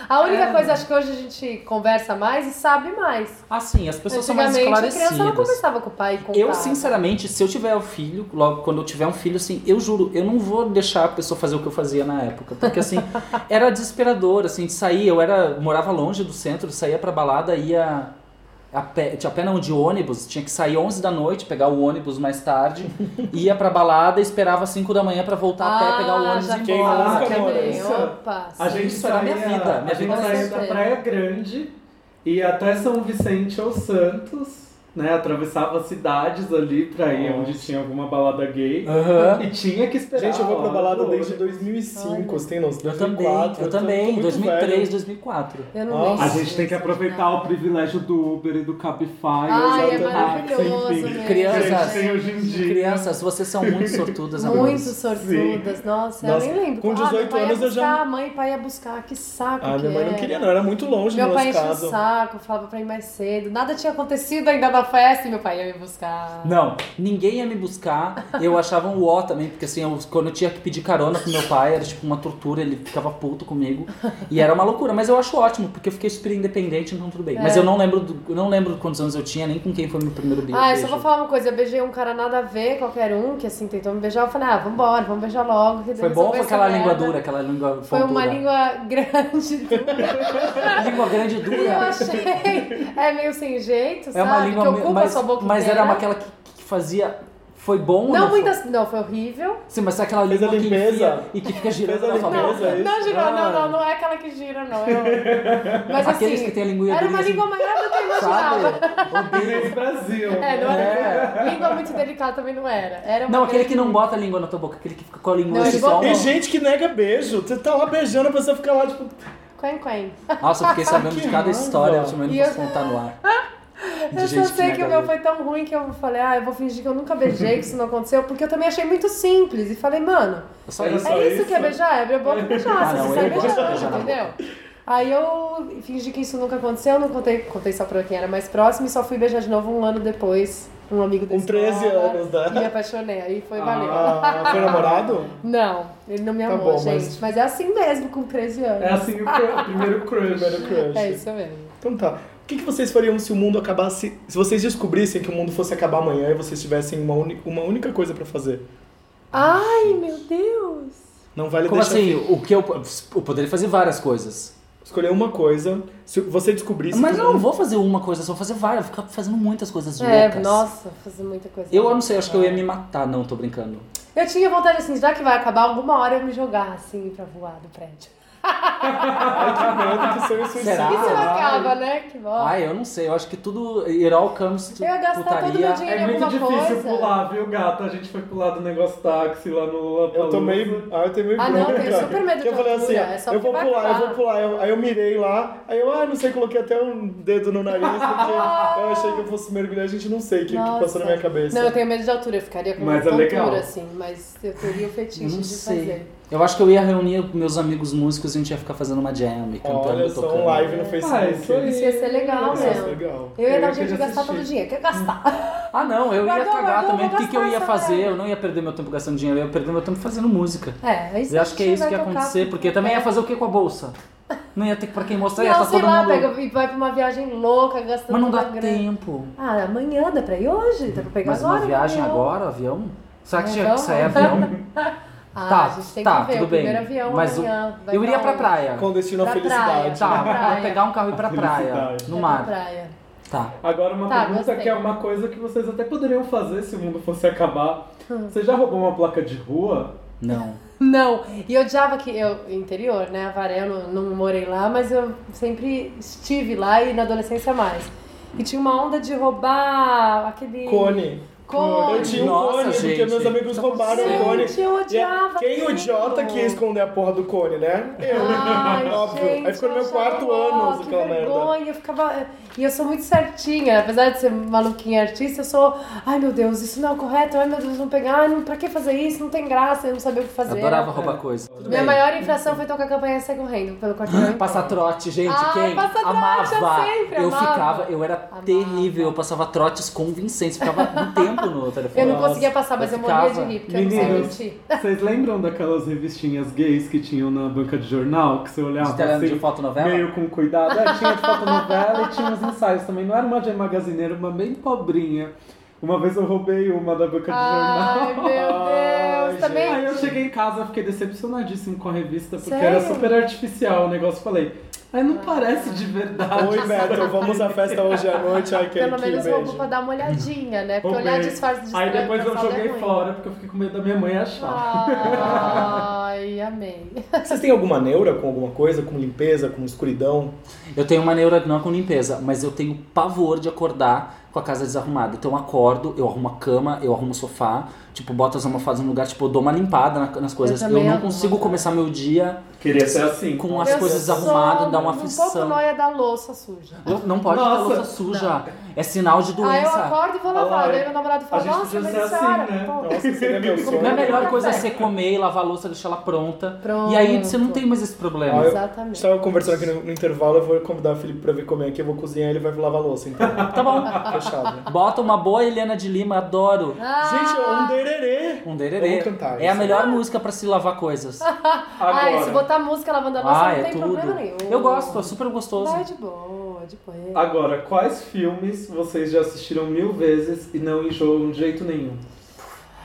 Speaker 6: A única
Speaker 4: É.
Speaker 6: coisa, acho que hoje a gente conversa mais e sabe mais.
Speaker 4: Ah, sim, as pessoas são mais
Speaker 6: Antigamente, a criança não
Speaker 4: esclarecidas.
Speaker 6: conversava com o pai e com o
Speaker 4: Eu,
Speaker 6: pai.
Speaker 4: sinceramente, se eu tiver um filho, logo quando eu tiver um filho, assim, eu juro, eu não vou deixar a pessoa fazer o que eu fazia na época. Porque, assim, era desesperador, assim, de sair. Eu era, morava longe do centro, saía pra balada, ia a pé, tinha a pé não, de ônibus. Tinha que sair 11 da noite, pegar o ônibus mais tarde, ia pra balada, esperava 5 da manhã pra voltar a pé, pegar o ônibus
Speaker 6: Ah, já
Speaker 4: e ir
Speaker 1: quem
Speaker 4: embora.
Speaker 1: nunca
Speaker 6: também.
Speaker 1: morou
Speaker 2: isso?
Speaker 6: Opa,
Speaker 2: A
Speaker 6: sim.
Speaker 2: gente
Speaker 4: Isso era
Speaker 2: saía,
Speaker 4: minha vida, minha
Speaker 2: a gente
Speaker 4: vida
Speaker 2: saía
Speaker 6: inteira.
Speaker 2: da Praia Grande e até São Vicente ou Santos, né? Atravessava cidades ali pra ir
Speaker 1: Nossa.
Speaker 2: onde tinha alguma balada gay.
Speaker 4: Aham.
Speaker 2: E tinha que esperar.
Speaker 1: Gente, eu vou
Speaker 2: a
Speaker 1: pra
Speaker 2: hora
Speaker 1: balada
Speaker 2: do
Speaker 1: desde
Speaker 2: outro.
Speaker 1: 2005, você tem noção?
Speaker 4: Eu também,
Speaker 1: 2004, tô-
Speaker 4: eu
Speaker 1: tô
Speaker 4: também,
Speaker 1: muito
Speaker 4: 2003,
Speaker 1: velho.
Speaker 4: 2004.
Speaker 6: Eu não
Speaker 1: Nossa.
Speaker 6: lembro.
Speaker 2: A gente tem que aproveitar Ah, o privilégio do Uber e do Cabify.
Speaker 6: Ai, é
Speaker 2: Exatamente.
Speaker 6: maravilhoso
Speaker 2: Enfim,
Speaker 6: mesmo.
Speaker 2: que a
Speaker 4: Crianças.
Speaker 2: gente tem hoje em dia.
Speaker 4: Crianças, vocês são muito sortudas,
Speaker 6: Muito
Speaker 4: amores.
Speaker 6: sortudas, nossa,
Speaker 1: Nossa,
Speaker 6: eu nem lembro.
Speaker 1: com 18
Speaker 6: ah, meu pai
Speaker 1: anos
Speaker 6: ia
Speaker 1: eu
Speaker 6: buscar,
Speaker 1: já-
Speaker 6: a mãe e pai ia buscar, que saco
Speaker 1: Ah,
Speaker 6: que
Speaker 1: minha mãe não
Speaker 6: era.
Speaker 1: queria, não. Era muito longe do
Speaker 6: Meu pai
Speaker 1: nosso
Speaker 6: enchia
Speaker 1: caso.
Speaker 6: o saco, falava pra ir mais cedo. Nada tinha acontecido ainda na festa e meu pai ia me buscar.
Speaker 4: Não, ninguém ia me buscar. Eu achava um ó também, porque assim, eu- quando eu tinha que pedir carona pro meu pai, era tipo uma tortura, ele ficava puto comigo. E era uma loucura, mas eu acho ótimo, porque eu fiquei super independente, então tudo bem. Mas
Speaker 6: É.
Speaker 4: eu não lembro do, eu não lembro quantos anos eu tinha, nem com quem foi meu primeiro beijo.
Speaker 6: Ah, eu só vou falar uma coisa, eu beijei um cara nada a ver, qualquer um, que assim, tentou me beijar, eu falei, ah, vambora, vamos beijar logo. que
Speaker 4: Foi
Speaker 6: resolver
Speaker 4: bom ou foi
Speaker 6: essa
Speaker 4: aquela língua
Speaker 6: merda.
Speaker 4: dura, né? aquela língua
Speaker 6: Foi uma
Speaker 4: fontura?
Speaker 6: língua grande,
Speaker 4: Língua grande e
Speaker 6: eu
Speaker 4: dura.
Speaker 6: achei, é meio sem jeito,
Speaker 4: É
Speaker 6: sabe?
Speaker 4: uma língua...
Speaker 6: que ocupa a
Speaker 4: mas
Speaker 6: sua boca
Speaker 4: mas era
Speaker 6: inteira.
Speaker 4: uma aquela que, que fazia... Foi bom ou
Speaker 6: Não,
Speaker 4: não foi?
Speaker 6: muitas, não, foi horrível.
Speaker 4: Sim, mas é aquela
Speaker 1: Fez a
Speaker 4: língua que
Speaker 1: limpeza.
Speaker 4: enfia e que fica girando
Speaker 1: Fez a
Speaker 4: na sua
Speaker 1: limpeza,
Speaker 4: boca.
Speaker 1: é isso?
Speaker 6: Não, girou, não,
Speaker 4: Ah.
Speaker 6: não, não é aquela que gira, não. Eu... Mas
Speaker 4: Aqueles
Speaker 6: assim,
Speaker 4: que tem a linguinha
Speaker 6: era uma
Speaker 4: durinha,
Speaker 6: língua maior do que eu
Speaker 4: Sabe?
Speaker 6: imaginava.
Speaker 4: Odeio.
Speaker 2: Inês Brasil.
Speaker 6: É, não era. Língua muito delicada também não era. era uma
Speaker 4: Não, aquele que
Speaker 6: grande-
Speaker 4: não bota a língua na tua boca, aquele que fica com a língua
Speaker 6: Uhum.
Speaker 4: assim,
Speaker 6: Não, ele
Speaker 4: só.
Speaker 1: Tem gente que nega beijo. Você tá lá beijando, a pessoa fica lá, tipo...
Speaker 6: Quen, quen.
Speaker 4: Nossa, eu fiquei sabendo
Speaker 1: Que
Speaker 4: de cada
Speaker 1: raiva.
Speaker 4: história, eu não
Speaker 6: E
Speaker 4: posso
Speaker 6: eu-
Speaker 4: contar no ar.
Speaker 6: Eu só sei que o meu foi tão ruim que eu falei, ah, eu vou fingir que eu nunca beijei, que isso não aconteceu, porque eu também achei muito simples. E falei, mano,
Speaker 4: Só
Speaker 6: é
Speaker 4: isso.
Speaker 6: isso, que é beijar? É abrir a boca e beijar,
Speaker 4: Ah,
Speaker 6: se
Speaker 4: não,
Speaker 6: você
Speaker 4: eu
Speaker 6: sai
Speaker 4: gosto de
Speaker 6: beijando,
Speaker 4: beijar na boca.
Speaker 6: entendeu? Aí eu fingi que isso nunca aconteceu, não contei, contei só pra quem era mais próximo e só fui beijar de novo um ano depois, um amigo da
Speaker 1: Com 13
Speaker 6: escola,
Speaker 1: anos, né?
Speaker 6: E me apaixonei, aí foi valeu.
Speaker 1: Ah, foi namorado?
Speaker 6: Não, ele não me
Speaker 1: Tá
Speaker 6: amou,
Speaker 1: bom,
Speaker 6: gente.
Speaker 1: mas-
Speaker 6: Mas... é assim mesmo, com 13 anos.
Speaker 2: É assim o cru- primeiro crush.
Speaker 1: Primeiro crush.
Speaker 6: É isso mesmo.
Speaker 1: Então tá. O que, que vocês fariam se o mundo acabasse. Se vocês descobrissem que o mundo fosse acabar amanhã e vocês tivessem uma, uni- uma única coisa pra fazer?
Speaker 6: Ai, meu Deus!
Speaker 1: Não vale
Speaker 4: Como
Speaker 1: deixar.
Speaker 4: assim? O que eu, eu poderia fazer várias coisas.
Speaker 1: Escolher uma coisa. Se você descobrisse.
Speaker 4: Mas
Speaker 1: que o
Speaker 4: eu não
Speaker 1: mundo-
Speaker 4: vou fazer uma coisa, só vou fazer várias. Vou ficar fazendo muitas coisas
Speaker 6: É,
Speaker 4: loucas.
Speaker 6: nossa, fazer muita coisa.
Speaker 4: Eu não sei, acho que eu ia me matar. Não, tô brincando.
Speaker 6: Eu tinha vontade, assim, já que vai acabar alguma hora, eu me jogar, assim, pra voar do prédio.
Speaker 1: Ai, é que medo que seria suicídio.
Speaker 4: Será?
Speaker 6: Isso
Speaker 4: Ah,
Speaker 6: acaba, né? Que bom.
Speaker 4: Ai, eu não sei. Eu acho que tudo ir ao alcance
Speaker 6: Eu ia gastar
Speaker 4: putaria.
Speaker 6: todo meu dinheiro.
Speaker 2: É muito
Speaker 6: alguma
Speaker 2: difícil
Speaker 6: coisa?
Speaker 2: pular, viu, gato? A gente foi pular do negócio táxi lá no Lollapalooza.
Speaker 1: Eu tomei. Ah, eu tomei
Speaker 6: Ah, não,
Speaker 1: bronca.
Speaker 6: eu tenho super medo de
Speaker 1: Eu falei assim,
Speaker 6: altura, é só
Speaker 1: eu vou
Speaker 6: porque
Speaker 1: pular,
Speaker 6: vai
Speaker 1: eu vou pular. Eu- aí eu mirei lá, aí eu, ah, não sei, coloquei até um dedo no nariz, porque eu achei que eu fosse mergulhar, a gente não sei o que, que
Speaker 6: Nossa.
Speaker 1: passou na minha cabeça.
Speaker 6: Não, eu tenho medo de altura, eu ficaria com
Speaker 2: Mas
Speaker 6: muita
Speaker 2: é legal.
Speaker 6: altura, assim, mas eu teria o fetiche
Speaker 4: Eu não
Speaker 6: de
Speaker 4: sei.
Speaker 6: fazer.
Speaker 4: Eu acho que eu ia reunir meus amigos músicos e a gente ia ficar fazendo uma jam, e cantando,
Speaker 1: Olha só,
Speaker 4: tocando.
Speaker 1: um live no
Speaker 2: Ah, isso
Speaker 1: Facebook.
Speaker 2: aí.
Speaker 6: Isso ia ser legal
Speaker 1: Nossa,
Speaker 6: mesmo.
Speaker 1: legal.
Speaker 6: Eu ia
Speaker 2: Eu
Speaker 6: dar
Speaker 2: ia
Speaker 6: um jeito de
Speaker 2: querer
Speaker 6: gastar todo o
Speaker 2: assistir.
Speaker 6: dinheiro. Quer gastar?
Speaker 4: Ah, não, eu ia
Speaker 6: Guardou,
Speaker 4: cagar
Speaker 6: guardou,
Speaker 4: também. O
Speaker 6: vou
Speaker 4: que, que eu ia
Speaker 6: gastar essa
Speaker 4: fazer?
Speaker 6: merda.
Speaker 4: Eu não ia perder meu tempo gastando dinheiro, eu ia perder meu tempo fazendo música.
Speaker 6: É, é isso
Speaker 4: Eu acho que é isso que ia
Speaker 6: vai tocar.
Speaker 4: acontecer, porque também ia fazer o que com a bolsa? Não ia ter pra quem mostrar, ia
Speaker 6: Não,
Speaker 4: estar
Speaker 6: sei
Speaker 4: todo
Speaker 6: lá,
Speaker 4: mundo.
Speaker 6: pega e vai pra uma viagem louca, gastando
Speaker 4: Mas não dá
Speaker 6: toda a grana.
Speaker 4: tempo.
Speaker 6: Ah, amanhã dá pra ir hoje? Dá pra pegar
Speaker 4: Mas
Speaker 6: agora?
Speaker 4: uma viagem
Speaker 6: amanhã.
Speaker 4: agora, avião? Será que
Speaker 6: Não,
Speaker 4: tinha que
Speaker 6: vamos.
Speaker 4: sair avião?
Speaker 6: Ah,
Speaker 4: Tá,
Speaker 6: a gente tem
Speaker 4: tá,
Speaker 6: que ver.
Speaker 4: tudo
Speaker 6: o
Speaker 4: bem.
Speaker 6: primeiro avião
Speaker 4: Mas o-
Speaker 6: amanhã. vai
Speaker 4: Eu iria pra
Speaker 6: onde?
Speaker 4: praia.
Speaker 1: Com destino à
Speaker 6: Pra
Speaker 1: felicidade.
Speaker 6: praia.
Speaker 4: Tá,
Speaker 6: Pra praia.
Speaker 4: pra pegar um carro e ir pra praia,
Speaker 2: Felicidade.
Speaker 4: no
Speaker 6: Vai Pra
Speaker 4: mar.
Speaker 6: praia.
Speaker 4: Tá.
Speaker 2: Agora uma
Speaker 6: Tá,
Speaker 2: pergunta
Speaker 6: gostei.
Speaker 2: que é uma coisa que vocês até poderiam fazer se o mundo fosse acabar.
Speaker 6: Hum.
Speaker 2: Você já roubou uma placa de rua?
Speaker 4: Não.
Speaker 6: Não, e eu odiava que eu, interior, né, Avaré, eu não, não morei lá, mas eu sempre estive lá e na adolescência mais. E tinha uma onda de roubar aquele...
Speaker 1: Cone.
Speaker 6: Cone.
Speaker 1: Eu tinha um
Speaker 4: Nossa,
Speaker 1: cone, porque
Speaker 4: gente.
Speaker 1: meus amigos roubaram o cone.
Speaker 6: Gente, eu
Speaker 1: E é-
Speaker 6: odiava
Speaker 1: Quem
Speaker 6: aquilo.
Speaker 1: idiota que ia esconder a porra do cone, né? Eu.
Speaker 6: Ai,
Speaker 1: Óbvio.
Speaker 6: gente,
Speaker 1: Aí ficou no meu
Speaker 6: eu
Speaker 1: quarto
Speaker 6: achava, ó,
Speaker 1: anos
Speaker 6: que
Speaker 1: aquela merda.
Speaker 6: vergonha, eu ficava... E eu sou muito certinha, apesar de ser maluquinha artista, eu sou... Ai, meu Deus, isso não é correto, ai, meu Deus, não pegar, ai, não, pra que fazer isso? Não tem graça, eu não sabia o que fazer.
Speaker 4: Adorava roubar coisa. Tudo
Speaker 6: Minha
Speaker 4: bem.
Speaker 6: maior infração foi tocar a campanha Segue o Reino pelo quarteirão.
Speaker 4: Passar trote, gente,
Speaker 6: Ai,
Speaker 4: quem
Speaker 6: passa trote,
Speaker 4: amava.
Speaker 6: eu sempre
Speaker 4: eu
Speaker 6: amava.
Speaker 4: ficava, eu era terrível, eu passava trotes convincentes, ficava um tempo no telefone.
Speaker 6: Eu não conseguia passar, mas eu morria de
Speaker 4: ficava.
Speaker 6: rir, porque eu não sei
Speaker 2: Meninas.
Speaker 6: mentir.
Speaker 2: Vocês lembram daquelas revistinhas gays que tinham na banca de jornal? Que você olhava
Speaker 4: De tele-
Speaker 2: assim,
Speaker 4: de fotonovela?
Speaker 2: meio com cuidado. É, tinha de fotonovela e tinha uns ensaios também. Não era uma de magazineira, uma bem pobrinha. Uma vez eu roubei uma da banca de
Speaker 6: Ah, Ai,
Speaker 2: jornal.
Speaker 6: meu Deus, também.
Speaker 2: Aí eu cheguei em casa, fiquei decepcionadíssimo com a revista, porque
Speaker 6: Sério?
Speaker 2: era
Speaker 6: Ah.
Speaker 2: super artificial o negócio. Falei, aí não parece de verdade.
Speaker 1: Oi, Beto, vamos à festa hoje à noite. Ai, que,
Speaker 6: Pelo
Speaker 1: que
Speaker 6: menos roubo pra
Speaker 1: beijo.
Speaker 6: dar uma olhadinha, né? Porque
Speaker 2: Roubei.
Speaker 6: olhar disfarce de
Speaker 2: Aí
Speaker 6: estranho,
Speaker 2: depois eu
Speaker 6: pessoal, é
Speaker 2: joguei
Speaker 6: ruim.
Speaker 2: fora, porque eu fiquei com medo da minha mãe achar.
Speaker 6: Ai, amei.
Speaker 1: Vocês têm alguma neura com alguma coisa? Com limpeza, com escuridão?
Speaker 4: Eu tenho uma neura não com limpeza, mas eu tenho pavor de acordar com a casa desarrumada. Então eu acordo, eu arrumo a cama, eu arrumo o sofá, tipo, boto as almofadas no lugar, tipo, eu dou uma limpada na- nas coisas. Eu,
Speaker 6: também
Speaker 4: não
Speaker 6: arrumo.
Speaker 4: consigo começar meu dia
Speaker 2: Queria ser assim.
Speaker 4: com as
Speaker 6: Eu
Speaker 4: coisas
Speaker 6: sou
Speaker 4: arrumadas, dá uma
Speaker 6: Um pouco
Speaker 4: aflição.
Speaker 6: noia da louça suja.
Speaker 4: Eu- não pode ter a
Speaker 2: Nossa.
Speaker 4: louça suja. É sinal de
Speaker 6: Aí Ah, eu
Speaker 4: doença.
Speaker 6: acordo e vou lavar.
Speaker 2: Olha,
Speaker 6: Daí meu namorado
Speaker 2: a
Speaker 6: fala,
Speaker 2: gente
Speaker 6: nossa,
Speaker 2: podia
Speaker 6: mas
Speaker 2: ser
Speaker 6: isso
Speaker 2: assim,
Speaker 6: hora.
Speaker 2: né?
Speaker 6: pô."
Speaker 1: Nossa, seria meu sonho.
Speaker 4: Não é a melhor coisa é
Speaker 6: Café.
Speaker 4: você comer, lavar a louça, deixar ela pronta.
Speaker 6: Pronto.
Speaker 4: E aí você não tem mais esse problema.
Speaker 1: Ah, eu- A gente
Speaker 2: é
Speaker 6: Exatamente.
Speaker 1: tava conversando aqui no, no intervalo, eu vou convidar o Felipe pra vir comer aqui, eu vou cozinhar e ele vai lavar a louça, então.
Speaker 4: Tá bom.
Speaker 1: Fechado.
Speaker 4: Bota uma boa Helena de Lima, adoro.
Speaker 6: Ah.
Speaker 1: Gente, é um dererê.
Speaker 4: Um dererê.
Speaker 1: Vamos cantar
Speaker 4: é a
Speaker 1: isso.
Speaker 4: melhor música pra se lavar coisas.
Speaker 6: Ah, e se botar música lavando a louça,
Speaker 4: ah,
Speaker 6: não
Speaker 4: é
Speaker 6: tem
Speaker 4: tudo.
Speaker 6: problema nenhum.
Speaker 4: Eu gosto, é super gostoso.
Speaker 6: Vai de boa, de boa.
Speaker 2: Agora, quais filmes vocês já assistiram mil vezes e não enjoam de jeito nenhum?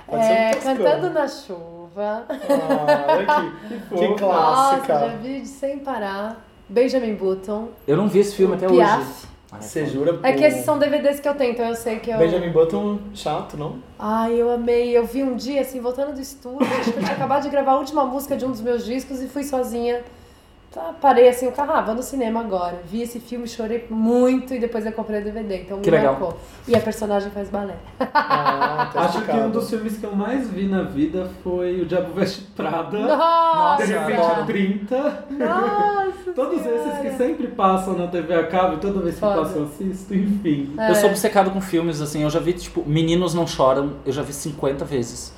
Speaker 2: Ah,
Speaker 1: Pode ser um
Speaker 6: É,
Speaker 1: toscão.
Speaker 6: cantando na chuva.
Speaker 1: Ah, olha aqui.
Speaker 2: Que
Speaker 1: Que
Speaker 2: fofo.
Speaker 1: clássica.
Speaker 6: Nossa, já vi de sem parar. Benjamin Button.
Speaker 4: Eu não vi esse filme até hoje.
Speaker 6: Piaf.
Speaker 4: Ah,
Speaker 1: Você jura?
Speaker 6: É que
Speaker 1: pô,
Speaker 6: esses são DVDs que eu tenho, então eu sei que eu.
Speaker 1: Benjamin Button, chato, não?
Speaker 6: Ai, eu amei. Eu vi um dia, assim, voltando do estúdio, acho que eu tinha acabado de gravar a última música de um dos meus discos e fui sozinha. Tá, Parei assim, o carro, ah, vou no cinema agora. Vi esse filme, chorei muito e depois eu comprei o DVD, então
Speaker 4: Que
Speaker 6: me
Speaker 4: legal.
Speaker 6: marcou. E a personagem faz balé.
Speaker 1: Ah, tá
Speaker 2: Acho que
Speaker 1: explicado.
Speaker 2: um dos filmes que eu mais vi na vida foi O Diabo Veste Prada.
Speaker 6: Nossa!
Speaker 2: De repente 30.
Speaker 6: Nossa!
Speaker 2: Todos esses que sempre passam na TV a cabo, toda vez que
Speaker 6: Foda.
Speaker 2: passam eu assisto, enfim.
Speaker 6: É.
Speaker 4: Eu sou obcecado com filmes, assim, eu já vi, tipo, Meninos Não Choram, eu já vi 50 vezes.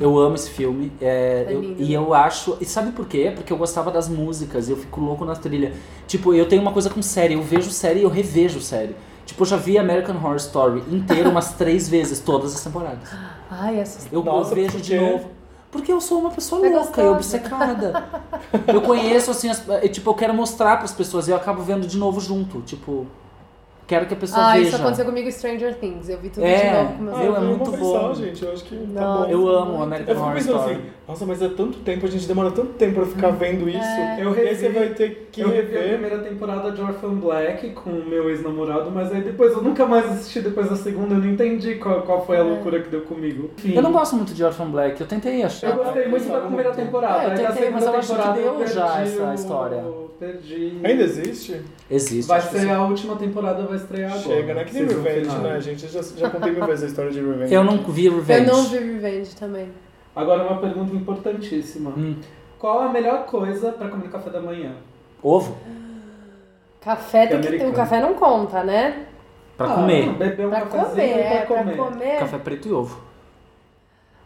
Speaker 4: Eu amo esse filme. é,
Speaker 6: É
Speaker 4: eu-
Speaker 6: lindo,
Speaker 4: e
Speaker 6: né?
Speaker 4: eu acho. E sabe por quê? Porque eu gostava das músicas, eu fico louco na trilha. Tipo, eu tenho uma coisa com série, eu vejo série e eu revejo série. Tipo, eu já vi American Horror Story inteiro umas três vezes, todas as temporadas.
Speaker 6: Ai, assustador.
Speaker 4: Eu
Speaker 1: Nossa,
Speaker 4: vejo
Speaker 1: por
Speaker 4: de
Speaker 1: quê?
Speaker 4: novo. Porque eu sou uma pessoa
Speaker 6: É
Speaker 4: louca, eu
Speaker 6: gostosa.
Speaker 4: obcecada. eu conheço, assim, as- é, tipo, eu quero mostrar pras pessoas e eu acabo vendo de novo junto. Tipo, quero que a pessoa
Speaker 6: Ah,
Speaker 4: veja.
Speaker 6: isso aconteceu comigo Stranger Things. Eu vi tudo
Speaker 4: É.
Speaker 6: de novo com meus
Speaker 4: Ah,
Speaker 1: foi
Speaker 4: eu é
Speaker 1: uma
Speaker 4: muito
Speaker 1: versão,
Speaker 4: bom.
Speaker 1: gente. Eu acho que
Speaker 6: Não.
Speaker 1: tá bom.
Speaker 4: Eu amo o American
Speaker 1: Eu fico
Speaker 4: Horror
Speaker 1: pensando
Speaker 4: Story.
Speaker 1: assim, nossa, mas é tanto tempo, a gente demora tanto tempo pra ficar vendo isso.
Speaker 2: Eu
Speaker 1: E aí você
Speaker 2: revi-
Speaker 1: vai ter que
Speaker 2: eu revi a
Speaker 1: rever.
Speaker 2: primeira temporada de Orphan Black com o meu ex-namorado, mas aí depois eu nunca mais assisti depois da segunda, eu não entendi qual, qual foi a loucura que deu comigo. Enfim.
Speaker 4: É. Eu não gosto muito de Orphan Black, eu tentei achar.
Speaker 2: Eu gostei muito da primeira temporada.
Speaker 4: É, eu
Speaker 2: aí na
Speaker 4: tentei, mas eu
Speaker 2: segunda
Speaker 4: acho que
Speaker 2: temporada eu
Speaker 4: deu já
Speaker 2: perdi
Speaker 4: essa
Speaker 2: o-
Speaker 4: história.
Speaker 2: Perdi.
Speaker 1: Ainda existe?
Speaker 4: Existe.
Speaker 2: Vai
Speaker 4: acho que
Speaker 2: ser a última temporada, vai estrear agora.
Speaker 1: Chega, né? Que nem
Speaker 2: Vocês vão
Speaker 1: Revenge,
Speaker 2: final.
Speaker 1: né, gente? Eu já, já contei mil vezes a história de
Speaker 4: sim.
Speaker 1: Revenge.
Speaker 4: Eu não vi Revenge.
Speaker 6: Eu não vi Revenge também.
Speaker 2: Agora uma pergunta importantíssima.
Speaker 4: Hum.
Speaker 2: Qual a melhor coisa pra comer no café da manhã?
Speaker 4: Ovo?
Speaker 6: Café
Speaker 2: Que
Speaker 6: tem que ter.
Speaker 2: americano.
Speaker 6: O café não conta, né?
Speaker 4: Pra
Speaker 2: Ah,
Speaker 4: comer.
Speaker 2: não, Beber um
Speaker 6: Pra
Speaker 2: cafezinho
Speaker 6: comer,
Speaker 2: e
Speaker 6: é,
Speaker 2: pra comer.
Speaker 6: Pra comer.
Speaker 4: Café preto e ovo.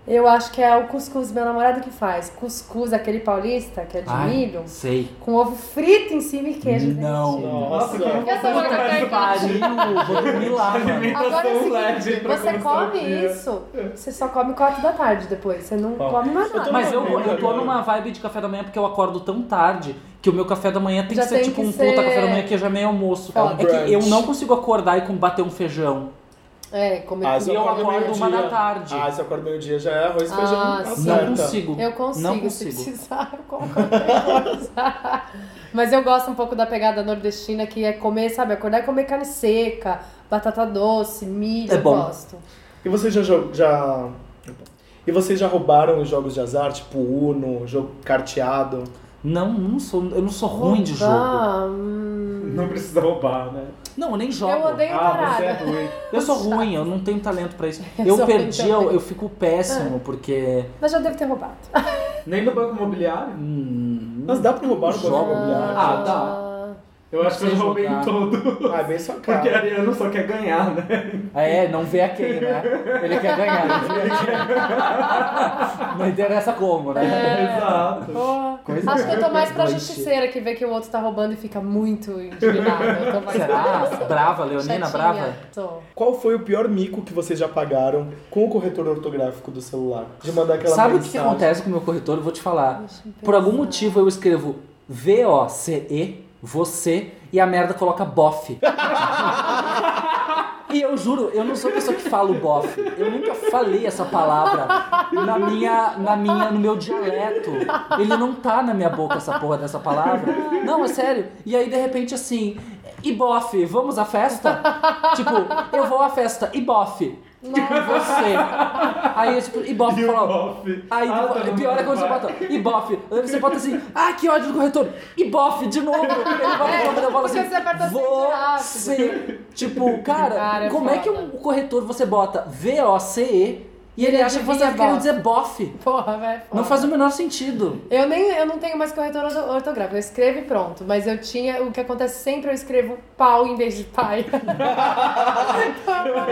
Speaker 6: Eu acho que é o cuscuz, meu namorado que faz. Cuscuz, aquele paulista, que é de
Speaker 4: Ai,
Speaker 6: milho,
Speaker 4: Sei.
Speaker 6: com ovo frito em cima e queijo.
Speaker 4: Não.
Speaker 1: Nossa,
Speaker 2: Nossa,
Speaker 5: Essa
Speaker 6: Puta
Speaker 5: outra
Speaker 6: que
Speaker 5: técnica.
Speaker 4: Pariu, vou dormir lá, mano.
Speaker 6: Agora é o seguinte,
Speaker 2: leve pra
Speaker 6: você
Speaker 2: começar o
Speaker 6: come
Speaker 2: dia.
Speaker 6: isso, você só come 4 da tarde depois, você não come mais nada.
Speaker 4: Mas eu, eu tô numa vibe de café da manhã porque eu acordo tão tarde que o meu café da manhã tem
Speaker 6: Já
Speaker 4: que ser
Speaker 6: tem
Speaker 4: tipo
Speaker 6: que
Speaker 4: um
Speaker 6: ser-
Speaker 4: puta café da manhã que já é meio almoço.
Speaker 6: É um
Speaker 4: É que eu
Speaker 1: brunch.
Speaker 4: não consigo acordar e com- bater um feijão.
Speaker 6: É, comer
Speaker 1: Ah,
Speaker 6: tudo.
Speaker 1: se
Speaker 4: E eu
Speaker 1: meio
Speaker 4: acordo uma
Speaker 1: dia-
Speaker 4: da tarde.
Speaker 1: Ah, se eu acordo meio-dia já é arroz e
Speaker 6: Ah,
Speaker 1: feijão.
Speaker 6: sim.
Speaker 1: tá
Speaker 6: Não
Speaker 1: certa.
Speaker 4: Não consigo.
Speaker 6: Eu consigo,
Speaker 4: Não
Speaker 6: se
Speaker 4: consigo.
Speaker 6: precisar, eu como qualquer coisa. Mas eu gosto um pouco da pegada nordestina, que é comer, sabe, acordar e comer carne seca, batata doce, milho,
Speaker 4: É
Speaker 6: eu
Speaker 4: bom.
Speaker 6: gosto.
Speaker 1: E vocês já, jo- já. E vocês já roubaram os jogos de azar, tipo Uno, jogo carteado?
Speaker 4: Não, não sou, eu não sou ruim de jogo.
Speaker 6: Ah, hum.
Speaker 2: Não precisa roubar, né?
Speaker 4: Não, eu nem jogo.
Speaker 6: Eu odeio
Speaker 2: Ah, você é
Speaker 6: baralho.
Speaker 2: ruim.
Speaker 4: Eu sou ruim, eu não tenho talento pra isso.
Speaker 6: Eu
Speaker 4: Eu
Speaker 6: sou ruim
Speaker 4: perdi,
Speaker 6: também.
Speaker 4: eu, eu fico péssimo, porque.
Speaker 6: Mas já devo ter roubado.
Speaker 2: Nem no banco imobiliário?
Speaker 4: Hum,
Speaker 1: Mas dá pra roubar o banco
Speaker 4: Jogo.
Speaker 1: imobiliário?
Speaker 2: Ah, dá. Eu acho que eu
Speaker 4: sei
Speaker 2: roubei
Speaker 4: jogar.
Speaker 2: em todo.
Speaker 1: Ah, é bem sua
Speaker 2: Porque
Speaker 1: cara.
Speaker 2: Ariano só quer ganhar, né?
Speaker 4: é, não vê a quem, né? Ele quer ganhar. Não interessa como, né?
Speaker 2: É. Exato.
Speaker 6: Boa.
Speaker 4: Coisa
Speaker 6: Acho que eu tô mais pra
Speaker 4: doente.
Speaker 6: justiceira que vê que o outro tá roubando e fica muito indignado. Eu tô mais
Speaker 4: Será?
Speaker 6: pra-
Speaker 4: Brava, Leonina,
Speaker 6: É. Chatinha,
Speaker 4: brava?
Speaker 6: Tô.
Speaker 1: Qual foi o pior mico que vocês já pagaram com o corretor ortográfico do celular? De mandar aquela
Speaker 4: Sabe o que, que
Speaker 1: mensagem.
Speaker 4: acontece com o meu corretor? Eu vou te falar.
Speaker 6: Deixa eu
Speaker 4: Por algum
Speaker 6: pensar.
Speaker 4: motivo eu escrevo V-O-C-E, você, e a merda coloca bofe. E eu juro, eu não sou a pessoa que fala o bofe. Eu nunca falei essa palavra na minha, na minha, no meu dialeto. Ele não tá na minha boca essa porra dessa palavra. Não, é sério. E aí, de repente, assim, e bofe, vamos à festa? Tipo, eu vou à festa, e bofe. Tipo, você. Aí, eu, tipo, e bofe,
Speaker 2: E o
Speaker 4: falou,
Speaker 2: bofe?
Speaker 4: Aí
Speaker 2: Ah,
Speaker 4: depois-
Speaker 2: tá no
Speaker 4: pior é quando você
Speaker 2: Paraguai.
Speaker 4: bota Ibope. Aí você bota assim, ah, que ódio do corretor. Ibope, de novo. Ele bota o corretor e fala
Speaker 6: É, porque
Speaker 4: assim,
Speaker 6: você aperta sempre
Speaker 4: você. Tipo, cara,
Speaker 6: Cara, é
Speaker 4: como é que
Speaker 6: foda.
Speaker 4: um corretor você bota V-O-C-E e
Speaker 6: Ele
Speaker 4: ele
Speaker 6: é
Speaker 4: acha que você
Speaker 6: adivinha
Speaker 4: tá querendo
Speaker 6: bofe.
Speaker 4: dizer bofe?
Speaker 6: Porra, velho. foda.
Speaker 4: Não faz o menor sentido.
Speaker 6: Eu nem eu não tenho mais corretora orto- ortográfica, eu escrevo e pronto. Mas eu tinha. O que acontece sempre eu escrevo pau em vez de pai.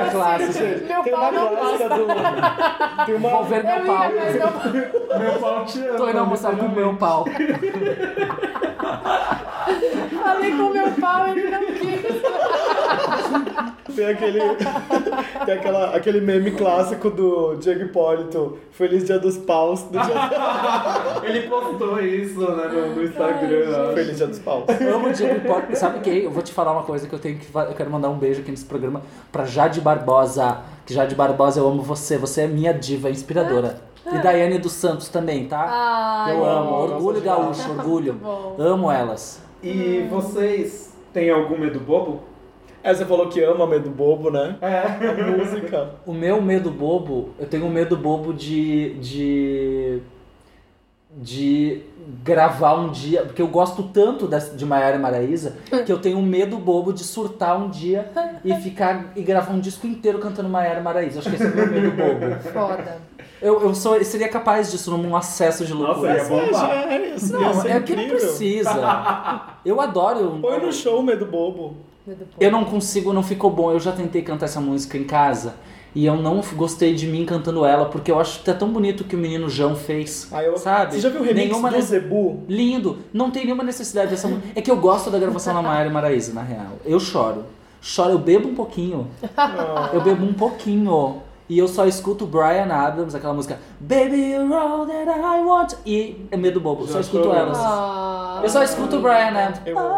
Speaker 4: É clássico.
Speaker 6: Meu
Speaker 1: Tem um
Speaker 6: pau
Speaker 1: uma
Speaker 6: não passa.
Speaker 1: clássica do. Tem
Speaker 4: Vou
Speaker 1: uma.
Speaker 4: ver meu
Speaker 6: Eu
Speaker 4: pau.
Speaker 6: ia, mas não
Speaker 2: Meu pau te ama.
Speaker 4: Tô indo almoçar com o meu pau.
Speaker 6: falei com meu pau, ele não quis.
Speaker 1: Tem aquele. Tem aquela, aquele meme clássico do Diego Hipólito. Feliz Dia dos Paus. Do dia...
Speaker 2: Ele postou isso né, no, no Instagram. acho.
Speaker 1: Feliz Dia dos Paus.
Speaker 4: Eu amo o Diego Hipólito. Sabe quem? Eu vou te falar uma coisa que eu tenho que. fa- Eu quero mandar um beijo aqui nesse programa pra Jade Barbosa. Que Jade Barbosa, eu amo você. Você é minha diva inspiradora. E Daiane dos Santos também, tá?
Speaker 6: Ai,
Speaker 4: eu amo.
Speaker 6: amor.
Speaker 4: Orgulho gaúcho, orgulho.
Speaker 6: Muito bom.
Speaker 4: Amo elas.
Speaker 2: E vocês têm algum medo bobo?
Speaker 1: É, você falou que ama Medo Bobo, né?
Speaker 2: É.
Speaker 1: A música.
Speaker 4: O meu medo bobo, eu tenho um medo bobo de. de. de gravar um dia. Porque eu gosto tanto das- de Maiara e Maraísa que eu tenho um medo bobo de surtar um dia e ficar. e gravar um disco inteiro cantando Maiara e Maraísa. Acho que esse é o meu medo bobo.
Speaker 6: Foda.
Speaker 4: Eu, eu sou, eu seria capaz disso num acesso de
Speaker 2: Nossa,
Speaker 4: loucura. assim.
Speaker 2: ia bombar.
Speaker 1: é isso ia
Speaker 4: não,
Speaker 1: ser
Speaker 4: é que não
Speaker 1: incrível.
Speaker 4: precisa. Eu adoro. um
Speaker 1: Põe no show o medo bobo.
Speaker 6: Medo pouco.
Speaker 4: Eu não consigo, não ficou bom. Eu já tentei cantar essa música em casa e eu não f- gostei de mim cantando ela, porque eu acho que tá tão bonito o que o menino João fez.
Speaker 1: Ah, eu-
Speaker 4: Sabe?
Speaker 1: Você já viu o remix
Speaker 4: Nenhuma né?
Speaker 1: do
Speaker 4: ne-
Speaker 1: Zebu?
Speaker 4: Lindo. Não tem nenhuma necessidade dessa música. É que eu gosto da gravação da Mayara e Maraíza, na real. Eu choro. Choro, eu bebo um pouquinho.
Speaker 1: Ah.
Speaker 4: Eu bebo um pouquinho. E eu só escuto Brian Adams, aquela música Baby, you're all that I want. E é medo bobo.
Speaker 1: Já
Speaker 4: só escuto
Speaker 1: chorou.
Speaker 4: elas.
Speaker 6: Ah,
Speaker 4: Eu só escuto o Brian né? Adams.
Speaker 1: Eu amo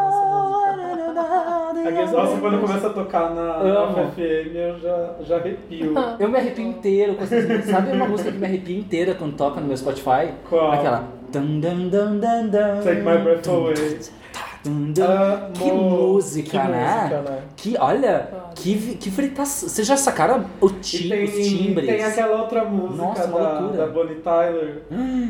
Speaker 1: essa música.
Speaker 2: Nossa, quando começa a tocar na,
Speaker 4: Amo.
Speaker 2: na FM, eu já, já arrepio.
Speaker 4: Eu me arrepio inteiro com essas músicas. Sabe uma música que me arrepia inteira quando toca no meu Spotify?
Speaker 2: Qual?
Speaker 4: Aquela. Dun, dun, dun, dun, dun.
Speaker 2: Take my breath
Speaker 4: Hum.
Speaker 2: Ah, away.
Speaker 4: Dun, dun.
Speaker 1: Amo.
Speaker 4: Que música,
Speaker 1: Que
Speaker 4: né?
Speaker 1: música, né?
Speaker 4: Que, olha, que, vi- que fritação. Vocês já sacaram o ti,
Speaker 2: E tem,
Speaker 4: os timbres?
Speaker 2: tem aquela outra música
Speaker 4: Nossa, uma
Speaker 2: da,
Speaker 4: loucura. Hum.
Speaker 2: da Bonnie Tyler,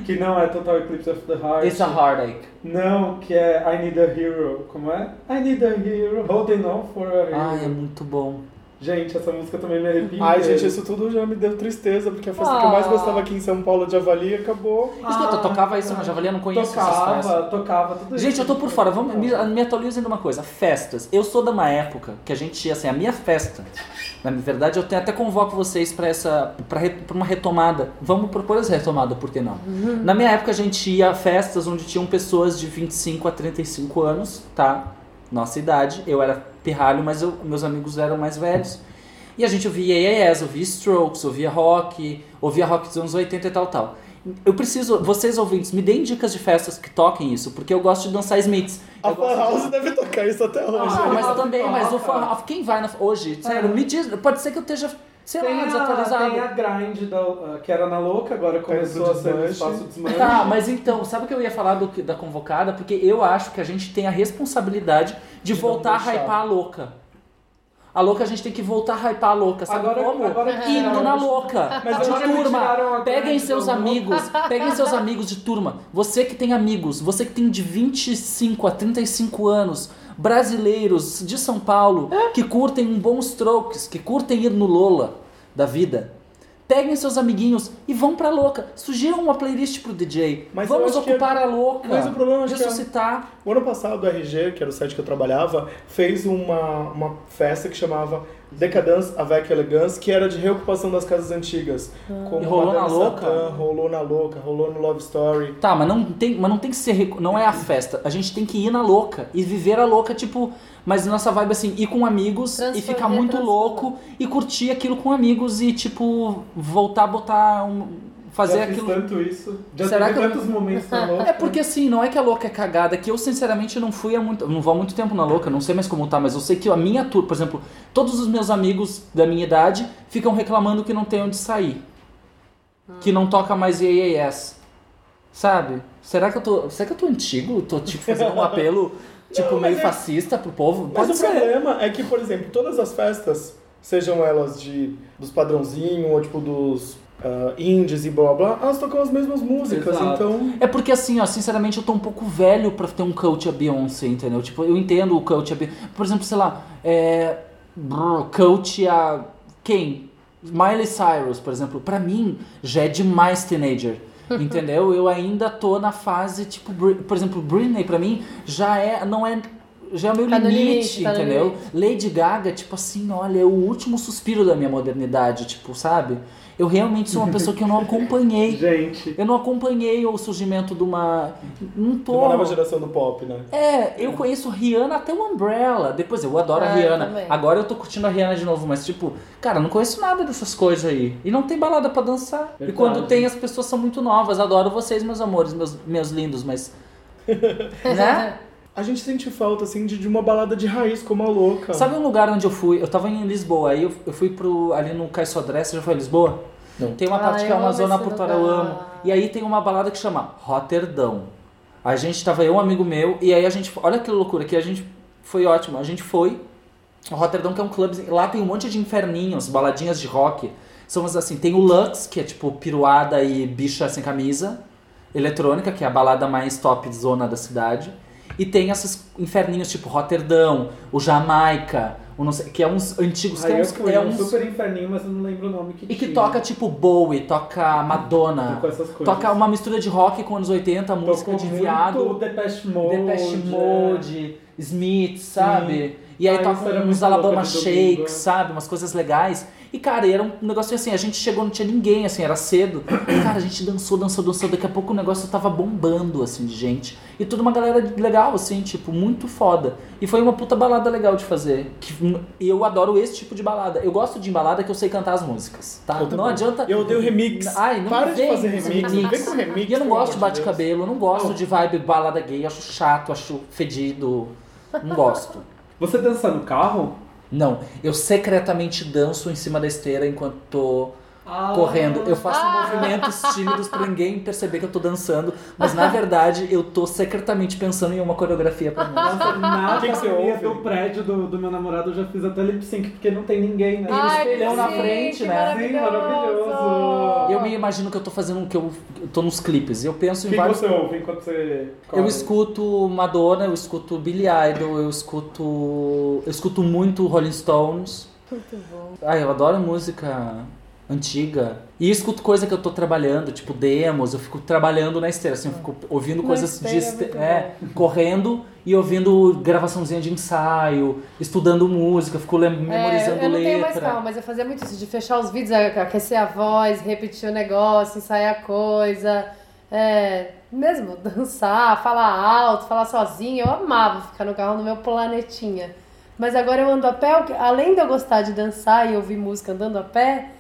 Speaker 2: que não é Total Eclipse of the Heart.
Speaker 4: It's a heartache.
Speaker 2: Não, que é I Need a Hero. Como é? I Need a Hero, holding on for a hero.
Speaker 4: Ai, é muito bom.
Speaker 2: Gente, essa música também me arrepia.
Speaker 1: Ai,
Speaker 2: inteiro.
Speaker 1: gente, isso tudo já me deu tristeza, porque a festa que eu mais
Speaker 6: Ah.
Speaker 1: gostava aqui em São Paulo de Avali acabou.
Speaker 4: Escuta, eu tocava isso na Javali, eu não conheço essas festas.
Speaker 2: Ah, Tocava, tocava tudo isso.
Speaker 4: Gente, eu tô por fora. Vamos, me, me atualizem de uma coisa. Festas. Eu sou de uma época que a gente, assim, a minha festa. Na verdade, eu tenho- até convoco vocês pra essa, pra re- pra uma retomada. Vamos propor essa retomada, por que não? Na minha época, a gente ia a festas onde tinham pessoas de 25 a 35 anos, tá? Nossa idade. Eu era pirralho, mas eu- meus amigos eram mais velhos. E a gente ouvia EAS, ouvia Strokes, ouvia rock, ouvia rock dos anos 80 e tal, tal. Eu preciso, vocês ouvintes, me deem dicas de festas que toquem isso, porque eu gosto de dançar Smiths.
Speaker 1: A
Speaker 4: Eu
Speaker 1: Fan
Speaker 4: gosto de-
Speaker 1: House deve tocar isso até hoje.
Speaker 4: Ah, mas
Speaker 2: Ah,
Speaker 4: também,
Speaker 2: toca.
Speaker 4: mas o fan house, quem vai na, hoje, sério, me diz, pode ser que eu esteja, sei
Speaker 2: É. Tem
Speaker 4: lá,
Speaker 2: a,
Speaker 4: desatualizado.
Speaker 2: tem a grind da- ah, que era na louca, agora começou
Speaker 1: do
Speaker 2: a ser no
Speaker 1: desmanche.
Speaker 2: espaço desmanche.
Speaker 4: Tá, mas então, sabe o que eu ia falar do que- da convocada? Porque eu acho que a gente tem a responsabilidade de, voltar a
Speaker 1: deixar.
Speaker 4: hypar a louca. A louca a gente tem que voltar a hypar a louca, sabe
Speaker 2: Agora-
Speaker 4: como?
Speaker 2: agora que
Speaker 4: Indo
Speaker 2: tiraram-
Speaker 4: na louca.
Speaker 2: Mas
Speaker 4: de
Speaker 2: agora que tiraram
Speaker 4: turma.
Speaker 2: a
Speaker 4: Peguem
Speaker 2: grande
Speaker 4: seus
Speaker 2: da louca.
Speaker 4: amigos. Peguem seus amigos de turma. Você que tem amigos, você que tem de 25 a 35 anos, brasileiros de São Paulo,
Speaker 1: É?
Speaker 4: que curtem um bons strokes, que curtem ir no Lola da vida. Peguem seus amiguinhos e vão pra louca. Sugiram uma playlist pro DJ.
Speaker 1: Mas eu
Speaker 4: Vamos
Speaker 1: acho que é
Speaker 4: ocupar a louca.
Speaker 1: Mas o problema é que-
Speaker 4: Ressuscitar.
Speaker 1: O ano passado, o RG, que era o site que eu trabalhava, fez uma, uma festa que chamava Decadence avec Elegance, que era de reocupação das casas antigas. Como
Speaker 4: E rolou na
Speaker 1: Madame
Speaker 4: louca?
Speaker 1: Satã, rolou na louca, rolou no Love Story.
Speaker 4: Tá, mas não tem, mas não tem que ser, recu- não é a festa. A gente tem que ir na louca e viver a louca, tipo, mas nossa vibe assim, ir com amigos e
Speaker 6: Transformar-
Speaker 4: ficar muito
Speaker 6: transformar.
Speaker 4: louco e curtir aquilo com amigos e tipo voltar a botar um, fazer
Speaker 2: já
Speaker 4: aquilo.
Speaker 2: Fiz tanto isso. Já
Speaker 4: Será
Speaker 2: tive
Speaker 4: que eu-
Speaker 2: tantos momentos na louca.
Speaker 4: É porque assim, não é que a louca é cagada, que eu sinceramente não fui há muito. Não vou há muito tempo na louca, não sei mais como tá, mas eu sei que a minha turma, por exemplo, todos os meus amigos da minha idade ficam reclamando que não tem onde sair. Que não toca mais EAS. Sabe? Será que eu tô. Será que eu tô antigo? Tô tipo fazendo um apelo tipo meio fascista pro povo?
Speaker 1: é Mas
Speaker 4: Pode
Speaker 1: o
Speaker 4: ser.
Speaker 1: problema é que, por exemplo, todas as festas, sejam elas de dos padrãozinho ou tipo dos ah, indies e blá blá, elas tocam as mesmas músicas,
Speaker 2: Exato.
Speaker 1: então...
Speaker 4: É porque assim, ó, sinceramente eu tô um pouco velho pra ter um coach a Beyoncé, entendeu? Tipo, eu entendo o coach a Beyoncé. Por exemplo, sei lá, é. brr, Coach a. Quem? Miley Cyrus, por exemplo. Pra mim, já é demais teenager. Entendeu? Eu ainda tô na fase, tipo, Bri- por exemplo, Britney, pra mim, já é. Não é. Já é o meu
Speaker 6: Tá no
Speaker 4: limite,
Speaker 6: limite, tá no
Speaker 4: entendeu? Lady Gaga, tipo assim, olha, é o último suspiro da minha modernidade, tipo, sabe? Eu realmente sou uma pessoa que eu não acompanhei.
Speaker 2: Gente,
Speaker 4: Eu não acompanhei o surgimento de uma. Não tô.
Speaker 1: Uma nova geração do pop, né?
Speaker 4: É, eu conheço Rihanna até o Umbrella. Depois eu adoro a
Speaker 6: Ah, eu
Speaker 4: Rihanna.
Speaker 6: também.
Speaker 4: Agora eu tô curtindo a Rihanna de novo, mas tipo, cara, eu não conheço nada dessas coisas aí. E não tem balada pra dançar. E
Speaker 2: Verdade.
Speaker 4: quando tem, as pessoas são muito novas. Adoro vocês, meus amores, meus, meus lindos, mas. né?
Speaker 1: A gente sente falta, assim, de, de uma balada de raiz, como a louca.
Speaker 4: Sabe um lugar onde eu fui? Eu tava em Lisboa, aí eu, eu fui pro, ali no Cais Sodré, você já foi a Lisboa?
Speaker 1: Não.
Speaker 4: Tem uma
Speaker 6: Ah,
Speaker 4: parte que é
Speaker 6: eu
Speaker 4: uma
Speaker 6: amo
Speaker 4: zona
Speaker 6: esse
Speaker 4: portuária, eu
Speaker 6: lugar.
Speaker 4: amo. E aí tem uma balada que chama Roterdão. A gente tava eu, um amigo meu, e aí a gente. Olha que loucura, que a gente. Foi ótimo. A gente foi. O Rotterdam, que é um clube. Lá tem um monte de inferninhos, baladinhas de rock. São umas assim. Tem o Lux, que é tipo piruada e bicha sem camisa. Eletrônica, que é a balada mais top zona da cidade. E tem esses inferninhos tipo Rotterdam, o Jamaica, o não sei, que é uns antigos, que
Speaker 2: Aí
Speaker 4: é
Speaker 2: eu
Speaker 4: uns,
Speaker 2: fui
Speaker 4: é
Speaker 2: um
Speaker 4: uns-
Speaker 2: super inferninho, mas eu não lembro o nome que
Speaker 4: e que
Speaker 2: tinha.
Speaker 4: toca tipo Bowie, toca Madonna,
Speaker 2: Tocou essas coisas.
Speaker 4: toca uma mistura de rock com anos 80,
Speaker 2: Tocou
Speaker 4: música de
Speaker 2: muito
Speaker 4: viado,
Speaker 2: Depeche Mode. é.
Speaker 4: Depeche Mode, Smith, sabe? E aí
Speaker 2: Ah, isso era
Speaker 4: toca uns
Speaker 2: muito
Speaker 4: Alabama
Speaker 2: louco de domingo,
Speaker 4: Shakes,
Speaker 2: é.
Speaker 4: sabe? Umas coisas legais. E, cara, era um negócio assim, a gente chegou, não tinha ninguém, assim, era cedo. E, cara, a gente dançou, dançou, dançou. Daqui a pouco o negócio tava bombando, assim, de gente. E toda uma galera legal, assim, tipo, muito foda. E foi uma puta balada legal de fazer. Que- E eu adoro esse tipo de balada. Eu gosto de balada que eu sei cantar as músicas, tá?
Speaker 1: Eu
Speaker 4: Não
Speaker 1: também.
Speaker 4: adianta...
Speaker 1: Eu odeio remix.
Speaker 4: Ai,
Speaker 2: é.
Speaker 4: não
Speaker 1: Para
Speaker 4: me
Speaker 1: de
Speaker 4: vem
Speaker 1: fazer remix, não vem com remix,
Speaker 4: E eu não
Speaker 1: pelo
Speaker 4: gosto
Speaker 1: amor
Speaker 4: de
Speaker 1: de
Speaker 4: bate-cabelo, eu não gosto de vibe balada gay, acho chato, acho fedido. Não gosto.
Speaker 2: Você dança no carro?
Speaker 4: Não, eu secretamente danço em cima da esteira enquanto tô
Speaker 2: Ah.
Speaker 4: correndo. Eu faço movimentos tímidos pra ninguém perceber que eu tô dançando, mas na verdade eu tô secretamente pensando em uma coreografia pra mim.
Speaker 2: Nossa, na
Speaker 1: O que que você
Speaker 2: academia
Speaker 1: ouve?
Speaker 2: do prédio do, do meu namorado eu já fiz até lip sync, porque não tem ninguém, né?
Speaker 6: Ai,
Speaker 4: espelhão na
Speaker 6: sim,
Speaker 4: frente,
Speaker 6: que
Speaker 4: né?
Speaker 2: Sim, maravilhoso.
Speaker 6: maravilhoso.
Speaker 4: Eu me imagino que eu tô fazendo um que eu, eu tô nos clipes. Eu penso
Speaker 2: O
Speaker 4: em
Speaker 2: que que
Speaker 4: vários
Speaker 2: você ouve enquanto você corre?
Speaker 4: Eu escuto Madonna, eu escuto Billie Idol, eu escuto. Eu escuto muito Rolling Stones.
Speaker 6: Muito bom.
Speaker 4: Ai, eu adoro música antiga. E escuto coisa que eu tô trabalhando, tipo demos, eu fico trabalhando na esteira, assim, eu fico ouvindo
Speaker 6: Na
Speaker 4: coisas
Speaker 6: esteira
Speaker 4: de
Speaker 6: é
Speaker 4: este-
Speaker 6: muito
Speaker 4: é, correndo e ouvindo gravaçãozinha de ensaio, estudando música, fico lem- memorizando
Speaker 6: é, eu não tenho mais calma,
Speaker 4: letra.
Speaker 6: mas eu fazia muito isso, de fechar os vídeos, aquecer a voz, repetir o negócio, ensaiar coisa, é, mesmo dançar, falar alto, falar sozinha. Eu amava ficar no carro no meu planetinha. Mas agora eu ando a pé, o que- além de eu gostar de dançar e ouvir música andando a pé,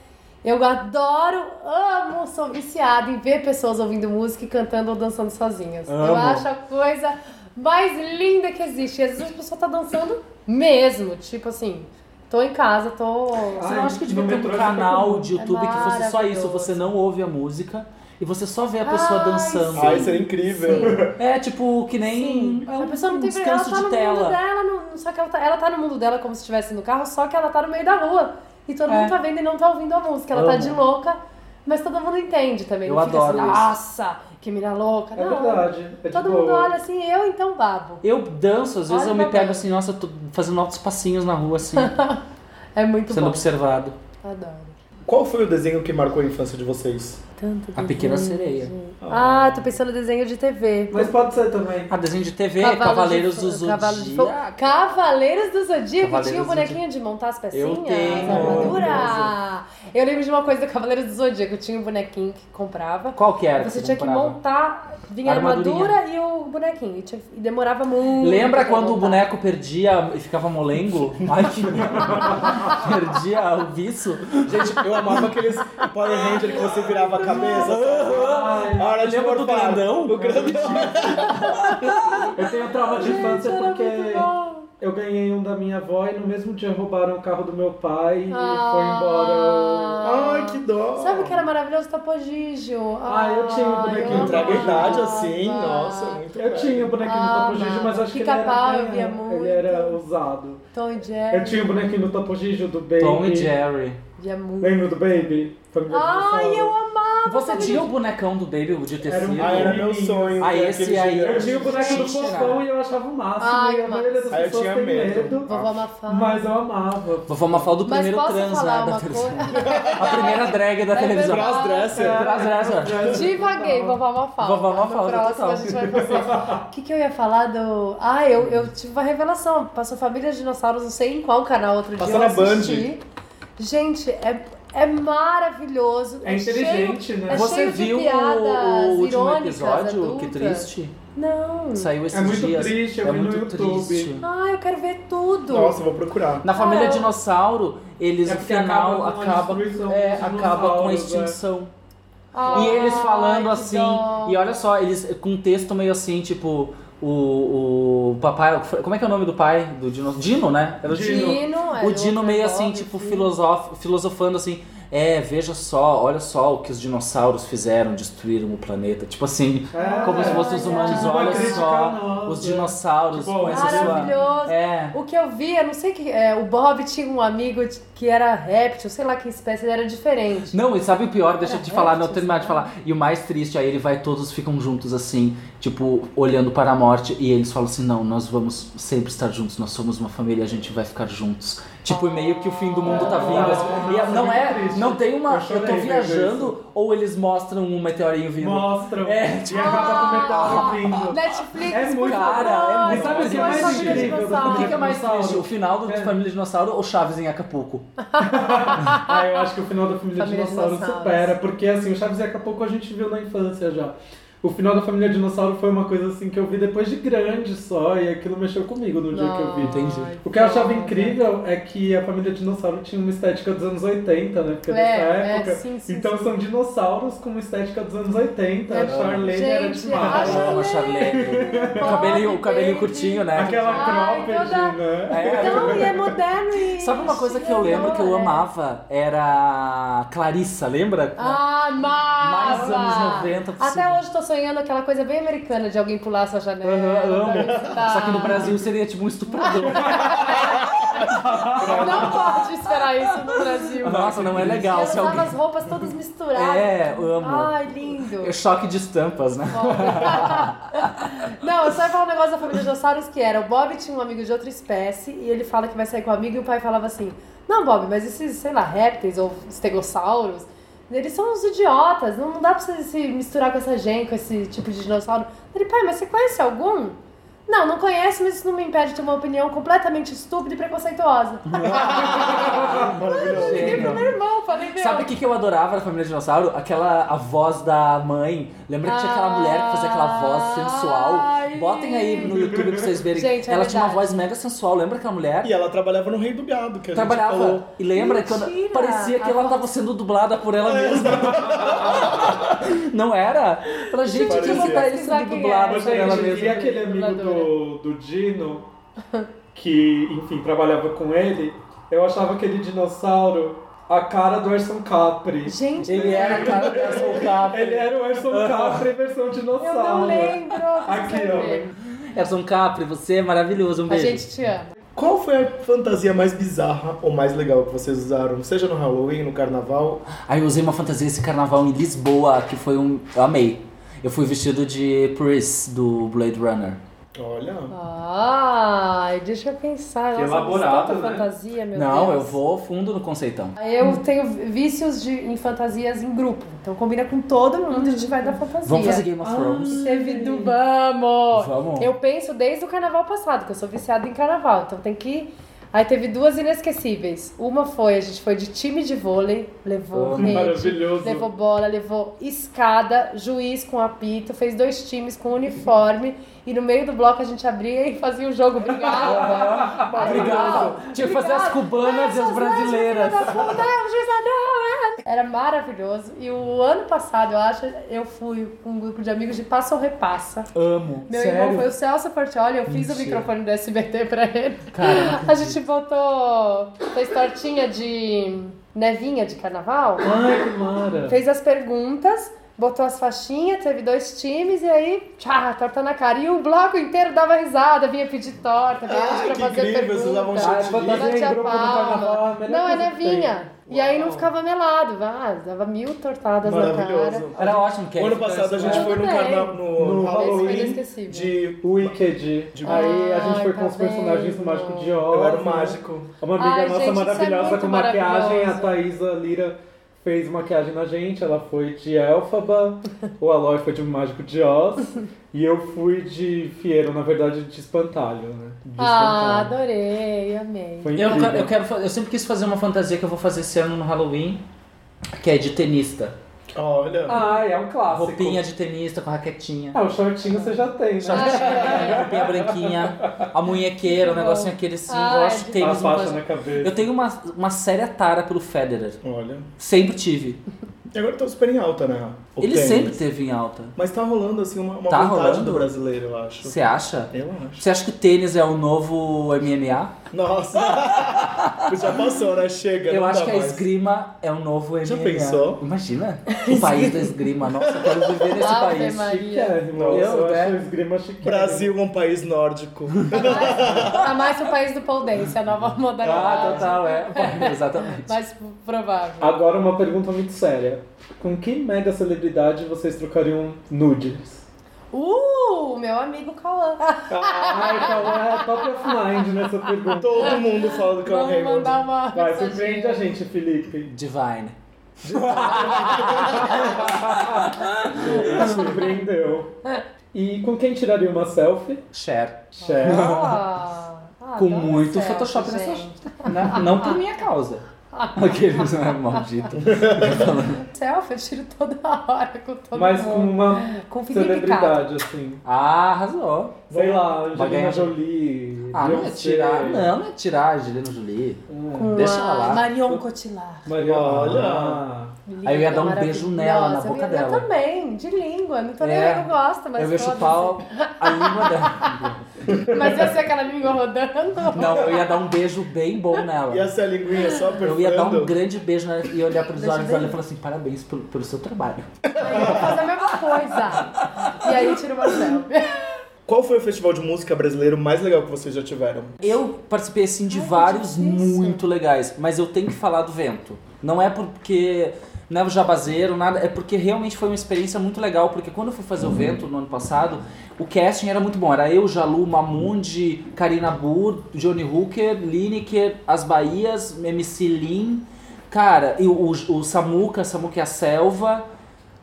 Speaker 6: eu adoro, amo, sou viciada em ver pessoas ouvindo música e cantando ou dançando sozinhas. Eu
Speaker 2: Amo.
Speaker 6: acho a coisa mais linda que existe. E às vezes a pessoa tá dançando mesmo, tipo assim, tô em casa, tô. assim,
Speaker 4: Você não
Speaker 2: Ai,
Speaker 4: acha que
Speaker 2: no
Speaker 4: devia ter um
Speaker 2: metrô
Speaker 4: canal
Speaker 2: é
Speaker 4: de YouTube que fosse só isso? Você não ouve a música e você só vê a pessoa
Speaker 6: Ai,
Speaker 4: dançando.
Speaker 1: Ah, isso é incrível.
Speaker 4: É, tipo, que nem.
Speaker 6: Sim.
Speaker 4: É um
Speaker 6: a pessoa não tem vergonha, ela
Speaker 4: descanso
Speaker 6: tá no
Speaker 4: de tela.
Speaker 6: mundo dela, não- só que ela tá, ela tá no mundo dela como se estivesse no carro, só que ela tá no meio da rua. E todo
Speaker 4: É.
Speaker 6: mundo tá vendo e não tá ouvindo a música. Ela tá
Speaker 4: Amo.
Speaker 6: de louca, mas todo mundo entende também.
Speaker 4: Eu
Speaker 6: não fica
Speaker 4: adoro
Speaker 6: assim,
Speaker 4: isso.
Speaker 6: nossa, que mina louca.
Speaker 2: É
Speaker 6: não.
Speaker 2: verdade. É de
Speaker 6: Todo
Speaker 4: tipo-
Speaker 2: boa.
Speaker 6: mundo olha assim, eu então babo.
Speaker 4: Eu danço, às vezes
Speaker 6: Olha
Speaker 4: eu me
Speaker 6: pra
Speaker 4: pego
Speaker 6: mim.
Speaker 4: assim, nossa, eu tô fazendo altos passinhos na rua, assim,
Speaker 6: É muito
Speaker 4: sendo
Speaker 6: bom.
Speaker 4: observado.
Speaker 6: Adoro.
Speaker 1: Qual foi o desenho que marcou a infância de vocês?
Speaker 6: Tanto
Speaker 4: A Pequena
Speaker 6: desenho,
Speaker 4: Sereia.
Speaker 6: Uhum, gente. Ah, tô pensando em desenho de TV.
Speaker 2: Mas pode ser também.
Speaker 4: Ah, desenho de TV,
Speaker 6: Cavalo de
Speaker 4: Cavaleiros
Speaker 6: Fogo-
Speaker 4: do Zodíaco.
Speaker 6: Cavalo de Fogo. Cavaleiros do Zodíaco.
Speaker 4: Cavaleiros
Speaker 6: tinha o
Speaker 4: do
Speaker 6: bonequinho de montar as pecinhas,
Speaker 4: Eu tenho,
Speaker 6: a armadura.
Speaker 4: maravilhoso.
Speaker 6: Eu lembro de uma coisa do Cavaleiros do Zodíaco. Tinha um bonequinho que comprava.
Speaker 4: Qual que era?
Speaker 6: Você
Speaker 4: que
Speaker 6: tinha que
Speaker 4: comprava?
Speaker 6: montar, vinha a
Speaker 4: Armadurinha.
Speaker 6: armadura e o bonequinho. E, tinha- e demorava muito.
Speaker 4: Lembra
Speaker 6: pra
Speaker 4: quando o
Speaker 6: montar.
Speaker 4: boneco perdia e ficava molengo? Ai, que... perdia o viço?
Speaker 1: Gente, eu amava aqueles Power Ranger que você virava a cabeça.
Speaker 2: Ai,
Speaker 1: A hora de
Speaker 4: Lembra do
Speaker 1: morfar.
Speaker 4: grandão?
Speaker 1: O grandão.
Speaker 2: eu tenho trauma de infância
Speaker 6: Era
Speaker 2: porque
Speaker 6: muito bom.
Speaker 2: eu ganhei um da minha avó e no mesmo dia roubaram o carro do meu pai e
Speaker 6: Ah.
Speaker 2: foi embora. o-
Speaker 4: Ah.
Speaker 1: Ai, que dó.
Speaker 6: Sabe o que é? era maravilhoso? Tapogígio.
Speaker 2: Ah, eu tinha um bonequinho.
Speaker 1: Entrega a idade
Speaker 6: Ah,
Speaker 1: assim,
Speaker 6: amava.
Speaker 1: nossa, muito
Speaker 2: Eu
Speaker 1: bem.
Speaker 2: tinha o bonequinho
Speaker 6: Ah,
Speaker 2: do Topo Gigio, mas
Speaker 6: mano.
Speaker 2: acho que ele era,
Speaker 6: Pica-pau,
Speaker 2: bem-
Speaker 6: eu via muito.
Speaker 2: ele era usado.
Speaker 6: Tom e
Speaker 2: Eu
Speaker 6: Jerry.
Speaker 2: tinha o bonequinho do Topo Gigio, do Baby.
Speaker 4: Tom e Jerry.
Speaker 6: Via muito.
Speaker 2: Lembra do Baby? Foi meu
Speaker 6: Ai,
Speaker 2: dinossauro.
Speaker 6: eu amava.
Speaker 4: Você tinha o bonecão do Baby, o de
Speaker 2: Era um-
Speaker 4: tecido?
Speaker 1: Ah, era meu sonho.
Speaker 4: Ah,
Speaker 1: ter
Speaker 4: esse
Speaker 1: aquele
Speaker 4: aí.
Speaker 1: gigante.
Speaker 2: Eu tinha o boneco do
Speaker 4: Gente,
Speaker 2: Fofão
Speaker 4: cara.
Speaker 2: e eu achava o máximo.
Speaker 6: Ai,
Speaker 2: e a
Speaker 6: o
Speaker 2: maioria das
Speaker 1: máximo. Aí eu
Speaker 2: pessoas
Speaker 1: tinha
Speaker 2: tem
Speaker 1: medo.
Speaker 4: um
Speaker 2: medo.
Speaker 6: Vovó Mafalda.
Speaker 2: Mas eu amava.
Speaker 4: Vovó Mafalda, o
Speaker 6: Mas
Speaker 4: primeiro
Speaker 6: posso falar
Speaker 4: transar da
Speaker 6: uma
Speaker 4: televisão.
Speaker 6: coisa?
Speaker 4: A primeira drag da
Speaker 6: É
Speaker 4: televisão.
Speaker 6: verdade.
Speaker 1: Crossdresser.
Speaker 4: Transdresser.
Speaker 6: Divaguei, vovó Mafalda.
Speaker 4: Vovó
Speaker 6: No
Speaker 4: Mafalda,
Speaker 6: próximo
Speaker 4: total.
Speaker 6: a gente vai fazer. O que, que eu ia falar do... Ah, eu, eu tive uma revelação. Passou Família de Dinossauros, não sei em qual canal outro
Speaker 1: Passou
Speaker 6: dia. eu
Speaker 1: na Band.
Speaker 6: assisti. Gente, é, é maravilhoso.
Speaker 2: É inteligente,
Speaker 6: cheio-
Speaker 2: né?
Speaker 6: É
Speaker 4: Você
Speaker 6: cheio de
Speaker 4: viu
Speaker 6: piadas
Speaker 4: o último
Speaker 6: irônicas,
Speaker 4: episódio? Que
Speaker 6: adultas. Hum.
Speaker 4: triste.
Speaker 6: Não.
Speaker 4: Saiu esses
Speaker 2: É muito
Speaker 4: dias.
Speaker 2: triste, eu
Speaker 4: é
Speaker 2: vi no
Speaker 4: muito
Speaker 2: YouTube.
Speaker 4: triste.
Speaker 6: Ah, eu quero ver tudo.
Speaker 1: Nossa, eu vou procurar.
Speaker 4: Na família
Speaker 6: Ah, eu-
Speaker 4: dinossauro, eles
Speaker 2: É
Speaker 4: no
Speaker 2: porque
Speaker 4: final
Speaker 2: acaba com a
Speaker 4: acaba,
Speaker 2: destruição
Speaker 4: é,
Speaker 2: dos
Speaker 4: acaba com a
Speaker 2: dinossauros,
Speaker 4: extinção.
Speaker 6: É. Ai,
Speaker 4: E eles falando
Speaker 6: Ah, que
Speaker 4: assim,
Speaker 6: dó.
Speaker 4: e olha só, eles com um texto meio assim, tipo, o, o papai, como é que é o nome do pai do dino? Dino, né? Era o Dino.
Speaker 6: Dino, é,
Speaker 4: O Dino meio
Speaker 6: Robert,
Speaker 4: assim, tipo,
Speaker 6: sim.
Speaker 4: filosof, filosofando assim. é, veja só, olha só o que os dinossauros fizeram, destruíram o planeta. Tipo assim, como se fossem os humanos,
Speaker 2: Tipo É. uma
Speaker 4: olha
Speaker 2: crítica
Speaker 4: só,
Speaker 2: nossa.
Speaker 4: os dinossauros
Speaker 2: Tipo,
Speaker 4: com essa
Speaker 6: Maravilhoso.
Speaker 4: sua... É,
Speaker 6: O que eu vi, eu não sei que. é, o Bob tinha um amigo que era réptil, sei lá que espécie, ele era diferente.
Speaker 4: Não, e sabe o pior? Deixa eu te
Speaker 6: É,
Speaker 4: falar,
Speaker 6: é,
Speaker 4: não
Speaker 6: sim,
Speaker 4: terminar
Speaker 2: né?
Speaker 4: de falar. E o mais triste, aí ele vai, todos ficam juntos assim, tipo, olhando para a morte, e eles falam assim: não, nós vamos sempre estar juntos, nós somos uma família, a gente vai ficar juntos. Tipo, e meio que o fim do mundo tá
Speaker 2: Ah,
Speaker 4: vindo. assim. E a- não é, não tem uma.
Speaker 2: Eu
Speaker 4: Eu tô
Speaker 2: chorei vendo
Speaker 4: viajando, ou eles mostram um meteorinho vindo.
Speaker 2: Mostram.
Speaker 4: É,
Speaker 2: E a capa
Speaker 6: Ah.
Speaker 2: com metal vindo.
Speaker 6: Netflix,
Speaker 2: É muito-
Speaker 4: Cara, é
Speaker 6: Ai,
Speaker 4: muito
Speaker 2: sabe o que é
Speaker 6: foi
Speaker 2: mais
Speaker 6: só vídeo de
Speaker 2: incrível?
Speaker 4: O
Speaker 6: dinossauro.
Speaker 4: que, que é mais triste? O final do
Speaker 2: É.
Speaker 4: Família Dinossauro ou Chaves em Acapulco?
Speaker 2: Ah, eu acho que o final da Família,
Speaker 6: Família
Speaker 2: Dinossauro
Speaker 6: Dinossauros.
Speaker 2: supera, porque assim, o Chaves e daqui a pouco a gente viu na infância já. O final da Família Dinossauro foi uma coisa assim que eu vi depois de grande só, e aquilo mexeu comigo no dia que eu vi.
Speaker 4: Entendi.
Speaker 2: O que eu achava incrível é que a família dinossauro tinha uma estética dos anos 80, né? Porque
Speaker 6: É,
Speaker 2: dessa
Speaker 6: é,
Speaker 2: época.
Speaker 6: sim, sim,
Speaker 2: então são dinossauros com uma estética dos anos 80.
Speaker 6: É,
Speaker 2: a Charlene
Speaker 6: gente,
Speaker 2: era
Speaker 6: a
Speaker 2: demais.
Speaker 6: Charlene-
Speaker 4: Amo a Charlene. O cabelinho, o cabelinho
Speaker 6: Baby.
Speaker 4: curtinho, né?
Speaker 2: Aquela
Speaker 6: Ai,
Speaker 2: cropped,
Speaker 6: toda-
Speaker 2: né?
Speaker 4: É,
Speaker 6: Não, e é moderno e.
Speaker 4: Sabe uma coisa que eu lembro que eu
Speaker 6: é.
Speaker 4: amava? Era a Clarissa, lembra?
Speaker 6: Ah, amava!
Speaker 4: Mais anos 90 possível.
Speaker 6: Até hoje tô sonhando aquela coisa bem americana de alguém pular sua janela.
Speaker 4: Aham,
Speaker 6: pra
Speaker 4: amo.
Speaker 6: me visitar.
Speaker 4: Só que no Brasil seria tipo um estuprador.
Speaker 6: Não pode esperar isso no Brasil.
Speaker 4: Nossa, não é
Speaker 6: E
Speaker 4: legal
Speaker 6: ela
Speaker 4: se
Speaker 6: usava
Speaker 4: alguém.
Speaker 6: as roupas todas misturadas.
Speaker 4: É, eu amo.
Speaker 6: Ai, lindo.
Speaker 4: É choque de estampas, né?
Speaker 6: Não, eu só ia falar um negócio da família dinossauros que era. O Bob tinha um amigo de outra espécie e ele fala que vai sair com o amigo e o pai falava assim: Não, Bob, mas esses, sei lá, répteis ou estegossauros, eles são uns idiotas, não, não dá pra você se misturar com essa gente, com esse tipo de dinossauro. Ele, pai, mas você conhece algum? Não, não conhece, mas isso não me impede de ter uma opinião completamente estúpida e preconceituosa.
Speaker 1: Maravilhoso.
Speaker 6: Liguei pro meu irmão, falei, meu.
Speaker 4: Sabe o que, que eu adorava da Família Dinossauro? Aquela a voz da mãe. Lembra que tinha aquela mulher que fazia aquela voz sensual?
Speaker 6: Ai.
Speaker 4: Botem aí no YouTube pra vocês verem.
Speaker 6: Gente, é
Speaker 4: ela tinha uma
Speaker 6: verdade.
Speaker 4: voz mega sensual, lembra aquela mulher?
Speaker 1: E ela trabalhava no Rei do Gado, que a
Speaker 4: Trabalhava.
Speaker 1: gente falou.
Speaker 4: E lembra quando
Speaker 6: Mentira!
Speaker 4: parecia que
Speaker 6: A
Speaker 4: ela
Speaker 6: voz-
Speaker 4: tava sendo dublada por ela
Speaker 1: É.
Speaker 4: mesma. Não era? Falei, gente, que
Speaker 1: Parecia.
Speaker 4: vontade de
Speaker 6: Pesquisar
Speaker 4: ser
Speaker 6: quem é.
Speaker 4: dublada
Speaker 2: Mas,
Speaker 4: por ela
Speaker 2: gente, e
Speaker 4: mesma.
Speaker 2: aquele amigo do, do Dino, que, enfim, trabalhava com ele, eu achava aquele dinossauro a cara do Erson Capri.
Speaker 6: Gente,
Speaker 4: Ele era a cara da soltar.
Speaker 2: Ele era o Erson Capri versão dinossauro.
Speaker 6: eu não lembro.
Speaker 2: Aqui, ó.
Speaker 4: Erson Capri, você é maravilhoso, um
Speaker 6: A
Speaker 4: beijo.
Speaker 6: gente te ama.
Speaker 1: Qual foi a fantasia mais bizarra ou mais legal que vocês usaram? Seja no Halloween, no Carnaval.
Speaker 4: Aí eu usei uma fantasia esse carnaval em Lisboa, que foi um. Eu amei. Eu fui vestido de Pris do Blade Runner.
Speaker 1: Olha.
Speaker 6: Ai, deixa eu pensar.
Speaker 3: Que
Speaker 6: Nossa,
Speaker 3: elaborado, né?
Speaker 6: tanta fantasia, meu
Speaker 4: Não,
Speaker 6: Deus.
Speaker 4: eu vou fundo no conceitão.
Speaker 6: Eu tenho vícios de, em fantasias em grupo. Então combina com todo mundo, a gente vai dar fantasia.
Speaker 4: Vamos fazer Game of Thrones.
Speaker 6: Teve do vamos!
Speaker 4: Vamos.
Speaker 6: Eu penso desde o carnaval passado, que eu sou viciada em carnaval, então tem que. Aí teve duas inesquecíveis. Uma foi, a gente foi de time de vôlei, levou
Speaker 4: Oh,
Speaker 6: rede,
Speaker 2: maravilhoso.
Speaker 6: levou bola, levou escada, juiz com apito, fez dois times com uniforme e no meio do bloco a gente abria e fazia o jogo, brigava.
Speaker 4: Obrigado. Tinha que fazer as cubanas e as brasileiras.
Speaker 6: Era maravilhoso. E o ano passado, eu acho, eu fui com um grupo de amigos de Passa ou Repassa.
Speaker 4: Amo.
Speaker 6: Meu
Speaker 4: Sério?
Speaker 6: irmão foi o Celso Portioli, eu fiz o
Speaker 4: Mentira.
Speaker 6: microfone do SBT pra ele.
Speaker 4: Cara,
Speaker 6: A gente botou. fez tortinha de nevinha de carnaval,
Speaker 2: Ai, que mara.
Speaker 6: fez as perguntas, botou as faixinhas, teve dois times e aí, tchá, torta na cara. E o bloco inteiro dava risada, vinha pedir torta, vinha
Speaker 1: Ah,
Speaker 6: pra
Speaker 1: que
Speaker 6: fazer
Speaker 1: incrível, vocês
Speaker 6: pergunta.
Speaker 1: usavam
Speaker 2: Ah,
Speaker 1: chantilly.
Speaker 2: fantasia em
Speaker 6: Bate a
Speaker 2: grupo no
Speaker 6: palma.
Speaker 2: carnaval, a melhor
Speaker 6: Não, é
Speaker 2: coisa que tem.
Speaker 6: nevinha. E aí não ficava melado, vai, dava mil tortadas na cara.
Speaker 1: Maravilhoso.
Speaker 4: era ótimo. que
Speaker 1: O ano
Speaker 4: ficou
Speaker 1: passado a
Speaker 4: esse-
Speaker 1: gente foi no,
Speaker 6: Tudo bem.
Speaker 1: carna... no,
Speaker 2: No
Speaker 6: Esse foi
Speaker 1: Halloween
Speaker 6: inesquecível.
Speaker 1: de...
Speaker 2: Wicked. Aí a gente
Speaker 6: Ai,
Speaker 2: foi
Speaker 6: tá
Speaker 2: com os personagens do
Speaker 6: vendo?
Speaker 2: Mágico de Oz.
Speaker 1: Eu era o mágico.
Speaker 2: Uma amiga
Speaker 6: Ai,
Speaker 2: nossa
Speaker 6: gente, isso é
Speaker 2: maravilhosa
Speaker 6: muito
Speaker 2: com maquiagem, a
Speaker 6: maravilhoso.
Speaker 2: Thaisa Lira fez maquiagem na gente, ela foi de Elfaba, o Aloy foi de Mágico de Oz, e eu fui de Fieiro, na verdade de Espantalho, né? De
Speaker 6: Ah,
Speaker 2: espantalho.
Speaker 6: adorei, amei.
Speaker 2: Foi
Speaker 4: Eu,
Speaker 2: incrível.
Speaker 4: quero- eu, quero, fa- eu sempre quis fazer uma fantasia que eu vou fazer esse ano no Halloween, que é de tenista.
Speaker 1: Olha.
Speaker 4: Ah.
Speaker 2: Ai, é um
Speaker 6: Ah,
Speaker 2: clássico.
Speaker 4: Roupinha de tenista com raquetinha.
Speaker 2: Ah, o shortinho você já tem, né?
Speaker 4: É, roupinha branquinha, a munhequeira, o negocinho aquele assim,
Speaker 6: Ah,
Speaker 4: eu
Speaker 6: é
Speaker 4: acho
Speaker 6: de-
Speaker 2: a
Speaker 4: tênis uma
Speaker 2: Tá faixa
Speaker 4: coisa-
Speaker 2: na cabeça.
Speaker 4: Eu tenho uma, uma séria tara pelo Federer.
Speaker 1: Olha.
Speaker 4: Sempre tive.
Speaker 1: E agora tá super em alta, né? O
Speaker 4: Ele
Speaker 1: tênis.
Speaker 4: sempre teve em alta.
Speaker 1: Mas tá rolando, assim, uma, uma
Speaker 4: Tá
Speaker 1: vontade
Speaker 4: rolando?
Speaker 1: do brasileiro, eu acho.
Speaker 4: Você acha?
Speaker 1: Eu acho.
Speaker 4: Você acha que o tênis é o novo MMA?
Speaker 1: Nossa! Já passou, né? Chega,
Speaker 4: Eu
Speaker 1: não
Speaker 4: acho
Speaker 1: dá
Speaker 4: que a
Speaker 1: mais.
Speaker 4: esgrima é o novo MMA.
Speaker 1: Já pensou?
Speaker 4: Imagina. O país da esgrima. Nossa, eu quero viver nesse
Speaker 6: Ave
Speaker 4: país.
Speaker 6: Maria.
Speaker 2: Chiquérrimo.
Speaker 1: Nossa,
Speaker 2: eu
Speaker 6: né?
Speaker 4: eu
Speaker 2: acho
Speaker 4: acho
Speaker 2: o esgrima chiquérrimo.
Speaker 1: Brasil é um país nórdico.
Speaker 6: A tá mais o país do pole dance, a nova
Speaker 4: Ah,
Speaker 6: modalidade.
Speaker 4: total, é. Bom, Exatamente.
Speaker 6: Mais provável.
Speaker 2: Agora uma pergunta muito séria. Com que mega celebridade vocês trocariam nudes?
Speaker 6: Uh, meu amigo Cauã.
Speaker 2: Ai, calma, é top of mind nessa pergunta.
Speaker 1: Todo mundo fala do Carl
Speaker 6: Vamos
Speaker 1: Raymond.
Speaker 6: mandar uma
Speaker 2: Vai,
Speaker 6: mensagem.
Speaker 2: surpreende a gente, Felipe.
Speaker 4: Divine.
Speaker 2: Surpreendeu. E com quem tiraria uma selfie?
Speaker 4: Cher.
Speaker 2: Cher.
Speaker 6: Ah, ah,
Speaker 4: Com
Speaker 6: dá um
Speaker 4: muito
Speaker 6: certo,
Speaker 4: Photoshop
Speaker 6: gente.
Speaker 4: nessa. né? Não por minha causa. Aqueles, né? Maldito.
Speaker 6: Selfie eu tiro toda hora com todo
Speaker 2: Mas com
Speaker 6: mundo.
Speaker 2: uma
Speaker 6: Com, com Felipe Cato.
Speaker 2: celebridade, assim.
Speaker 4: Ah, arrasou.
Speaker 2: Sei lá,
Speaker 4: Vai ganhar-
Speaker 2: Angelina Jolie.
Speaker 4: Ah, não é
Speaker 2: Beyoncé.
Speaker 4: tirar. Não, não é tirar a Angelina Jolie.
Speaker 6: Com
Speaker 4: Deixa
Speaker 6: a
Speaker 4: ela lá.
Speaker 6: Marion Cotillard.
Speaker 2: Maria.
Speaker 1: Olha.
Speaker 6: Linda,
Speaker 4: Aí eu ia dar um beijo nela, na
Speaker 6: é maravilhosa.
Speaker 4: boca
Speaker 6: eu ia-
Speaker 4: dela.
Speaker 6: Eu também, de língua. Não tô nem
Speaker 4: É.
Speaker 6: eu não gosto, mas
Speaker 4: eu ia
Speaker 6: foda-se.
Speaker 4: chupar a língua dela.
Speaker 6: Mas ia ser aquela língua rodando.
Speaker 4: Não, eu ia dar um beijo bem bom
Speaker 6: um
Speaker 4: nela.
Speaker 1: E tá essa é linguinha só
Speaker 4: Eu ia dar um
Speaker 1: perfurando?
Speaker 4: grande beijo nela e olhar pros
Speaker 6: Deixa
Speaker 4: olhos
Speaker 6: bem.
Speaker 4: dela e falar assim, parabéns pelo, pelo seu trabalho.
Speaker 6: Aí eu vou fazer a mesma coisa. E aí eu tiro uma selfie.
Speaker 1: Qual foi o festival de música brasileiro mais legal que vocês já tiveram?
Speaker 4: Eu participei, assim, de
Speaker 6: Ai, que
Speaker 4: vários
Speaker 6: difícil.
Speaker 4: muito legais, mas eu tenho que falar do vento. Não é porque... Não é o jabazeiro, nada. É porque realmente foi uma experiência muito legal. Porque quando eu fui fazer o vento no ano passado, o casting era muito bom. Era eu, Jalu, Mamundi, Karina Burr, Johnny Hooker, Lineker, As Bahias, MC Lin. Cara, e o, o Samuca, Samuca e a Selva.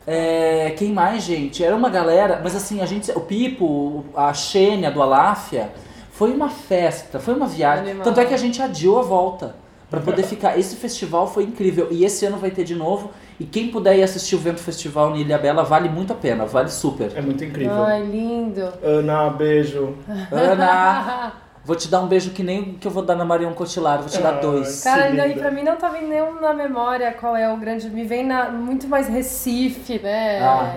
Speaker 4: É, quem mais, gente? Era uma galera, mas assim, a gente. O Pipo, a Xênia do Aláfia, foi uma festa, foi uma viagem.
Speaker 6: Animal.
Speaker 4: Tanto é que a gente adiou a volta pra poder ficar. Esse festival foi incrível e esse ano vai ter de novo. E quem puder ir assistir o Vento Festival em Ilha Bela, vale muito a pena, vale super.
Speaker 1: É muito incrível.
Speaker 6: Ai, lindo.
Speaker 1: Ana, beijo.
Speaker 4: Ana, vou te dar um beijo que nem o que eu vou dar na Marion Cotillard, vou te dar
Speaker 1: Ai.
Speaker 4: dois.
Speaker 6: Cara,
Speaker 1: linda.
Speaker 6: não, e pra mim não tá vindo nem na memória qual é o grande. Me vem na, muito mais Recife, né?
Speaker 4: Ah.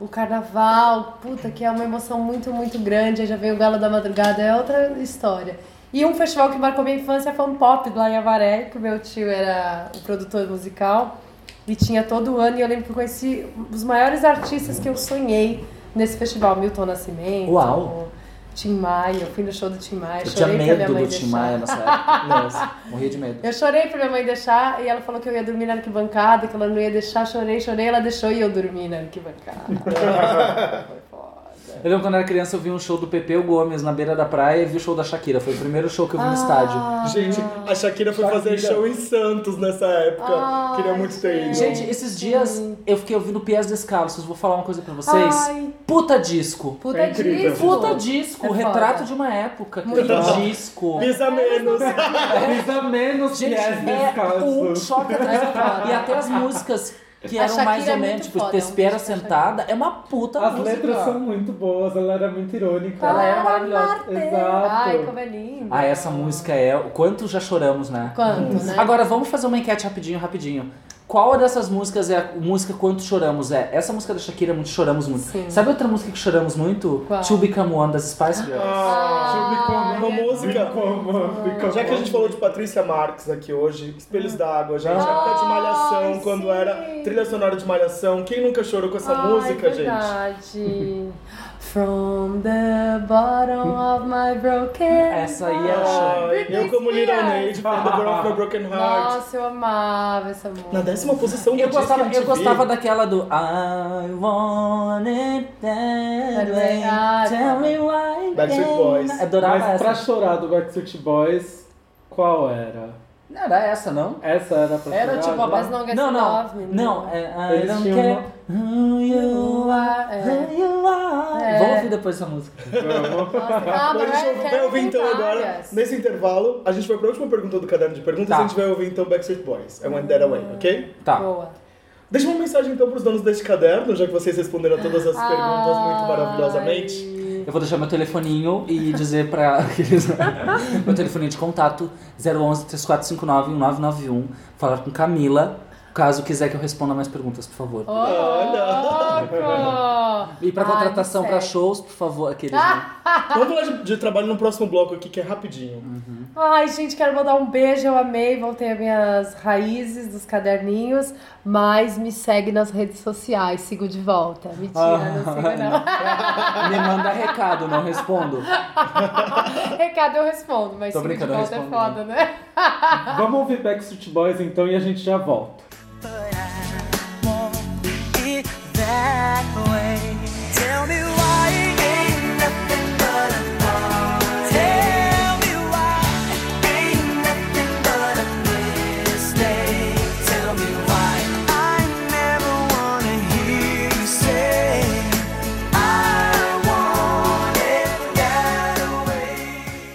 Speaker 6: O carnaval, puta, que é uma emoção muito, muito grande. Aí já veio o Galo da Madrugada, é outra história. E um festival que marcou minha infância foi um pop lá em Avaré, que o meu tio era o produtor musical. E tinha todo ano, e eu lembro que eu conheci os maiores artistas que eu sonhei nesse festival. Milton Nascimento,
Speaker 4: Uau.
Speaker 6: Tim Maia, eu fui no show do Tim Maia,
Speaker 4: Eu tinha
Speaker 6: chorei pra minha
Speaker 4: medo
Speaker 6: mãe
Speaker 4: do
Speaker 6: deixar.
Speaker 4: Tim Maia nessa época. Nossa, morria de medo.
Speaker 6: Eu chorei pra minha mãe deixar e ela falou que eu ia dormir na arquibancada, que ela não ia deixar, chorei, chorei, ela deixou e eu dormi na arquibancada. Foi foda.
Speaker 4: Eu lembro quando eu era criança, eu vi um show do Pepeu Gomes na beira da praia e vi o show da Shakira. Foi o primeiro show que eu vi
Speaker 6: Ah,
Speaker 4: no estádio.
Speaker 1: Gente, a Shakira foi fazer show em Santos nessa época.
Speaker 6: Ai,
Speaker 1: Queria muito ter ido.
Speaker 4: Gente, esses dias eu fiquei ouvindo Pias Descalços. Vou falar uma coisa pra vocês.
Speaker 6: Ai.
Speaker 4: Puta disco.
Speaker 6: Puta
Speaker 2: É incrível.
Speaker 6: disco.
Speaker 4: Puta disco.
Speaker 6: É foda.
Speaker 4: retrato de uma época.
Speaker 6: Muito
Speaker 4: Puta
Speaker 6: bom.
Speaker 4: disco.
Speaker 1: Pisa menos.
Speaker 2: Pisa É menos
Speaker 4: Gente,
Speaker 2: que as
Speaker 4: é um
Speaker 2: descalços.
Speaker 4: choque atrás do outro. E até as músicas que
Speaker 6: A
Speaker 4: eram mais
Speaker 6: Shakira é
Speaker 4: ou menos,
Speaker 6: muito
Speaker 4: tipo,
Speaker 6: foda, eu
Speaker 4: Tespera
Speaker 6: amo a Shakira.
Speaker 4: Sentada, é uma puta
Speaker 2: As
Speaker 4: música.
Speaker 2: letras são muito boas, ela era muito irônica.
Speaker 4: Ela era
Speaker 6: Para,
Speaker 4: maravilhosa.
Speaker 6: Marte.
Speaker 2: Exato.
Speaker 6: é Ai, como é lindo.
Speaker 4: Ah, essa música é... Quanto já choramos, né?
Speaker 6: Quanto, né?
Speaker 4: Agora vamos fazer uma enquete rapidinho, rapidinho. Qual dessas músicas é a música Quanto Choramos? É essa música da Shakira, muito Choramos Muito.
Speaker 6: Sim.
Speaker 4: Sabe outra música que choramos muito?
Speaker 6: Qual? Ah.
Speaker 4: To Become One das Spice Girls.
Speaker 1: Ah, uma música.
Speaker 2: Como fica
Speaker 1: Já que a gente falou de Patrícia Marques aqui hoje, Espelhos d'Água, gente, época de Malhação,
Speaker 6: Ai,
Speaker 1: quando
Speaker 6: Ah. sim.
Speaker 1: era trilha sonora de Malhação. Quem nunca chorou com essa
Speaker 6: Ai,
Speaker 1: música, gente?
Speaker 6: verdade. From the bottom of my broken
Speaker 4: Essa aí é a chora.
Speaker 1: Ai, eu como Little Nade, from The Girl of the Broken Heart.
Speaker 6: Nossa, eu amava essa música.
Speaker 1: Na décima posição do
Speaker 4: Eu
Speaker 1: Disque
Speaker 4: gostava, eu
Speaker 1: MTV.
Speaker 4: gostava daquela do I want it that way.
Speaker 6: Ah,
Speaker 4: Tell me why.
Speaker 1: Backstreet Boys.
Speaker 4: Adorava
Speaker 2: Mas
Speaker 4: essa.
Speaker 2: pra chorar do Backstreet Boys, qual era?
Speaker 4: Não era essa, não?
Speaker 2: Essa era pra
Speaker 4: Era
Speaker 2: chorar?
Speaker 4: tipo a
Speaker 2: né?
Speaker 6: Mas não, Get
Speaker 4: Não, não.
Speaker 6: é Love Me,
Speaker 4: Não,
Speaker 6: não.
Speaker 4: é I
Speaker 2: Eles
Speaker 4: don't
Speaker 2: tinham
Speaker 4: care who you are. Who you are.
Speaker 6: É.
Speaker 4: Vamos ouvir depois essa música.
Speaker 6: Ah,
Speaker 1: Bom, a gente vai- vai ouvir então agora, nesse intervalo, a gente vai pra última pergunta do caderno de perguntas
Speaker 4: Tá.
Speaker 1: e a gente vai ouvir então Backstreet Boys. I Want That Away, ok?
Speaker 4: Tá.
Speaker 6: Boa.
Speaker 1: Deixa uma mensagem então pros donos deste caderno, já que vocês responderam a todas as perguntas muito maravilhosamente.
Speaker 4: Eu vou deixar meu telefoninho e dizer pra aqueles. um meu telefoninho de contato 011 3459 1991. Falar com Camila. Caso quiser que eu responda mais perguntas, por favor.
Speaker 6: Ô, louco!
Speaker 4: E pra
Speaker 6: Ai,
Speaker 4: contratação
Speaker 6: não
Speaker 4: pra
Speaker 6: sei.
Speaker 4: shows, por favor, aqueles. né?
Speaker 1: Vamos falar de, de trabalho no próximo bloco aqui, que é rapidinho.
Speaker 6: Ai, gente, quero mandar um beijo, eu amei, voltei às minhas raízes dos caderninhos, mas me segue nas redes sociais, sigo de volta. Mentira,
Speaker 4: Ah.
Speaker 6: não sigo não.
Speaker 4: Me manda recado, não respondo.
Speaker 6: Recado eu respondo, mas
Speaker 4: Tô
Speaker 6: sigo de
Speaker 4: brincando, eu
Speaker 6: volta é
Speaker 4: respondo,
Speaker 6: foda, né?
Speaker 2: Vamos ouvir Backstreet Boys então e a gente já volta.
Speaker 10: be that way. Tell me why it ain't nothing but a thought. Tell me why it ain't nothing but a mistake. Tell me why I never wanna hear you say I want it that way.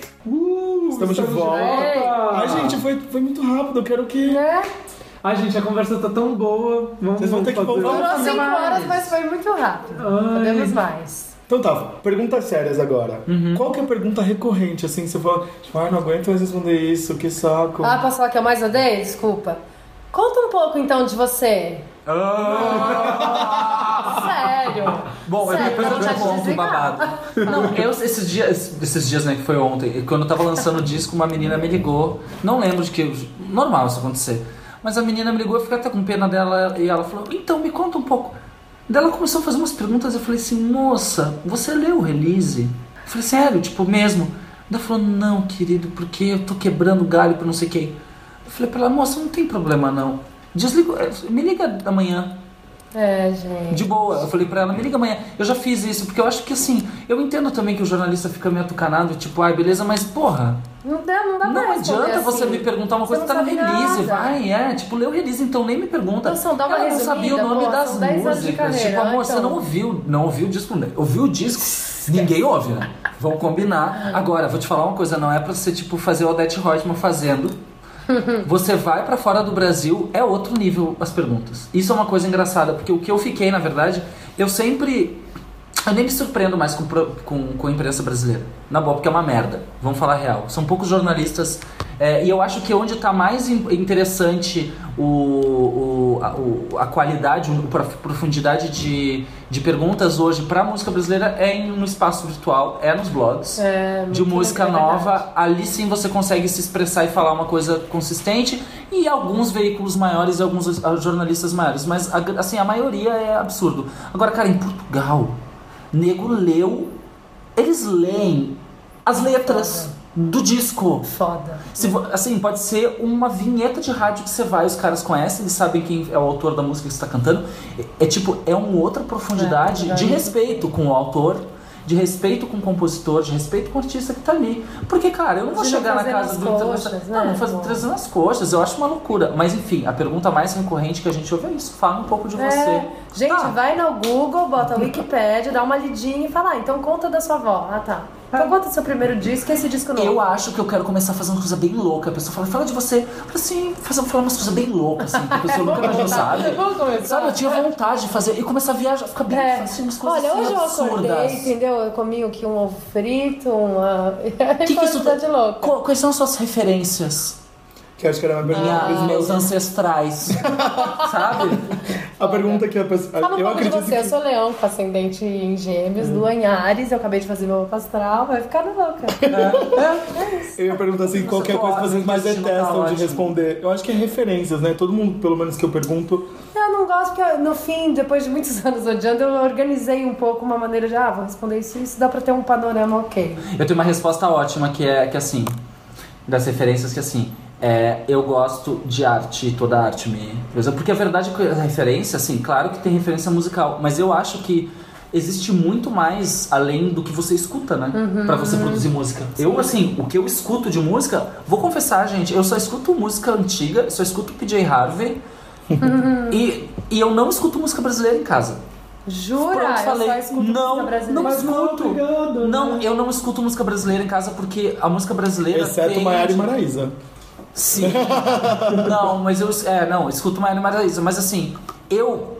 Speaker 1: Uh, Estamos, de volta.
Speaker 4: Ah.
Speaker 1: Ai, gente, foi, foi muito rápido. Eu quero que.
Speaker 2: Ai, gente, a conversa tá tão boa. Vamos
Speaker 1: Vocês vão ter que
Speaker 2: fazer-
Speaker 1: voltar.
Speaker 6: Durou
Speaker 1: Vamos
Speaker 6: cinco
Speaker 1: mais.
Speaker 6: horas, mas foi muito rápido.
Speaker 2: Ai.
Speaker 6: Podemos mais.
Speaker 1: Então tá, perguntas sérias agora. Qual que é a pergunta recorrente, assim, que você fala, tipo, ah, não aguento mais responder isso, que saco.
Speaker 6: Ah, posso falar que eu mais odeio? Desculpa. Conta um pouco então de você. Sério.
Speaker 4: Bom, eu
Speaker 6: Sério,
Speaker 4: depois eu
Speaker 6: não
Speaker 4: te
Speaker 6: já te
Speaker 4: conto o
Speaker 6: desligar.
Speaker 4: babado. Não, eu esses dias, esses dias, né, que foi ontem, quando eu tava lançando o disco, uma menina me ligou. Não lembro de que. Normal isso acontecer. Mas a menina me ligou, eu fiquei até com pena dela e ela falou, então me conta um pouco. Daí ela começou a fazer umas perguntas, eu falei assim, moça, você leu o release? Eu falei, sério, tipo, mesmo? Daí ela falou, não, querido, porque eu tô quebrando galho pra não sei quem. Eu falei pra ela, moça, não tem problema não. Desliga, me liga amanhã.
Speaker 6: É, gente.
Speaker 4: De boa, eu falei pra ela, me liga amanhã. Eu já fiz isso, porque eu acho que assim, eu entendo também que o jornalista fica meio atucanado, tipo, ai, beleza, mas porra,
Speaker 6: Não dá, não dá pra
Speaker 4: não
Speaker 6: responder
Speaker 4: adianta você
Speaker 6: assim.
Speaker 4: me perguntar uma coisa
Speaker 6: Você
Speaker 4: que tá
Speaker 6: não
Speaker 4: no
Speaker 6: sabe
Speaker 4: release,
Speaker 6: nada.
Speaker 4: vai, é, tipo, lê o release, então nem me pergunta.
Speaker 6: Então, dá uma
Speaker 4: ela não
Speaker 6: resumida,
Speaker 4: sabia o nome
Speaker 6: pô,
Speaker 4: das
Speaker 6: são 10 anos de
Speaker 4: músicas,
Speaker 6: carreira,
Speaker 4: tipo, amor,
Speaker 6: então.
Speaker 4: você não ouviu, não ouviu o disco, né? ouviu o disco, ninguém ouve, né? Vamos combinar. Agora, vou te falar uma coisa, não é pra você, tipo, fazer o Odete Reutemann fazendo, você vai pra fora do Brasil, é outro nível as perguntas. Isso é uma coisa engraçada, porque o que eu fiquei, na verdade, eu sempre. Eu nem me surpreendo mais com, pro- com, com a imprensa brasileira. Na boa, porque é uma merda. Vamos falar a real. São poucos jornalistas. é, e eu acho que onde tá mais in- interessante o, o- a, o- a qualidade, o- a profundidade de, de perguntas hoje pra música brasileira é em- no espaço virtual, é nos blogs
Speaker 6: É,
Speaker 4: de
Speaker 6: muito
Speaker 4: música
Speaker 6: legal, é verdade.
Speaker 4: nova, ali sim você consegue se expressar e falar uma coisa consistente e alguns veículos maiores e alguns ah, jornalistas maiores, mas a gr- assim, a maioria é absurdo. Agora, cara, em Portugal, nego leu, eles leem as letras
Speaker 6: Uhum.
Speaker 4: do disco.
Speaker 6: Foda.
Speaker 4: Se vo- assim, pode ser uma vinheta de rádio que você vai, os caras conhecem, eles sabem quem é o autor da música que você tá cantando. É, é tipo, é uma outra profundidade
Speaker 6: É,
Speaker 4: de
Speaker 6: é.
Speaker 4: respeito com o autor, de respeito com o compositor, de respeito com o artista que tá ali. Porque, cara, eu não vou
Speaker 6: De não
Speaker 4: chegar na
Speaker 6: fazer
Speaker 4: casa
Speaker 6: nas
Speaker 4: do
Speaker 6: coxas,
Speaker 4: Não,
Speaker 6: né,
Speaker 4: não fazer
Speaker 6: pô?
Speaker 4: trazer nas coxas, eu acho uma loucura. Mas enfim, a pergunta mais recorrente que a gente ouve é isso: fala um pouco de você.
Speaker 6: É. Gente,
Speaker 4: Tá.
Speaker 6: vai no Google, bota a Wikipédia, dá uma lidinha e fala, ah, então conta da sua avó. Ah, tá. Então conta do seu primeiro disco e esse disco novo. É.
Speaker 4: Eu acho que eu quero começar fazendo coisa bem louca. A pessoa fala, fala de você. Eu falo assim, faz, falar umas coisas bem loucas, assim, que a pessoa nunca mais não sabe.
Speaker 6: Vamos começar?
Speaker 4: Sabe, eu tinha vontade de fazer e começar a viajar, ficar bem,
Speaker 6: É.
Speaker 4: fazendo umas coisas
Speaker 6: Olha,
Speaker 4: assim,
Speaker 6: hoje eu
Speaker 4: absurdas.
Speaker 6: acordei, entendeu? Eu comi aqui um ovo frito, uma.
Speaker 4: que
Speaker 6: Coisa
Speaker 4: isso- tá-
Speaker 6: de louco.
Speaker 4: Qu- Quais são as suas referências?
Speaker 1: Que eu acho que era uma pergunta.
Speaker 4: Minha- os meus ancestrais. Sabe?
Speaker 1: A pergunta que a pessoa.
Speaker 6: Fala um
Speaker 1: eu
Speaker 6: pouco de
Speaker 1: acredito
Speaker 6: você. Eu sou leão, com ascendente em gêmeos,
Speaker 4: Hum.
Speaker 6: lua em Ares. Eu acabei de fazer meu mapa astral, vai ficar louca.
Speaker 1: que. Eu ia perguntar assim,
Speaker 4: Nossa,
Speaker 1: qual que é a
Speaker 4: tô
Speaker 1: coisa que
Speaker 4: ótimo,
Speaker 1: vocês mais
Speaker 4: esse destino tá
Speaker 1: detestam de
Speaker 4: ótimo.
Speaker 1: responder? Eu acho que é referências, né? Todo mundo, pelo menos que eu pergunto.
Speaker 6: Eu não gosto porque, no fim, depois de muitos anos odiando, eu organizei um pouco uma maneira de, ah, vou responder isso e isso, dá pra ter um panorama ok.
Speaker 4: Eu tenho uma resposta ótima que é que assim, das referências que assim, é, eu gosto de arte, toda arte me. coisa. Porque a verdade é que a referência, assim, claro que tem referência musical, mas eu acho que existe muito mais além do que você escuta, né? Pra você produzir música. Eu, assim, o que eu escuto de música, vou confessar, gente, eu só escuto música antiga, só escuto PJ Harvey. E, e eu não escuto música brasileira em casa.
Speaker 6: Jura?
Speaker 4: Pronto, falei.
Speaker 6: Eu só escuto
Speaker 4: Não,
Speaker 6: música brasileira.
Speaker 4: não
Speaker 2: Mas não,
Speaker 4: escuto.
Speaker 2: obrigado,
Speaker 4: Não,
Speaker 2: né?
Speaker 4: eu não escuto música brasileira em casa porque a música brasileira.
Speaker 1: Exceto
Speaker 4: tem...
Speaker 1: Maiara e Maraísa.
Speaker 4: Sim. não, mas eu. É, não, escuto Maiara e Maraísa. Mas assim, eu.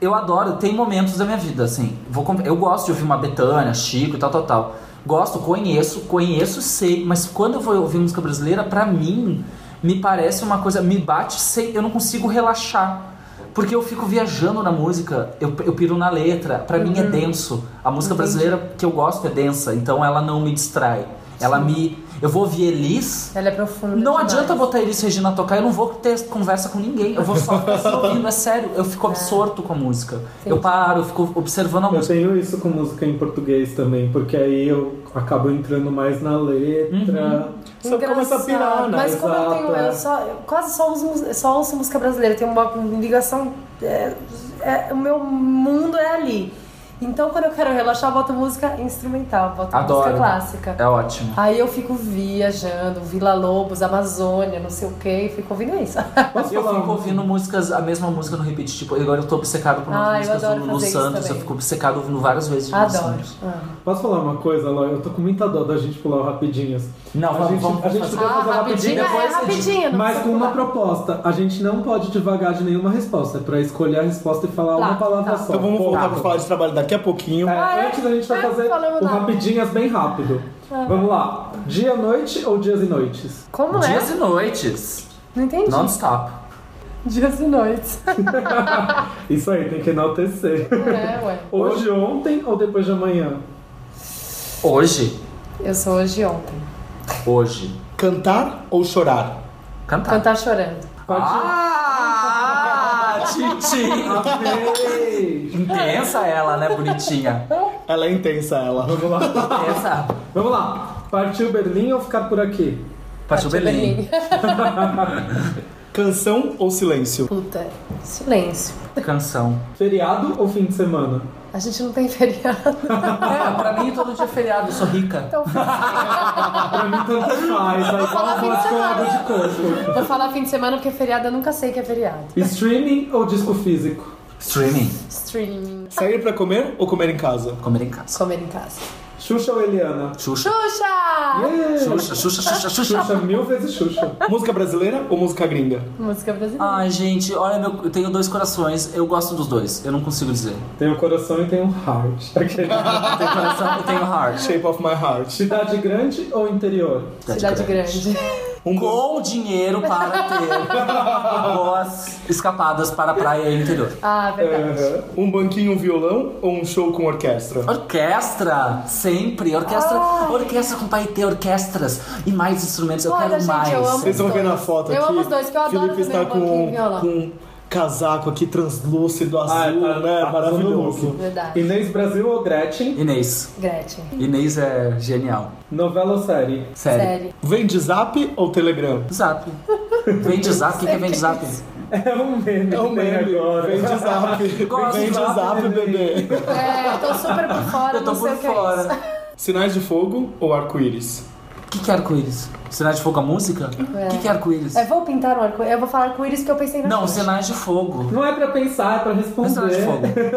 Speaker 4: Eu adoro, tem momentos da minha vida, assim. Vou, com- eu gosto de ouvir uma Betânia, Chico e tal, tal, tal. Gosto, conheço, conheço, sei. Mas quando eu vou ouvir música brasileira, pra mim. me parece uma coisa, me bate sem. Eu não consigo relaxar. Porque eu fico viajando na música, eu, eu piro na letra. Pra mim é
Speaker 11: Uhum.
Speaker 4: denso. A música brasileira que eu gosto é densa, então ela não me distrai. Ela me. Eu vou ouvir Elis.
Speaker 11: Ela é profunda.
Speaker 4: Não adianta botar Elis Regina tocar, eu não vou ter conversa com ninguém. Eu vou só ficar só ouvindo, é sério. Eu fico absorto com a música. Eu paro, eu fico observando a
Speaker 2: Eu tenho isso com música em português também, porque aí eu acabo entrando mais na letra.
Speaker 4: Uhum.
Speaker 1: Só começa a pirar, né?
Speaker 6: Mas como eu
Speaker 2: Exato,
Speaker 6: tenho.
Speaker 2: é.
Speaker 6: Eu só, eu quase só ouço, mus- só ouço música brasileira, eu tenho uma ligação. é, é, o meu mundo é ali. Então quando eu quero relaxar, eu boto música instrumental, boto música
Speaker 4: Adoro.
Speaker 6: clássica.
Speaker 4: É ótimo.
Speaker 2: Ah,
Speaker 6: Aí eu fico viajando, Vila Lobos, Amazônia, não sei o que, fico ouvindo isso.
Speaker 4: eu fico ouvindo músicas, a mesma música no repeat. Tipo, agora eu tô obcecado por umas
Speaker 6: Ah, eu
Speaker 4: músicas
Speaker 6: adoro
Speaker 4: do Lulu
Speaker 6: fazer isso
Speaker 4: Santos.
Speaker 6: também.
Speaker 4: Eu fico obcecado ouvindo várias vezes de Lulu
Speaker 6: Adoro.
Speaker 4: Santos.
Speaker 6: Ah.
Speaker 2: Posso falar uma coisa, Ló? Eu tô com muita dó da gente pular o rapidinhas.
Speaker 4: Não,
Speaker 2: a
Speaker 4: vamos-
Speaker 2: gente,
Speaker 4: vamos
Speaker 2: a gente
Speaker 4: fazer.
Speaker 2: podia fazer
Speaker 6: Ah,
Speaker 2: rapidinho
Speaker 6: rapidinho é
Speaker 2: depois.
Speaker 6: rapidinho, não
Speaker 2: mas
Speaker 6: precisa
Speaker 2: com uma proposta. A gente não pode devagar de nenhuma resposta. É pra escolher a resposta e falar
Speaker 6: Tá,
Speaker 2: uma palavra só.
Speaker 1: Então vamos voltar
Speaker 2: Ponto.
Speaker 1: pra falar de trabalho daqui a pouquinho.
Speaker 2: É, antes a gente vai fazer o rapidinhas bem rápido.
Speaker 6: Ah.
Speaker 2: Vamos lá. Dia, noite ou dias e noites?
Speaker 6: Como é?
Speaker 4: Dias e noites.
Speaker 6: Não entendi.
Speaker 4: Non-stop.
Speaker 6: Dias e noites.
Speaker 2: Isso aí, tem que enaltecer.
Speaker 6: é, ué.
Speaker 2: Hoje, ontem ou depois de amanhã?
Speaker 4: Hoje.
Speaker 6: Eu sou hoje e ontem.
Speaker 4: Hoje.
Speaker 1: Cantar ou chorar?
Speaker 4: Cantar.
Speaker 6: Cantar Então tá chorando.
Speaker 4: Ah, Titi!
Speaker 2: Ah.
Speaker 4: Intensa ela, né, bonitinha?
Speaker 1: Ela é intensa, ela.
Speaker 2: Vamos lá.
Speaker 4: Intensa.
Speaker 2: Vamos lá. Partiu Berlim ou ficar por aqui?
Speaker 4: Partiu Belém.
Speaker 1: Canção ou silêncio?
Speaker 6: Puta, silêncio.
Speaker 4: Canção.
Speaker 2: Feriado ou fim de semana?
Speaker 6: A gente não tem feriado.
Speaker 4: É, pra mim todo dia é feriado, eu sou rica.
Speaker 6: Então,
Speaker 2: pra mim tanto faz. Aí
Speaker 6: falar
Speaker 2: fala
Speaker 6: fim de
Speaker 2: uma com água
Speaker 6: semana.
Speaker 2: de coco.
Speaker 6: Vou falar fim de semana porque feriado eu nunca sei que é feriado.
Speaker 2: Streaming ou disco físico?
Speaker 4: Streaming.
Speaker 6: Streaming.
Speaker 1: Sair pra comer ou comer em casa?
Speaker 4: Comer em casa.
Speaker 6: Comer em casa.
Speaker 2: Xuxa ou Eliana?
Speaker 4: Xuxa.
Speaker 6: Xuxa!
Speaker 2: Yeah.
Speaker 4: Xuxa, Xuxa, Xuxa, Xuxa.
Speaker 2: Xuxa, mil vezes Xuxa.
Speaker 1: Música brasileira ou música gringa?
Speaker 6: Música brasileira.
Speaker 4: Ai, gente, olha, meu, eu tenho dois corações, eu gosto dos dois, eu não consigo dizer.
Speaker 2: Tem um coração e tem um heart. Aquele-
Speaker 4: Eu tenho coração e tenho heart.
Speaker 1: Shape of my heart.
Speaker 2: Cidade grande ou interior?
Speaker 6: Cidade grande.
Speaker 1: Um
Speaker 4: Com dinheiro para ter boas escapadas para a praia e interior.
Speaker 6: Ah, verdade.
Speaker 2: Aham.
Speaker 1: Um banquinho, um violão ou um show com orquestra?
Speaker 4: Orquestra, sempre. Orquestra, orquestra com paetê, orquestras e mais instrumentos. Eu
Speaker 6: Olha,
Speaker 4: quero
Speaker 6: gente,
Speaker 4: mais.
Speaker 6: eu amo
Speaker 1: Vocês vão ver na foto
Speaker 6: Eu
Speaker 1: aqui.
Speaker 6: amo os dois, que eu adoro
Speaker 1: Felipe está
Speaker 6: também o
Speaker 1: com,
Speaker 6: banquinho e violão.
Speaker 1: com um casaco aqui translúcido, azul,
Speaker 2: Ah, tá-
Speaker 1: né?
Speaker 2: tá arrasando
Speaker 1: Maravilhoso.
Speaker 2: no
Speaker 6: Verdade.
Speaker 2: Inês Brasil ou Gretchen?
Speaker 4: Inês.
Speaker 6: Gretchen.
Speaker 4: Inês é genial.
Speaker 2: Novela ou série?
Speaker 4: Sério.
Speaker 6: Série.
Speaker 1: Vende zap ou telegram?
Speaker 4: Zap. Vende zap. O que, que é vende zap?
Speaker 2: É um meme.
Speaker 1: É um
Speaker 2: que tem
Speaker 1: meme.
Speaker 2: agora.
Speaker 1: Vende zap.
Speaker 4: Gosto
Speaker 1: Vende
Speaker 4: de
Speaker 1: zap,
Speaker 4: zap,
Speaker 1: bebê.
Speaker 6: É, eu tô super por fora,
Speaker 4: Eu tô
Speaker 6: não sei
Speaker 4: por
Speaker 6: o que é isso.
Speaker 4: fora.
Speaker 1: Sinais de fogo ou arco-íris?
Speaker 4: O que, que é arco-íris? Sinais de fogo a música? O
Speaker 6: É.
Speaker 4: que, que é arco-íris?
Speaker 6: É, vou pintar um arco-íris. Eu vou falar arco-íris porque eu pensei na
Speaker 4: Não,
Speaker 6: frente.
Speaker 4: sinais de fogo.
Speaker 2: Não é pra pensar, é pra
Speaker 4: Não é sinais de
Speaker 2: responder.
Speaker 4: fogo.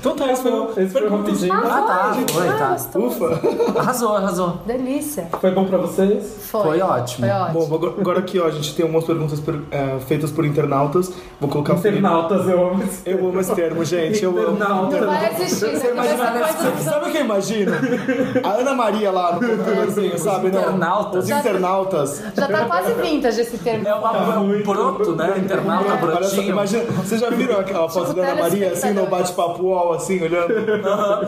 Speaker 1: Então tá, esse foi o
Speaker 2: Esse foi o
Speaker 1: perguntas.
Speaker 2: rapidinho.
Speaker 4: Ah, tá. Foi,
Speaker 6: Ah,
Speaker 4: tá.
Speaker 6: gostoso.
Speaker 1: Ufa.
Speaker 4: Arrasou, arrasou.
Speaker 6: Delícia.
Speaker 2: Foi bom pra vocês?
Speaker 6: Foi.
Speaker 4: Foi ótimo.
Speaker 6: Foi ótimo.
Speaker 1: Bom, agora- agora aqui, ó, a gente tem algumas perguntas per- eh, feitas por internautas. Vou colocar o Felipe.
Speaker 2: Internautas, eu amo esse
Speaker 1: Eu amo esse termo, gente. Eu amo.
Speaker 6: Não vai
Speaker 2: Internautas.
Speaker 6: existir, isso aqui vai ser coisa
Speaker 1: Sabe-
Speaker 6: dos
Speaker 1: Sabe o que eu imagino? A Ana Maria lá no computadorzinho,
Speaker 4: é
Speaker 1: sabe? Não.
Speaker 4: internautas.
Speaker 1: Os internautas.
Speaker 6: Já tá quase vintage esse termo.
Speaker 4: É, uma, é um broto, né? Internauta,
Speaker 1: Olha só,
Speaker 6: é
Speaker 4: brotinho.
Speaker 1: imagina, vocês já viram aquela foto
Speaker 6: Tipo,
Speaker 1: da Ana Maria assim no
Speaker 6: telespectadores.
Speaker 1: bate-papo UOL, assim, olhando?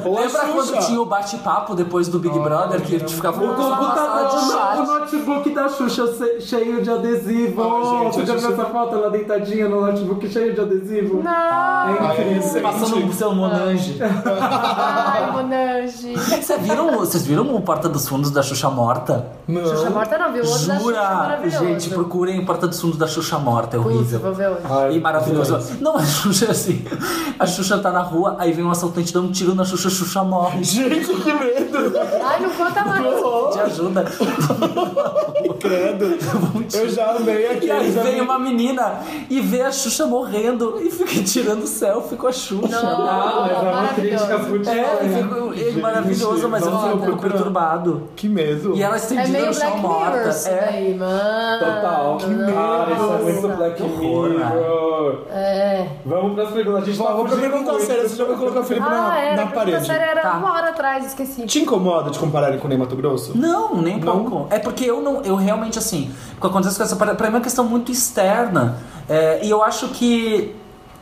Speaker 1: Ou a
Speaker 4: Lembra
Speaker 1: Xuxa?
Speaker 4: quando tinha o bate-papo depois do Big Brother que a gente ficava
Speaker 2: O
Speaker 4: só na sala de
Speaker 2: computador,
Speaker 4: chat?
Speaker 2: o notebook da Xuxa se- cheio de adesivo.
Speaker 1: Ai, gente,
Speaker 2: Você
Speaker 1: a
Speaker 2: já
Speaker 1: Xuxa-
Speaker 2: viu essa foto? Ela deitadinha no notebook cheio de adesivo?
Speaker 6: Não!
Speaker 1: Ah, é
Speaker 2: É
Speaker 1: isso.
Speaker 2: incrível.
Speaker 4: Passando um o seu Monange.
Speaker 6: É. Ai, Monange.
Speaker 4: Vocês viram, vocês viram o Porta dos Fundos da Xuxa Morta?
Speaker 6: Xuxa Morta não, viu? O outro da Xuxa é
Speaker 4: Jura?
Speaker 6: maravilhoso.
Speaker 4: Gente, procurem o Porta dos Fundos da Xuxa Morta, é
Speaker 6: Putz,
Speaker 4: horrível.
Speaker 6: vou ver hoje.
Speaker 2: Ai,
Speaker 4: E maravilhoso. Não, a Xuxa é assim. A Xuxa tá na rua, aí vem um assaltante dá um tiro na Xuxa, a Xuxa morre.
Speaker 1: Gente, que medo!
Speaker 6: Ai, não conta mais.
Speaker 4: Te ajuda.
Speaker 1: Credo! Eu já amei aqui.
Speaker 4: E aí
Speaker 1: já
Speaker 4: vem
Speaker 1: amei.
Speaker 4: uma menina e vê a Xuxa morrendo e fica tirando selfie com a Xuxa.
Speaker 2: Ah, mas é uma
Speaker 6: Maravilhoso.
Speaker 2: crítica
Speaker 4: É,
Speaker 2: muito
Speaker 4: eu fico- é maravilhoso, mas eu
Speaker 1: nossa,
Speaker 4: fico um
Speaker 1: eu vou
Speaker 4: pouco
Speaker 1: procurar.
Speaker 4: perturbado.
Speaker 1: Que medo.
Speaker 2: tudo.
Speaker 4: E ela
Speaker 6: É
Speaker 4: estendida
Speaker 6: meio
Speaker 4: no
Speaker 6: Black
Speaker 4: chão
Speaker 6: Mirror assim, né?
Speaker 4: morta. É.
Speaker 6: isso daí, mano.
Speaker 2: Total, que Então tá, cara, isso é muito Black
Speaker 1: né?
Speaker 2: Mirror.
Speaker 6: É.
Speaker 2: Vamos pras perguntas. A gente tá
Speaker 1: Vou pra
Speaker 2: fugindo
Speaker 1: pergunta
Speaker 2: muito.
Speaker 1: séria, você já vai colocar o Felipe
Speaker 6: Ah,
Speaker 1: na,
Speaker 4: é,
Speaker 6: era.
Speaker 1: na
Speaker 6: a pergunta
Speaker 1: parede.
Speaker 6: séria era uma hora atrás, esqueci.
Speaker 1: Te incomoda de compararem com o Ney Mato Grosso?
Speaker 4: Não, nem um pouco. É porque eu não, eu realmente assim, o que acontece com essa parada, pra mim é uma questão muito externa. É, e eu acho que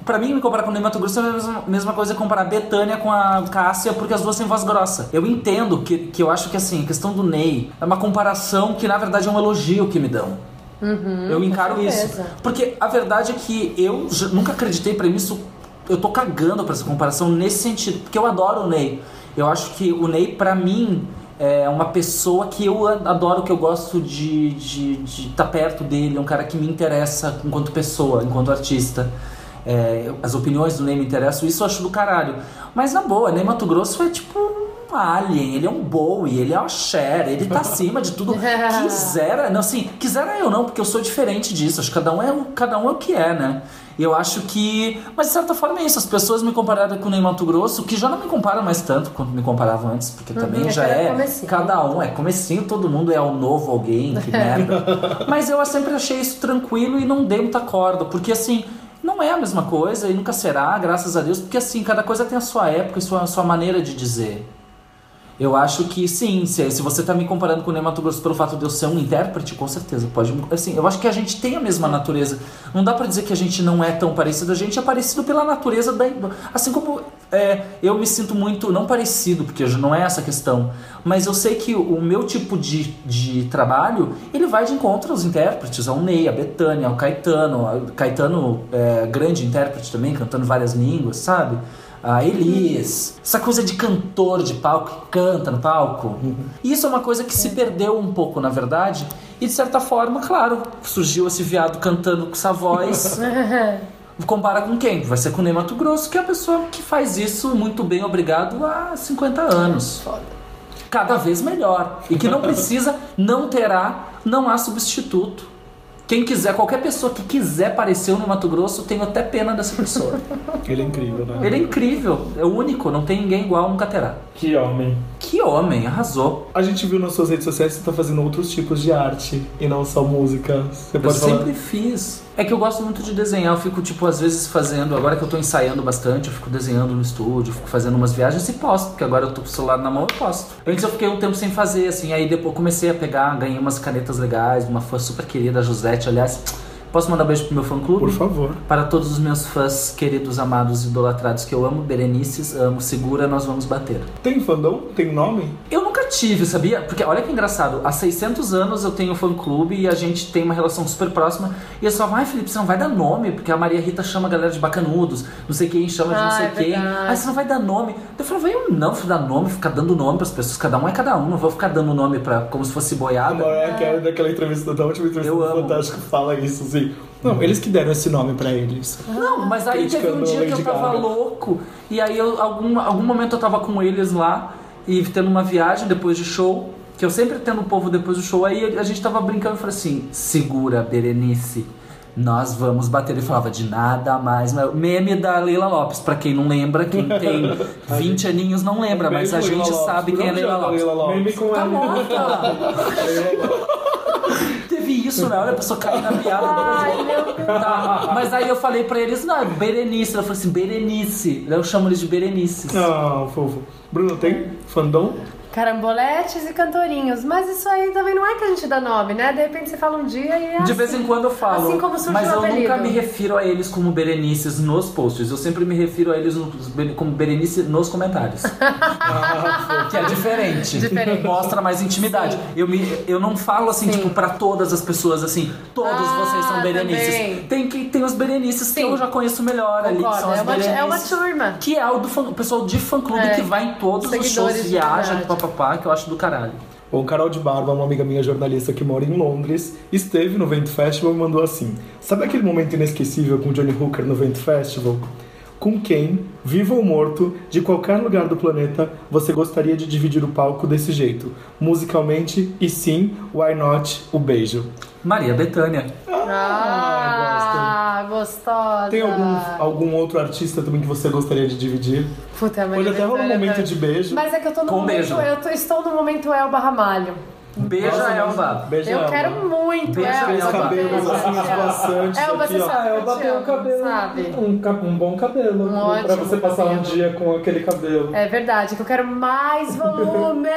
Speaker 4: Pra mim, me comparar com o Ney Mato Grosso é a mesma, mesma coisa que comparar a Betânia com a Cássia, porque as duas têm voz grossa. Eu entendo que, que eu acho que, assim, a questão do Ney é uma comparação que, na verdade, é um elogio que me dão.
Speaker 6: Uhum,
Speaker 4: eu
Speaker 6: com
Speaker 4: encaro isso.
Speaker 6: certeza.
Speaker 4: Porque a verdade é que eu já- nunca acreditei pra mim isso. Eu tô cagando pra essa comparação nesse sentido, porque eu adoro o Ney. Eu acho que o Ney, pra mim, é uma pessoa que eu a- adoro, que eu gosto de estar de, de tá perto dele, é um cara que me interessa enquanto pessoa, enquanto artista. É, eu- as opiniões do Ney me interessam, isso eu acho do caralho. Mas na boa, Ney Mato Grosso é tipo um alien, ele é um Bowie, ele é uma Cher, ele tá acima de tudo. Quisera, não, assim, quisera eu não, porque eu sou diferente disso. Acho que cada um é, o- cada um é o que é, né? E eu acho que. Mas de certa forma é isso. As pessoas me compararam com o Ney Mato Grosso, que já não me comparam mais tanto quanto me comparavam antes, porque
Speaker 6: Uhum,
Speaker 4: também
Speaker 6: é
Speaker 4: já
Speaker 6: que era
Speaker 4: é.
Speaker 6: comecinho.
Speaker 4: Cada um é comecinho, todo mundo é um novo alguém, que merda. Mas eu sempre achei isso tranquilo e não dei muita corda, porque assim. Não é a mesma coisa e nunca será, graças a Deus, porque assim, cada coisa tem a sua época e sua, sua maneira de dizer. Eu acho que sim, se, se você tá me comparando com o Ney Mato Grosso pelo fato de eu ser um intérprete, com certeza pode. me- Assim, eu acho que a gente tem a mesma natureza. Não dá pra dizer que a gente não é tão parecido, a gente é parecido pela natureza da. Assim como é, eu me sinto muito. Não parecido, porque já não é essa a questão. Mas eu sei que o meu tipo de, de trabalho ele vai de encontro aos intérpretes, ao Ney, à Betânia, ao Caetano. A- Caetano é grande intérprete também, cantando várias línguas, sabe? A Elis. Essa coisa de cantor de palco que canta no palco. Isso é uma coisa que se perdeu um pouco, na verdade. E de certa forma, claro, surgiu esse viado cantando com essa voz. Compara com quem? Vai ser com o Ney Mato Grosso, que é a pessoa que faz isso muito bem, obrigado, há 50 anos. Cada vez melhor. E que não precisa, não terá, não há substituto. Quem quiser, qualquer pessoa que quiser parecer o Ney Mato Grosso, eu tenho até pena dessa pessoa.
Speaker 1: Ele é incrível, né?
Speaker 4: Ele é incrível, é o único, não tem ninguém igual, nunca terá.
Speaker 2: Que homem.
Speaker 4: Que homem, arrasou.
Speaker 1: A gente viu nas suas redes sociais que você tá fazendo outros tipos de arte e não só música. Você
Speaker 4: eu
Speaker 1: pode falar?
Speaker 4: sempre fiz. É que eu gosto muito de desenhar, eu fico, tipo, às vezes fazendo. Agora que eu tô ensaiando bastante, eu fico desenhando no estúdio, fico fazendo umas viagens e posto, porque agora eu tô com o celular na mão, eu posto. Antes eu fiquei um tempo sem fazer, assim, aí depois eu comecei a pegar, ganhei umas canetas legais, uma fã super querida, a Josete, aliás. Posso mandar um beijo pro meu fã clube?
Speaker 1: Por favor.
Speaker 4: Para todos os meus fãs queridos, amados, idolatrados que eu amo, Berenices, amo, segura, nós vamos bater.
Speaker 1: Tem fandom? Tem um nome?
Speaker 4: Eu nunca tive, sabia? Porque olha que engraçado, há 600 anos eu tenho fã clube e a gente tem uma relação super próxima. E eu só, ai Felipe, você não vai dar nome, porque a Maria Rita chama a galera de bacanudos, não sei quem chama de não
Speaker 6: Ah,
Speaker 4: sei
Speaker 6: é
Speaker 4: quem.
Speaker 6: verdade.
Speaker 4: Ai, você não vai dar nome. Eu falava, eu não vou dar nome, ficar dando nome pras pessoas, cada um é cada um, não vou ficar dando nome pra, como se fosse
Speaker 1: A
Speaker 4: boiada.
Speaker 1: Mariah Carey, é daquela entrevista, da última entrevista
Speaker 4: Eu
Speaker 1: do
Speaker 4: amo.
Speaker 1: Fantástico, fala isso, assim. Não, eles que deram esse nome pra eles.
Speaker 4: Não, mas aí teve um
Speaker 1: Criticando
Speaker 4: dia que
Speaker 1: Lady
Speaker 4: eu tava
Speaker 1: Gaga.
Speaker 4: louco. E aí, eu, algum, algum momento eu tava com eles lá e tendo uma viagem depois de show. Que eu sempre tendo o povo depois do show. Aí a gente tava brincando e falei assim: segura, Berenice. Nós vamos bater. Ele falava de nada mais. mas- Meme da Leila Lopes, pra quem não lembra, quem tem 20 aninhos não lembra, mas a gente sabe quem é Leila Lopes.
Speaker 2: Meme com
Speaker 4: Tá
Speaker 2: ela.
Speaker 4: morta! Teve isso, né? Olha, a pessoa caiu na piada.
Speaker 6: Ai, meu Deus.
Speaker 4: Tá, mas aí eu falei pra eles, não, é Berenice. Eu falei assim, Berenice. Eu chamo eles de Berenices.
Speaker 1: Não, fofo. Bruno, tem fandom?
Speaker 6: Caramboletes e cantorinhos. Mas isso aí também não é que a gente dá nome, né? De repente você fala um dia e é
Speaker 4: De
Speaker 6: assim.
Speaker 4: vez em quando eu falo.
Speaker 6: Assim como surgiu
Speaker 4: mas
Speaker 6: o
Speaker 4: eu nunca
Speaker 6: apelido.
Speaker 4: me refiro a eles como Berenices nos posts. Eu sempre me refiro a eles nos- como Berenice nos comentários. que é diferente.
Speaker 6: Diferente.
Speaker 4: Mostra mais intimidade. Eu, me, eu não falo assim, tipo, pra todas as pessoas assim, todos
Speaker 6: Ah,
Speaker 4: vocês são Berenices.
Speaker 6: também.
Speaker 4: Tem, que, tem os Berenices que eu já conheço melhor ali, que são
Speaker 6: Concordo,
Speaker 4: as
Speaker 6: é uma,
Speaker 4: Berenices.
Speaker 6: é uma turma.
Speaker 4: Que é o do fã- o pessoal de fã clube
Speaker 6: É.
Speaker 4: que vai em todos os shows,
Speaker 6: Seguidores de
Speaker 4: viaja,
Speaker 6: verdade.
Speaker 4: papapá, que eu acho do caralho.
Speaker 1: Bom, Carol de Barba, uma amiga minha jornalista que mora em Londres, esteve no Vento Festival e mandou assim: Sabe aquele momento inesquecível com Johnny Hooker no Vento Festival? Com quem, vivo ou morto, de qualquer lugar do planeta, você gostaria de dividir o palco desse jeito? Musicalmente, e sim, why not, o beijo.
Speaker 4: Maria Bethânia.
Speaker 6: Ah, gostosa.
Speaker 1: Tem algum, algum outro artista também que você gostaria de dividir?
Speaker 6: Puta, é mas
Speaker 1: Hoje até rola um
Speaker 6: Bethânia
Speaker 1: momento
Speaker 6: tá-
Speaker 1: de beijo.
Speaker 6: Mas é que eu tô no
Speaker 4: Com
Speaker 6: momento,
Speaker 4: beijo.
Speaker 6: eu tô- estou no momento Elba Ramalho.
Speaker 4: Beija, Elba.
Speaker 3: Beijo,
Speaker 6: Eu
Speaker 1: é
Speaker 3: Elba.
Speaker 6: quero muito,
Speaker 4: Beijo,
Speaker 6: Elba.
Speaker 4: Elba.
Speaker 2: Cabelos assim, esvoaçantes
Speaker 6: Elba,
Speaker 2: aqui,
Speaker 6: você
Speaker 2: ó.
Speaker 6: sabe que eu
Speaker 2: Elba
Speaker 6: te
Speaker 2: tem um
Speaker 6: amo,
Speaker 2: cabelo,
Speaker 6: sabe?
Speaker 2: um, ca- um bom cabelo.
Speaker 6: Um ótimo
Speaker 2: pra você passar um
Speaker 6: cabelo.
Speaker 2: dia com aquele cabelo.
Speaker 6: É verdade, que eu quero mais volume!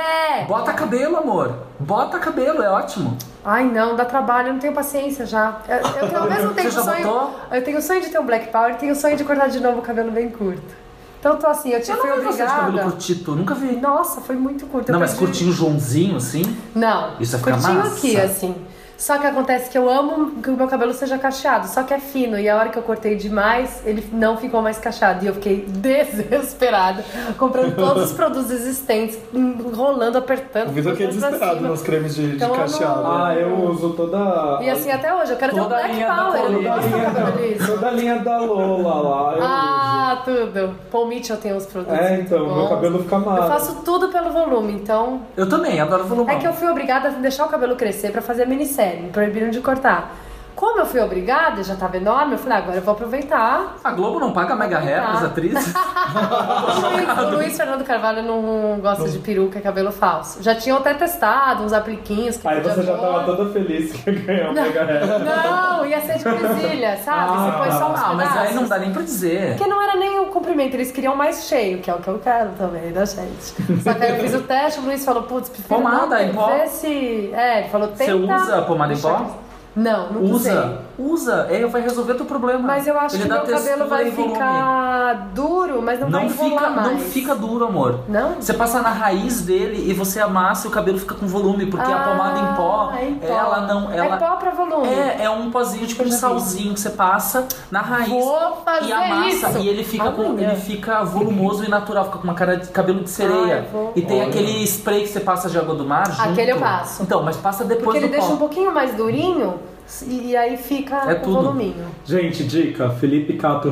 Speaker 4: Bota cabelo, amor. Bota cabelo, é ótimo.
Speaker 6: Ai não, dá trabalho, eu não tenho paciência já. Eu, eu tenho ao mesmo
Speaker 4: Você
Speaker 6: tempo
Speaker 4: já
Speaker 6: sonho.
Speaker 4: botou?
Speaker 6: Eu tenho o sonho de ter um black power e tenho o sonho de cortar de novo o cabelo bem curto. Então eu tô assim, eu te
Speaker 4: Eu
Speaker 6: fui
Speaker 4: não vi você de cabelo
Speaker 6: obrigada.
Speaker 4: curtito, nunca vi.
Speaker 6: Nossa, foi muito curto. eu
Speaker 4: Não, mas
Speaker 6: perdi-
Speaker 4: curtinho Joãozinho, assim?
Speaker 6: Não.
Speaker 4: Isso vai ficar
Speaker 6: curtinho
Speaker 4: massa.
Speaker 6: aqui, assim. Só que acontece que eu amo que o meu cabelo seja cacheado, só que é fino. E a hora que eu cortei demais, ele não ficou mais cacheado. E eu fiquei desesperada, comprando todos os produtos existentes, enrolando, apertando.
Speaker 1: O Vitor que é
Speaker 6: botando pra
Speaker 1: desesperado
Speaker 6: cima.
Speaker 1: nos cremes de, de
Speaker 6: Então, eu não-
Speaker 1: cacheado.
Speaker 2: Ah, eu uso toda.
Speaker 6: E assim, até hoje, eu quero ter um
Speaker 4: Toda a
Speaker 6: black
Speaker 4: linha da
Speaker 6: power. Eu não
Speaker 4: Paulinha.
Speaker 6: gosto do cabelo liso.
Speaker 2: Toda a linha da Lola lá. Eu
Speaker 6: Ah, tudo. Paul Mitchell tem uns
Speaker 2: uso.
Speaker 6: produtos.
Speaker 2: É, então,
Speaker 6: muito
Speaker 2: meu
Speaker 6: bons.
Speaker 2: cabelo fica mal.
Speaker 6: Eu faço tudo pelo volume, então.
Speaker 4: Eu também, adoro volume.
Speaker 6: É que eu fui obrigada a deixar o cabelo crescer pra fazer a minissérie. Me proibiram de cortar. Como eu fui obrigada, já tava enorme, eu falei, "Ah, agora eu vou aproveitar.
Speaker 4: A Globo não paga mega ré pras atrizes?
Speaker 6: O Luiz, o Luiz Fernando Carvalho não gosta de peruca e cabelo falso. Já tinham até testado uns apliquinhos que
Speaker 2: Aí
Speaker 6: podia
Speaker 2: você já
Speaker 6: pôr.
Speaker 2: tava toda feliz que ganhou o Mega Hair.
Speaker 6: Não, ia ser de presilha, sabe? Você põe só uns
Speaker 4: Ah, mas aí
Speaker 6: pedaços.
Speaker 4: não dá nem pra dizer.
Speaker 6: Porque não era nem o comprimento, eles queriam mais cheio, que é o que eu quero também, da gente? Só que aí eu fiz o teste, o Luiz falou, putz, prefiro
Speaker 4: Pomada
Speaker 6: não,
Speaker 4: em pó?
Speaker 6: Vê se... É, ele falou, tenta...
Speaker 4: Você usa pomada em
Speaker 6: deixar
Speaker 4: pó?
Speaker 6: crescer. Não, não usei.
Speaker 4: Usa, usa, é, vai resolver teu problema.
Speaker 6: Mas eu acho
Speaker 4: Ele
Speaker 6: que
Speaker 4: dá
Speaker 6: meu cabelo
Speaker 4: textura
Speaker 6: vai
Speaker 4: e volume.
Speaker 6: ficar duro, mas não, vai
Speaker 4: Não
Speaker 6: enrolar
Speaker 4: fica,
Speaker 6: mais.
Speaker 4: não fica duro, amor.
Speaker 6: Não?
Speaker 4: Você passa na raiz dele e você amassa e o cabelo fica com volume, porque a
Speaker 6: Ah,
Speaker 4: pomada em pó,
Speaker 6: é em pó.
Speaker 4: ela não. Ela,
Speaker 6: É pó pra volume.
Speaker 4: É, é um pozinho, tipo um
Speaker 6: Eu já vi.
Speaker 4: salzinho que você passa na raiz
Speaker 6: Vou fazer
Speaker 4: e amassa
Speaker 6: isso.
Speaker 4: e ele fica, com-
Speaker 6: Amanhã.
Speaker 4: ele fica volumoso e natural, fica com uma cara de cabelo de
Speaker 6: Ah, eu
Speaker 4: sereia.
Speaker 6: vou.
Speaker 4: e tem aquele spray que você passa de água do mar junto.
Speaker 6: Aquele eu passo.
Speaker 4: Então, mas passa depois
Speaker 6: Porque ele
Speaker 4: do
Speaker 6: deixa
Speaker 4: pó.
Speaker 6: um pouquinho mais durinho e, e aí fica
Speaker 4: É
Speaker 6: com
Speaker 4: tudo.
Speaker 6: voluminho.
Speaker 2: Gente, dica: Felipe Cato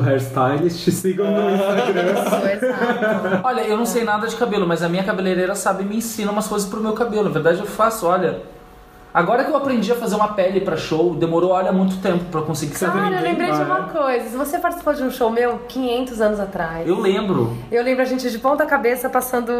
Speaker 2: Hairstylist, te sigam no Instagram.
Speaker 6: Isso, exato.
Speaker 4: Olha, eu não sei nada de cabelo, mas a minha cabeleireira sabe e me ensina umas coisas pro meu cabelo. Na verdade, eu faço, olha. Agora que eu aprendi a fazer uma pele pra show, demorou, olha, muito tempo pra eu conseguir saber.
Speaker 6: Cara, eu lembrei de
Speaker 2: vai.
Speaker 6: uma coisa. Se Você participou de um show meu 500 anos atrás.
Speaker 4: Eu lembro.
Speaker 6: Eu lembro a gente de ponta cabeça passando.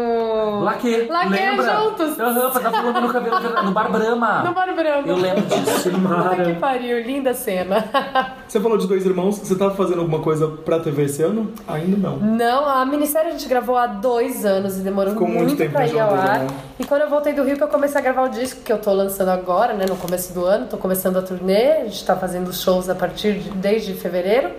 Speaker 4: Laque.
Speaker 6: Laque
Speaker 4: lembra?
Speaker 6: juntos.
Speaker 4: Aham, pra dar volume no cabelo, no Bar Brahma.
Speaker 6: No Bar Branco.
Speaker 4: Eu lembro disso.
Speaker 6: Puta que pariu, linda cena.
Speaker 1: Você falou de dois irmãos, você tava fazendo alguma coisa pra TV esse ano? Ainda não.
Speaker 6: Não, a minissérie a gente gravou há dois anos e demorou
Speaker 1: Ficou muito
Speaker 6: muito,
Speaker 1: tempo
Speaker 6: pra ir ao
Speaker 1: juntos,
Speaker 6: ar.
Speaker 1: né?
Speaker 6: E quando eu voltei do Rio que eu comecei a gravar o disco que eu tô lançando agora, né? No começo do ano, tô começando a turnê, a gente tá fazendo shows a partir de, desde fevereiro.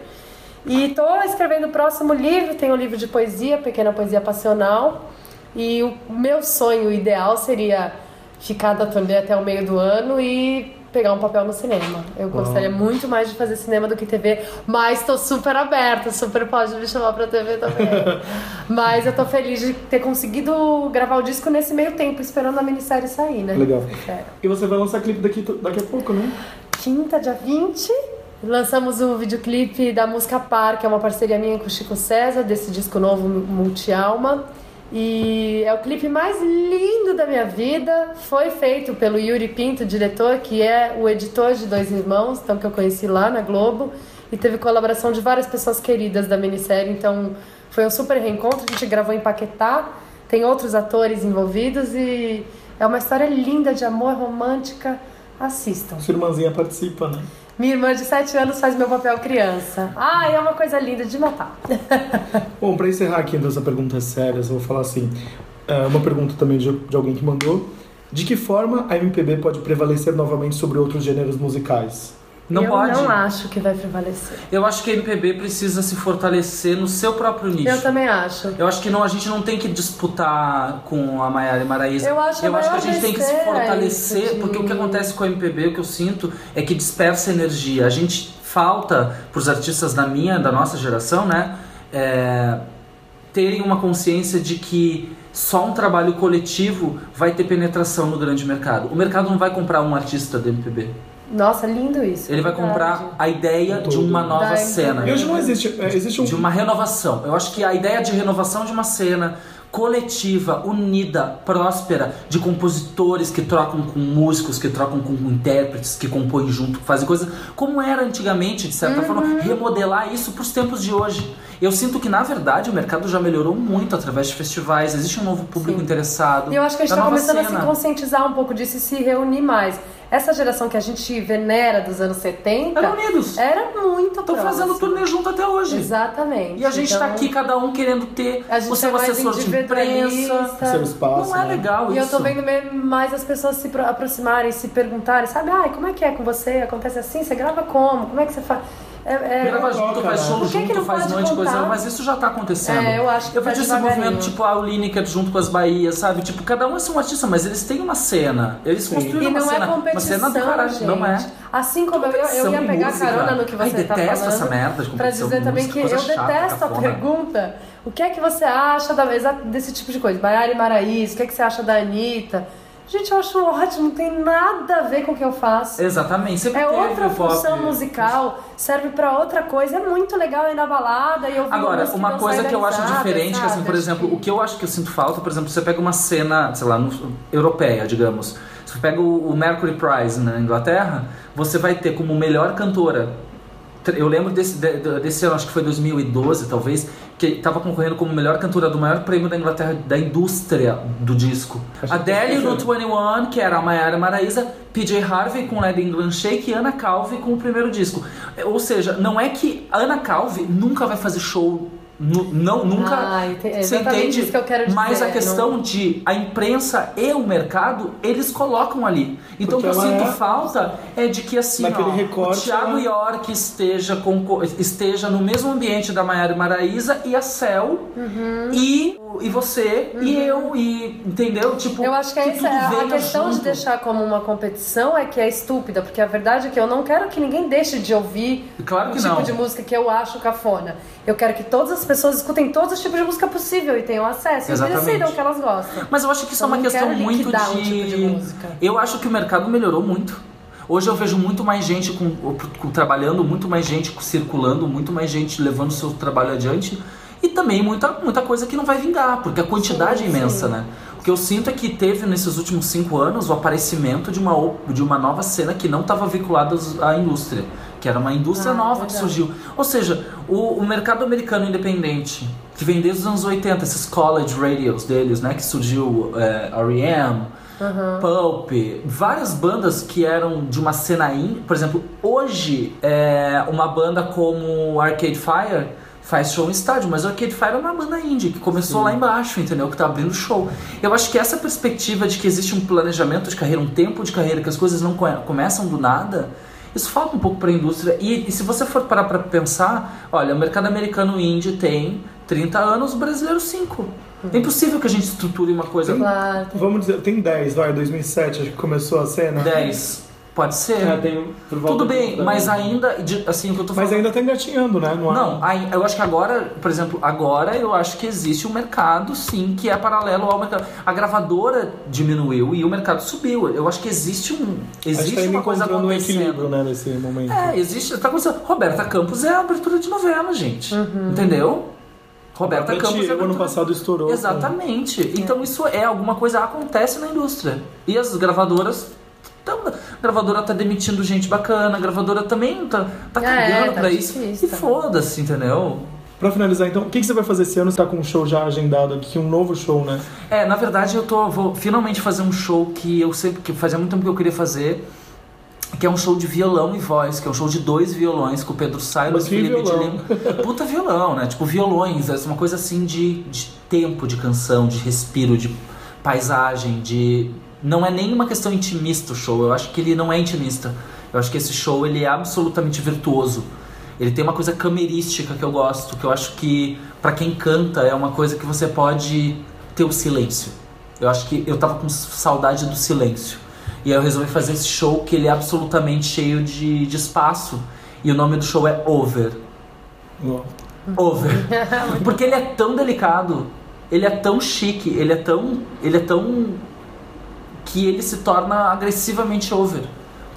Speaker 6: E tô escrevendo o próximo livro, tem um livro de poesia, Pequena Poesia Passional. E o meu sonho ideal seria ficar da turnê até o meio do ano e pegar um papel no cinema. Eu gostaria muito mais de fazer cinema do que TV, mas tô super aberta, super pode me chamar pra TV também. mas eu tô feliz de ter conseguido gravar o disco nesse meio tempo, esperando a minissérie sair, né?
Speaker 1: Legal.
Speaker 6: É.
Speaker 1: E você vai lançar clipe daqui, daqui a pouco, né?
Speaker 6: Quinta, dia 20, lançamos o videoclipe da música Par, que é uma parceria minha com o Chico César, desse disco novo Multialma. E é o clipe mais lindo da minha vida. Foi feito pelo Yuri Pinto, diretor, que é o editor de Dois Irmãos, então que eu conheci lá na Globo. E teve colaboração de várias pessoas queridas da minissérie, então foi um super reencontro. A gente gravou em Paquetá, tem outros atores envolvidos e é uma história linda de amor romântica. Assistam.
Speaker 1: Sua irmãzinha participa, né?
Speaker 6: Minha irmã de 7 anos faz meu papel criança. Ai, é uma coisa linda de matar.
Speaker 1: Bom, pra encerrar aqui essa pergunta é séria, eu vou falar assim, é, uma pergunta também de, de alguém que mandou. De que forma a MPB pode prevalecer novamente sobre outros gêneros musicais?
Speaker 4: Não
Speaker 6: eu
Speaker 4: pode.
Speaker 6: não acho que vai prevalecer.
Speaker 4: Eu acho que a MPB precisa se fortalecer no seu próprio nicho.
Speaker 6: Eu também acho.
Speaker 4: Eu acho que não, a gente não tem que disputar com a Maiara e Maraísa.
Speaker 6: Eu acho a
Speaker 4: acho que a
Speaker 6: maior
Speaker 4: gente tem que se
Speaker 6: besteira é
Speaker 4: fortalecer,
Speaker 6: isso de-
Speaker 4: porque o que acontece com a MPB, o que eu sinto, é que dispersa energia. A gente falta, pros artistas da minha, da nossa geração, né? é, terem uma consciência de que só um trabalho coletivo vai ter penetração no grande mercado. O mercado não vai comprar um artista do MPB.
Speaker 6: Nossa, lindo isso.
Speaker 4: Ele vai comprar a ideia de uma nova
Speaker 6: Da
Speaker 4: cena.
Speaker 1: E hoje não existe. é, Existe um.
Speaker 4: De uma renovação. Eu acho que a ideia de renovação de uma cena coletiva, unida, próspera, de compositores que trocam com músicos, que trocam com intérpretes, que compõem junto, que fazem coisas, como era antigamente, de certa
Speaker 6: Uhum.
Speaker 4: forma, remodelar isso para os tempos de hoje. Eu sinto que, na verdade, o mercado já melhorou muito através de festivais, existe um novo público interessado.
Speaker 6: E eu acho que a gente
Speaker 4: da
Speaker 6: tá
Speaker 4: nova
Speaker 6: começando a
Speaker 4: cena.
Speaker 6: se conscientizar um pouco disso e se reunir mais. Essa geração que a gente venera dos anos 70
Speaker 4: Eram unidos.
Speaker 6: era muito
Speaker 4: Estão um fazendo turnê junto até hoje.
Speaker 6: Exatamente.
Speaker 4: E a gente tá
Speaker 6: Então,
Speaker 4: aqui, cada um querendo ter
Speaker 6: A
Speaker 4: o
Speaker 6: gente
Speaker 4: seu
Speaker 6: é mais
Speaker 4: assessor de imprensa.
Speaker 6: individualista.
Speaker 1: Seu espaço,
Speaker 4: Não é
Speaker 1: né?
Speaker 4: legal
Speaker 6: E
Speaker 4: isso.
Speaker 6: eu tô vendo me- mais as pessoas se pro- aproximarem, se perguntarem, sabe? Ai, como é que é com você? Acontece assim? Você grava como? Como é que você faz? É, é-
Speaker 4: Grava junto, faz show
Speaker 6: Por que que
Speaker 4: junto,
Speaker 6: não
Speaker 4: faz um
Speaker 6: pode
Speaker 4: monte de coisa,
Speaker 6: contar?
Speaker 4: mas isso já tá acontecendo.
Speaker 6: É, eu acho que
Speaker 4: Eu
Speaker 6: tá
Speaker 4: vejo esse
Speaker 6: devagarinho.
Speaker 4: movimento, tipo, a Olínica junto com as Bahias, sabe? Tipo, cada um é um artista, mas eles têm uma cena. Eles construíram
Speaker 6: E
Speaker 4: uma
Speaker 6: não
Speaker 4: cena.
Speaker 6: é competição,
Speaker 4: uma cena do caralho,
Speaker 6: gente.
Speaker 4: não é.
Speaker 6: Assim como eu, eu
Speaker 4: Competição
Speaker 6: ia
Speaker 4: em
Speaker 6: pegar
Speaker 4: música.
Speaker 6: carona no que você
Speaker 4: Ai,
Speaker 6: tá falando.
Speaker 4: detesto essa merda
Speaker 6: Pra
Speaker 4: de competição
Speaker 6: dizer
Speaker 4: em
Speaker 6: também que
Speaker 4: música, é
Speaker 6: eu
Speaker 4: coisa chata,
Speaker 6: detesto a
Speaker 4: cafona.
Speaker 6: pergunta. O que é que você acha da, exa- desse tipo de coisa? Maiara e Maraís, o que é que você acha da Anitta? Gente, eu acho ótimo, não tem nada a ver com o que eu faço.
Speaker 4: Exatamente. Sempre
Speaker 6: É
Speaker 4: teve
Speaker 6: outra
Speaker 4: o pop.
Speaker 6: função musical, serve pra outra coisa, é muito legal ir na balada e ouvir
Speaker 4: Agora,
Speaker 6: música e
Speaker 4: uma
Speaker 6: dançar
Speaker 4: coisa
Speaker 6: e
Speaker 4: que eu
Speaker 6: dar
Speaker 4: acho
Speaker 6: risada,
Speaker 4: diferente, que,
Speaker 6: sabe?
Speaker 4: assim, por exemplo, o que eu acho que eu sinto falta, por exemplo, você pega uma cena, sei lá, no- europeia, digamos. Você pega o, o Mercury Prize na Inglaterra, você vai ter como melhor cantora. tre- Eu lembro desse, de- desse ano, acho que foi 2012, talvez, que estava concorrendo como melhor cantora do maior prêmio da Inglaterra, da indústria do disco. Adele no 21, que era a Mayara Maraíza, PJ Harvey com Let England Shake e Ana Calvi com o primeiro disco. Ou seja, não é que a Ana Calvi nunca vai fazer show. nu- não, nunca.
Speaker 6: Ah, ente- é
Speaker 4: Você
Speaker 6: exatamente
Speaker 4: entende?
Speaker 6: isso que eu quero
Speaker 4: Mas
Speaker 6: dizer,
Speaker 4: a questão
Speaker 6: não-
Speaker 4: de a imprensa e o mercado, eles colocam ali. Então
Speaker 1: Porque
Speaker 4: o que eu
Speaker 1: ela
Speaker 4: sinto
Speaker 1: é-
Speaker 4: falta é de que assim,
Speaker 1: Naquele
Speaker 4: ó,
Speaker 1: recorte,
Speaker 4: o Thiago
Speaker 1: né?
Speaker 4: York esteja, conco- esteja no mesmo ambiente da Maiara e Maraíza e a Cel
Speaker 6: Uhum.
Speaker 4: e, e você e eu e entendeu? Tipo,
Speaker 6: Eu acho que, é
Speaker 4: que
Speaker 6: essa
Speaker 4: tudo
Speaker 6: a
Speaker 4: venha
Speaker 6: questão de
Speaker 4: junto.
Speaker 6: deixar como uma competição é que é estúpida, porque a verdade é que eu não quero que ninguém deixe de ouvir
Speaker 4: Claro
Speaker 6: o
Speaker 4: que
Speaker 6: tipo
Speaker 4: não.
Speaker 6: de música que eu acho cafona. Eu quero que todas as pessoas escutem todos os tipos de música possível e tenham acesso
Speaker 4: Exatamente.
Speaker 6: e decidam o que elas gostam.
Speaker 4: Mas eu acho que isso
Speaker 6: Eu
Speaker 4: é uma
Speaker 6: não
Speaker 4: questão
Speaker 6: quero
Speaker 4: muito
Speaker 6: liquidar
Speaker 4: de...
Speaker 6: um tipo de música.
Speaker 4: Eu acho que o mercado melhorou muito. Hoje eu vejo muito mais gente com, com- trabalhando, muito mais gente circulando, muito mais gente levando seu trabalho adiante. E também muita, muita coisa que não vai vingar, porque a quantidade é imensa, né? O que eu sinto é que teve nesses últimos cinco anos o aparecimento de uma, ou- de uma nova cena que não estava vinculada aos- à indústria. Que era uma indústria
Speaker 6: Ah,
Speaker 4: nova que
Speaker 6: verdade.
Speaker 4: surgiu. Ou seja, o, o mercado americano independente, que vem desde os anos 80, esses college radios deles, né? Que surgiu é, R.E.M., Pulp, várias bandas que eram de uma cena in, por exemplo, hoje é, uma banda como Arcade Fire faz show em estádio, mas o Arcade Fire é uma banda indie que começou lá embaixo, entendeu? Que tá abrindo show. Eu acho que essa perspectiva de que existe um planejamento de carreira, um tempo de carreira, que as coisas não come- começam do nada, isso falta um pouco pra indústria. E, e se você for parar pra pensar, olha, o mercado americano indie tem 30 anos, o brasileiro 5. É impossível que a gente estruture uma coisa
Speaker 6: Claro.
Speaker 1: Vamos dizer, tem 10, vai, 2007, acho que começou a cena.
Speaker 4: 10. Pode ser.
Speaker 2: É, tem por volta
Speaker 4: Tudo
Speaker 2: de-
Speaker 4: bem,
Speaker 2: da-
Speaker 4: mas ainda, de- assim, o que eu tô
Speaker 1: Mas
Speaker 4: falando.
Speaker 1: ainda tá engatinhando, né? Não, há-
Speaker 4: Não, aí- eu acho que agora, por exemplo, agora eu acho que existe um mercado, sim, que é paralelo ao mercado. A gravadora diminuiu e o mercado subiu. Eu acho que existe um.
Speaker 1: A gente
Speaker 4: Existe
Speaker 1: tá indo
Speaker 4: uma coisa
Speaker 1: encontrando um equilíbrio,
Speaker 4: acontecendo.
Speaker 1: né, nesse momento.
Speaker 4: É, existe. Tá acontecendo. Roberta Campos é a abertura de novela, gente.
Speaker 1: Uhum.
Speaker 4: Entendeu? Roberta
Speaker 1: Bati,
Speaker 4: Campos é
Speaker 1: o
Speaker 4: a
Speaker 1: ano
Speaker 4: abertura-
Speaker 1: passado estourou.
Speaker 4: Exatamente. Então isso é alguma coisa acontece na indústria. E as gravadoras tão, a gravadora tá demitindo gente bacana, a gravadora também tá, tá
Speaker 6: É,
Speaker 4: cagando
Speaker 6: tá
Speaker 4: pra isso.
Speaker 6: difícil
Speaker 4: E
Speaker 6: também.
Speaker 4: foda-se, entendeu?
Speaker 1: Pra finalizar, então, o que, que você vai fazer esse ano? Você tá com um show já agendado aqui, um novo show, né?
Speaker 4: É, na verdade eu tô vou finalmente fazer um show que eu sempre que fazia muito tempo que eu queria fazer. Que é um show de violão e voz, que é um show de dois violões com o Pedro Sainz
Speaker 1: Mas
Speaker 4: e o
Speaker 1: que
Speaker 4: Felipe de
Speaker 1: violão?
Speaker 4: Lima. Puta violão, né? Tipo, violões, é uma coisa assim de, de tempo de canção, de respiro, de paisagem, de. Não é nenhuma questão intimista o show. Eu acho que ele não é intimista. Eu acho que esse show ele é absolutamente virtuoso. Ele tem uma coisa camerística que eu gosto, que eu acho que pra quem canta é uma coisa que você pode ter o silêncio. Eu acho que eu tava com saudade do silêncio. E aí eu resolvi fazer esse show que ele é absolutamente cheio de, de espaço. E o nome do show é Over. Over. Porque ele é tão delicado, ele é tão chique, ele é tão. ele é tão. que ele se torna agressivamente over.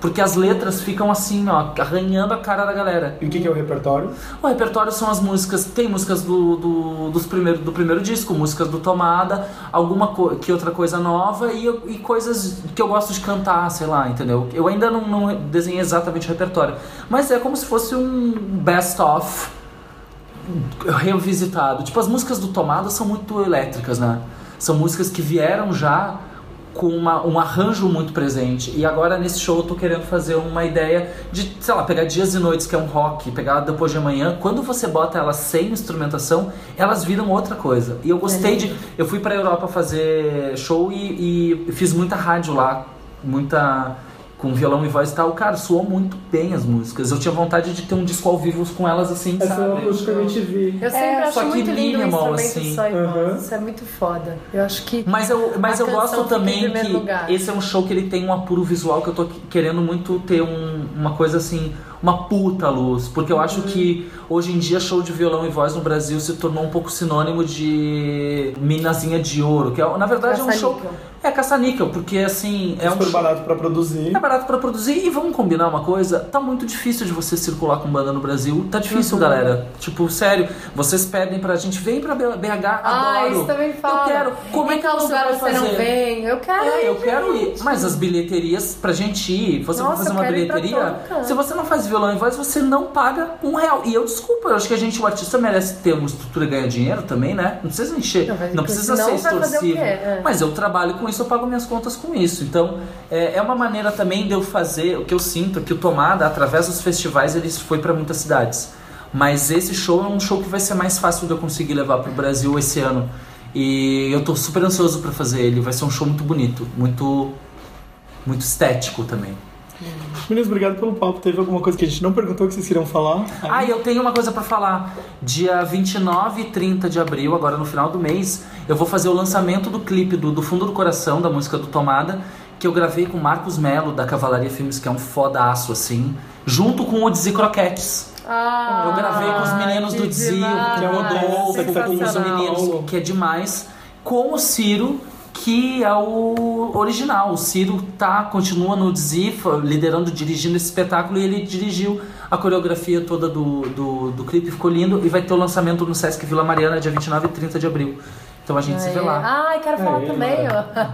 Speaker 4: Porque as letras ficam assim, ó, arranhando a cara da galera.
Speaker 1: E o que, que é o repertório?
Speaker 4: O repertório são as músicas, tem músicas do, do, dos primeiro, do primeiro disco, músicas do Tomada, alguma co- que outra coisa nova e, eu- e coisas que eu gosto de cantar, sei lá, entendeu? Eu ainda não, não desenhei exatamente o repertório, mas é como se fosse um best-of revisitado. Tipo, as músicas do Tomada são muito elétricas, né? São músicas que vieram já com uma- um arranjo muito presente. E agora nesse show eu tô querendo fazer uma ideia de, sei lá, pegar Dias e Noites, que é um rock, pegar Depois de Amanhã. Quando você bota elas sem instrumentação, elas viram outra coisa. E eu gostei de. Eu fui pra Europa fazer show e, e fiz muita rádio lá, muita com violão e voz e tal, cara, soou muito bem as músicas. Eu tinha vontade de ter um disco ao vivo com elas assim,
Speaker 2: Essa é
Speaker 4: sabe?
Speaker 2: uma acústica que eu te vi.
Speaker 6: Eu sempre
Speaker 4: É,
Speaker 6: acho
Speaker 4: só que
Speaker 6: muito lindo o
Speaker 4: minimal,
Speaker 6: instrumento
Speaker 4: assim.
Speaker 6: só em voz.
Speaker 4: Uhum.
Speaker 6: Isso é muito foda. Eu acho que.
Speaker 4: Mas eu, mas
Speaker 6: a
Speaker 4: eu gosto
Speaker 6: canção fica em
Speaker 4: também
Speaker 6: primeiro
Speaker 4: que
Speaker 6: lugar.
Speaker 4: esse é um show que ele tem um apuro visual que eu tô querendo muito ter um- uma coisa assim, uma puta luz. Porque eu
Speaker 6: Uhum.
Speaker 4: acho que hoje em dia show de violão e voz no Brasil se tornou um pouco sinônimo de minazinha de ouro. Que é, na verdade é um show.
Speaker 6: Caça-níquel.
Speaker 4: É caça-níquel, porque assim. É um
Speaker 1: Super
Speaker 4: show-
Speaker 1: barato pra produzir.
Speaker 4: É barato pra produzir e vamos combinar uma coisa, tá muito difícil de você circular com banda no Brasil. Tá difícil,
Speaker 6: Uhum.
Speaker 4: galera. Tipo, sério, vocês pedem pra gente, vem pra B- BH,
Speaker 6: Ah,
Speaker 4: adoro.
Speaker 6: isso também fala.
Speaker 4: Eu quero. Como
Speaker 6: Em
Speaker 4: é que
Speaker 6: tal
Speaker 4: você
Speaker 6: lugar
Speaker 4: vai
Speaker 6: você não
Speaker 4: fazer?
Speaker 6: vem? Eu quero
Speaker 4: É,
Speaker 6: ir,
Speaker 4: eu quero ir.
Speaker 6: gente.
Speaker 4: Mas as bilheterias pra gente ir, você vai
Speaker 6: Nossa,
Speaker 4: fazer
Speaker 6: eu
Speaker 4: uma
Speaker 6: quero ir pra
Speaker 4: bilheteria.
Speaker 6: todo canto.
Speaker 4: Se você não faz violão e voz, você não paga um real. E eu desculpa, eu acho que a gente, o artista, merece ter uma estrutura e ganhar dinheiro também, né? Não precisa encher,
Speaker 6: Não,
Speaker 4: não,
Speaker 6: mas
Speaker 4: precisa
Speaker 6: senão
Speaker 4: ser
Speaker 6: vai fazer o quê?
Speaker 4: extorsivo.
Speaker 6: É.
Speaker 4: Mas eu trabalho com isso, eu pago minhas contas com isso. Então, é, é uma maneira também de eu fazer o que eu sinto, que o Tomada, através dos festivais, ele foi pra muitas cidades. Mas esse show é um show que vai ser mais fácil de eu conseguir levar pro Brasil esse ano. E eu tô super ansioso pra fazer ele. Vai ser um show muito bonito, muito muito estético também.
Speaker 1: Meninas, obrigado pelo papo. Teve alguma coisa que a gente não perguntou que vocês queriam falar?
Speaker 4: Ah, e eu tenho uma coisa pra falar. Dia 29 e 30 de abril, agora no final do mês, eu vou fazer o lançamento do clipe do, do Fundo do Coração, da música do Tomada, que eu gravei com o Marcos Melo, da Cavalaria Filmes, que é um fodaço, assim, junto com o Dizzy Croquetes.
Speaker 6: Ah,
Speaker 4: Eu gravei com os meninos do Dizio, que é o Rodolfo,
Speaker 6: que
Speaker 4: com os meninos, que é demais, com o Ciro, que é o original. O Ciro tá, continua no Dizio, liderando, dirigindo esse espetáculo, e ele dirigiu a coreografia toda do, do, do clipe, ficou lindo, e vai ter o lançamento no Sesc Vila Mariana, dia 29 e 30 de abril. Então a gente se vê lá.
Speaker 6: Ai, quero falar
Speaker 4: Aê,
Speaker 6: também, ó.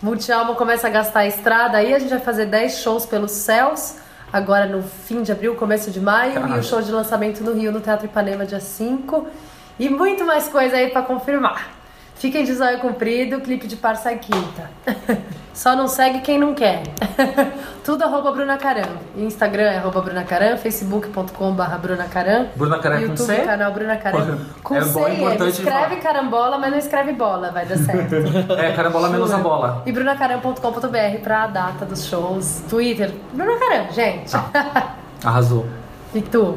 Speaker 6: Multialma começa a gastar a estrada aí, a gente vai fazer 10 shows pelos céus, agora no fim de abril, começo de maio, e
Speaker 4: Caralho.
Speaker 6: o show de lançamento no Rio, no Teatro Ipanema, dia 5. E muito mais coisa aí pra confirmar. Fiquem de zóio comprido, clipe de parça quinta. Só não segue quem não quer. Tudo arroba Bruna Caram. Instagram é arroba Bruna Caram, facebook.com barra Bruna Caram.
Speaker 4: Bruna Caram com
Speaker 6: YouTube
Speaker 4: C?
Speaker 6: canal Bruna Caram. Com
Speaker 4: É
Speaker 6: C,
Speaker 4: bom, é importante
Speaker 6: escreve
Speaker 4: falar.
Speaker 6: carambola, mas não escreve bola, vai dar certo.
Speaker 4: É, carambola menos a bola.
Speaker 6: E brunacaram.com.br pra data dos shows, Twitter. Bruna Caram, gente.
Speaker 4: Ah. Arrasou.
Speaker 6: E tu?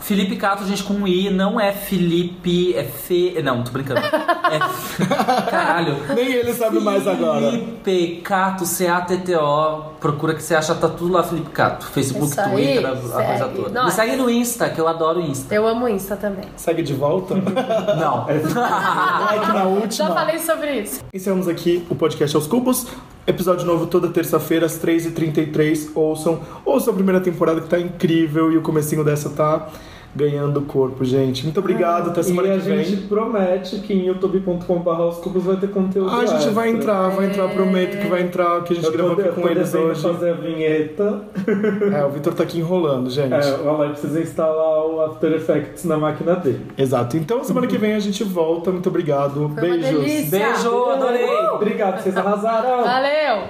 Speaker 4: Felipe Cato, gente, com um I, não é Felipe, é Fe... Não, tô brincando. É... Caralho.
Speaker 1: Nem ele sabe mais agora.
Speaker 4: Felipe Cato, C-A-T-T-O. Procura que você acha, tá tudo lá, Felipe Cato. Facebook,
Speaker 6: Isso aí,
Speaker 4: Twitter, a, a
Speaker 6: segue. é
Speaker 4: coisa toda. Me
Speaker 6: Nós.
Speaker 4: segue no Insta, que eu adoro o Insta.
Speaker 6: Eu amo Insta também.
Speaker 1: Segue de volta?
Speaker 4: Não.
Speaker 1: É
Speaker 2: Ah.
Speaker 1: Like na última.
Speaker 6: Já falei sobre isso.
Speaker 1: Encerramos aqui o podcast aos cubos. Episódio novo toda terça-feira, às 3h33. Ouçam. Ouçam a primeira temporada que tá incrível e o comecinho dessa tá ganhando corpo, gente. Muito obrigado, até
Speaker 2: Ah, E
Speaker 1: semana
Speaker 2: a
Speaker 1: que vem.
Speaker 2: gente promete que em youtube.com.br os cubos vai ter conteúdo.
Speaker 1: Ah, a gente vai
Speaker 2: extra.
Speaker 1: entrar, vai entrar, prometo que vai entrar, que a gente
Speaker 2: Eu
Speaker 1: gravou
Speaker 2: tô,
Speaker 1: aqui
Speaker 2: eu
Speaker 1: com
Speaker 2: tô
Speaker 1: eles
Speaker 2: devendo
Speaker 1: hoje.
Speaker 2: fazer a vinheta.
Speaker 1: É, o Vitor tá aqui enrolando, gente.
Speaker 2: É, o Alex precisa instalar o After Effects na máquina dele.
Speaker 1: Exato. Então, semana que vem a gente volta. Muito obrigado.
Speaker 6: Foi uma
Speaker 1: Beijos.
Speaker 6: delícia.
Speaker 4: Beijo, adorei.
Speaker 2: Obrigado, vocês arrasaram!
Speaker 6: Valeu!